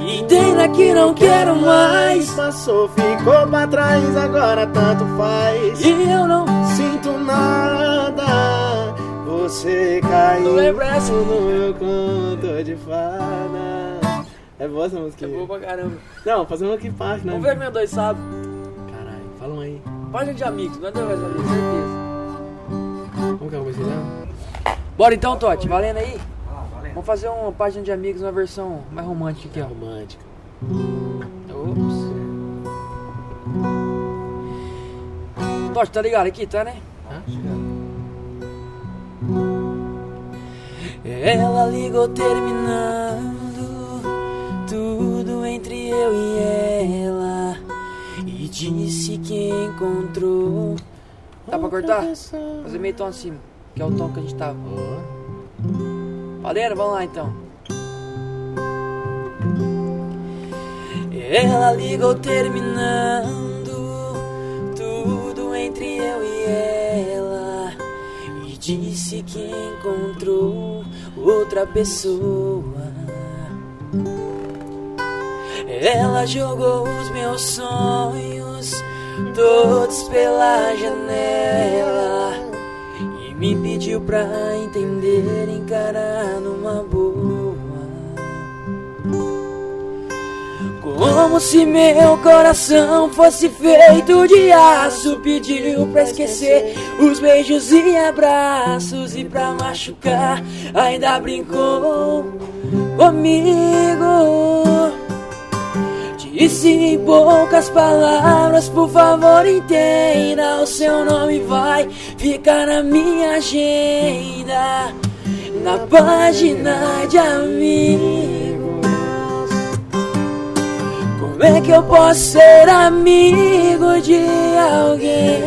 Entenda que não quero mais. Passou, ficou pra trás, agora tanto faz. E eu não Sinto nada, você caiu Não lembro essa. no meu conto de fada. É boa essa música. É boa pra caramba. Não, fazer uma que parte, né? Vamos ver que meus dois sabe. Caralho, fala um aí. Página de amigos, não é dois amigos, certeza. Como que é o começo dela? Bora então, Totti, valendo aí? Ah, valendo. Vamos fazer uma página de amigos, uma versão mais romântica aqui, É ó. romântica. Ops. Totti, tá ligado aqui, tá, né? Ela ligou terminando tudo entre eu e ela e disse que encontrou. Dá pra Tá cortar? Fazer meio tom acima, que é o tom que a gente tava. Valendo, vamos lá então. Ela ligou terminando tudo entre eu e ela e disse que encontrou outra pessoa. Ela jogou os meus sonhos todos pela janela e me pediu pra entender, encarar numa boa. Como se meu coração fosse feito de aço Pediu pra esquecer os beijos e abraços E pra machucar ainda brincou comigo Disse em poucas palavras, por favor entenda O seu nome vai ficar na minha agenda Na página de amigos quando Como é que eu posso ser amigo de alguém?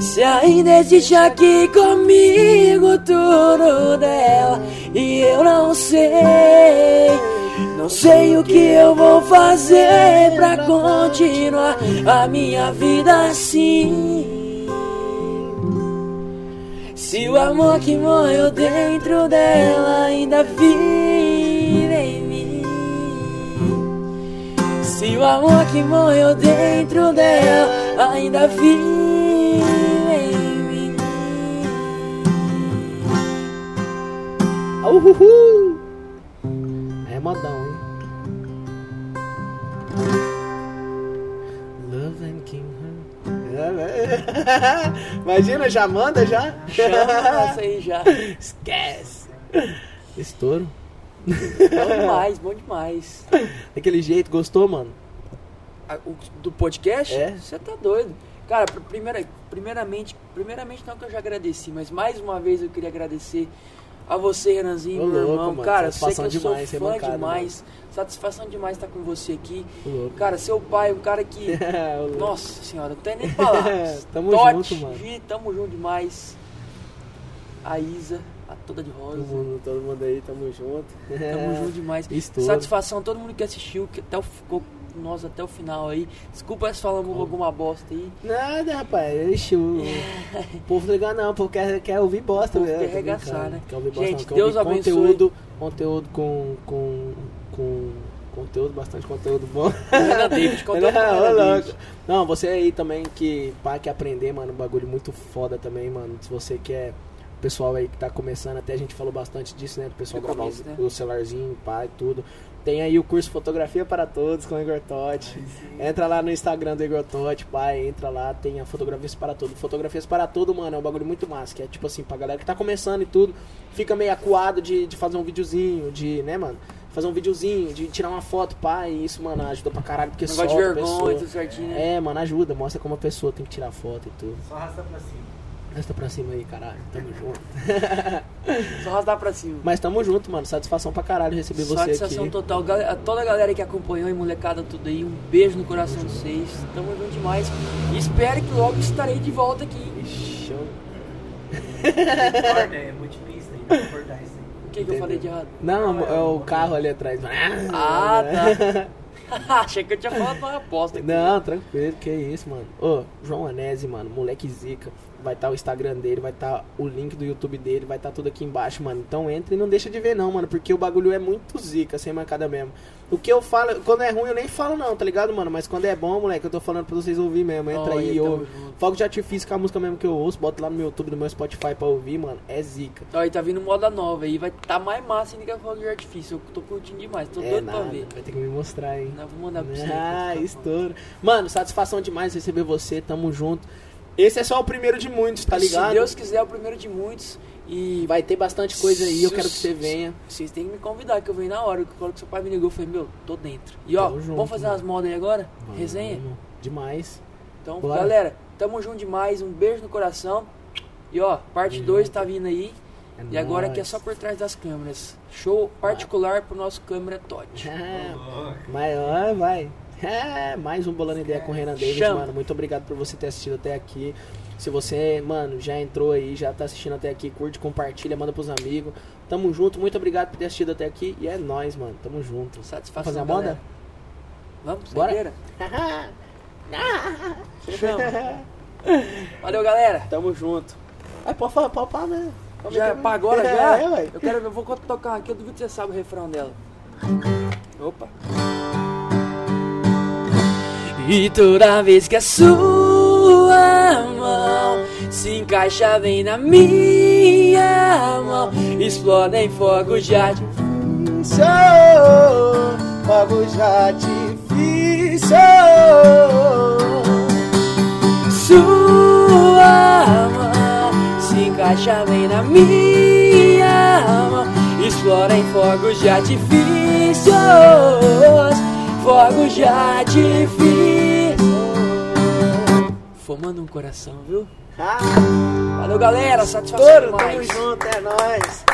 Se ainda existe aqui comigo tudo dela e eu não sei. Não sei o que eu vou fazer pra continuar a minha vida assim. Se o amor que morreu dentro dela ainda vive em mim. Se o amor que morreu dentro dela ainda vive em mim. Uhuhu! É modão, hein? Love and King Hum. Imagina, já manda já? Chama essa aí já. Esquece! Estouro. Bom demais, bom demais. Daquele jeito, gostou, mano? A- o do podcast? É. Você tá doido. Cara, pr- primeira, primeiramente, primeiramente não que eu já agradeci, mas mais uma vez eu queria agradecer a você, Renanzinho, Ô, meu louco, irmão. mano, Cara, eu sei que satisfação eu demais, sou sem fã mancada, demais. é Satisfação demais estar com você aqui. Ô, louco. Cara, seu pai, um cara que. É, ô, louco. Nossa senhora, não tem nem palavras. É, Tamo Totti, junto, mano. Vi, tamo junto demais. A Isa, a toda de rosa. Todo mundo, todo mundo aí, tamo junto. É, Tamo junto demais. Estouro. Satisfação a todo mundo que assistiu, que até o, ficou com nós até o final aí. Desculpa se falamos alguma bosta aí. Nada, rapaz. Ixi, o o povo não liga não, o povo quer, quer ouvir bosta, O povo velho. quer Tô brincando, arregaçar, né? Quer ouvir bosta, Gente, não, quer Deus ouvir abençoe. Conteúdo, conteúdo com, com, com conteúdo, bastante conteúdo bom. Ana David, conteúdo com a Não, Ana ô, David. louco. Não, você aí também que pá, que aprender, mano, um bagulho muito foda também, mano. Se você quer. O pessoal aí que tá começando, até a gente falou bastante disso, né? Do pessoal No gravar começo, o, né? o celularzinho, pá e tudo. Tem aí o curso Fotografia para Todos com o Igor Totti. Entra lá no Instagram do Igor Totti, pai. Entra lá, tem a Fotografias para Todo. Fotografias para Todo, mano, é um bagulho muito massa. Que é tipo assim, pra galera que tá começando e tudo, fica meio acuado de, de fazer um videozinho, de, né, mano? Fazer um videozinho, de tirar uma foto, pai. Isso, mano, ajuda pra caralho, porque Negócio solta de a vergonha, pessoa. tudo certinho, né? É, mano, ajuda. Mostra como a pessoa tem que tirar foto e tudo. Só arrasta pra cima. Resta pra cima aí, caralho. Tamo junto. Só rasgar pra cima. Mas tamo junto, mano. Satisfação pra caralho receber você Satisfação aqui. total. Gal- A toda a galera que acompanhou e molecada tudo aí, um beijo no coração de vocês. Tamo junto demais. E espero que logo estarei de volta aqui. Ixi, eu- Corda, é multipista, tem que cortar isso aí. O que, que eu falei de errado? Não, é o carro ali atrás. Ah, tá. Achei que eu tinha falado uma aposta. aqui. né? Não, tranquilo, que isso, mano. Ô, João Anese, mano, moleque zica. Vai estar o Instagram dele, vai estar o link do YouTube dele, vai estar tudo aqui embaixo, mano. Então entra e não deixa de ver, não, mano, porque o bagulho é muito zica, sem mancada mesmo. O que eu falo, quando é ruim eu nem falo, não, tá ligado, mano? Mas quando é bom, moleque, eu tô falando pra vocês ouvir mesmo. Entra Olha, aí e então, tamo ouve. junto. Fogo de artifício, que é a música mesmo que eu ouço, bota lá no meu YouTube, no meu Spotify pra ouvir, mano. É zica. Ó, e tá vindo moda nova aí, vai tá mais massa ainda que a fogo de artifício. Eu tô curtindo demais, tô É doido nada, pra ver. vai ter que me mostrar, hein? Não, é vou mandar pra você. tá Ah, estouro. Mano, satisfação demais receber você, tamo junto. Esse é só o primeiro de muitos, tá ligado? Se Deus quiser, é o primeiro de muitos. E Vai ter bastante coisa aí, eu Se- quero que você venha. vocês têm que me convidar, que eu venho na hora. Que quando seu pai me ligou, eu falei, meu, tô dentro. E ó, Tamo junto, vamos fazer mano. umas modas aí agora? Resenha? Mano, Demais. Então, Bora. galera, tamo junto demais, um beijo no coração. E ó, parte 2 tá vindo aí. É E agora nóis. aqui é só por trás das câmeras. Show particular pro nosso câmera Todd. Ah, Louco. Mas ah, vai. Ah, mais um Bolando Ideia com o Renan David, Chama. mano. Muito obrigado por você ter assistido até aqui. Se você, mano, já entrou aí, já tá assistindo até aqui, curte, compartilha, manda pros amigos. Tamo junto, muito obrigado por ter assistido até aqui. E é nóis, mano. Tamo junto. Satisfação. Fazer a moda? galera. Vamos, Bora? doideira? né? Chama. Valeu, galera. Tamo junto. Aí pode falar, pode falar, né? Pode Já é falar. pra agora É, já? é, ué. eu quero eu vou tocar aqui, eu duvido que você sabe o refrão dela. Opa. E toda vez que a sua mão se encaixa bem na minha mão, explode em fogo de arte. Isso, fogo de artifício. Sua mão se encaixa bem na minha mão Explora em fogos de artifícios Fogos de artifício Formando um coração, viu? Ah, Valeu, galera! Satisfação couro, tamo demais! junto, é nóis.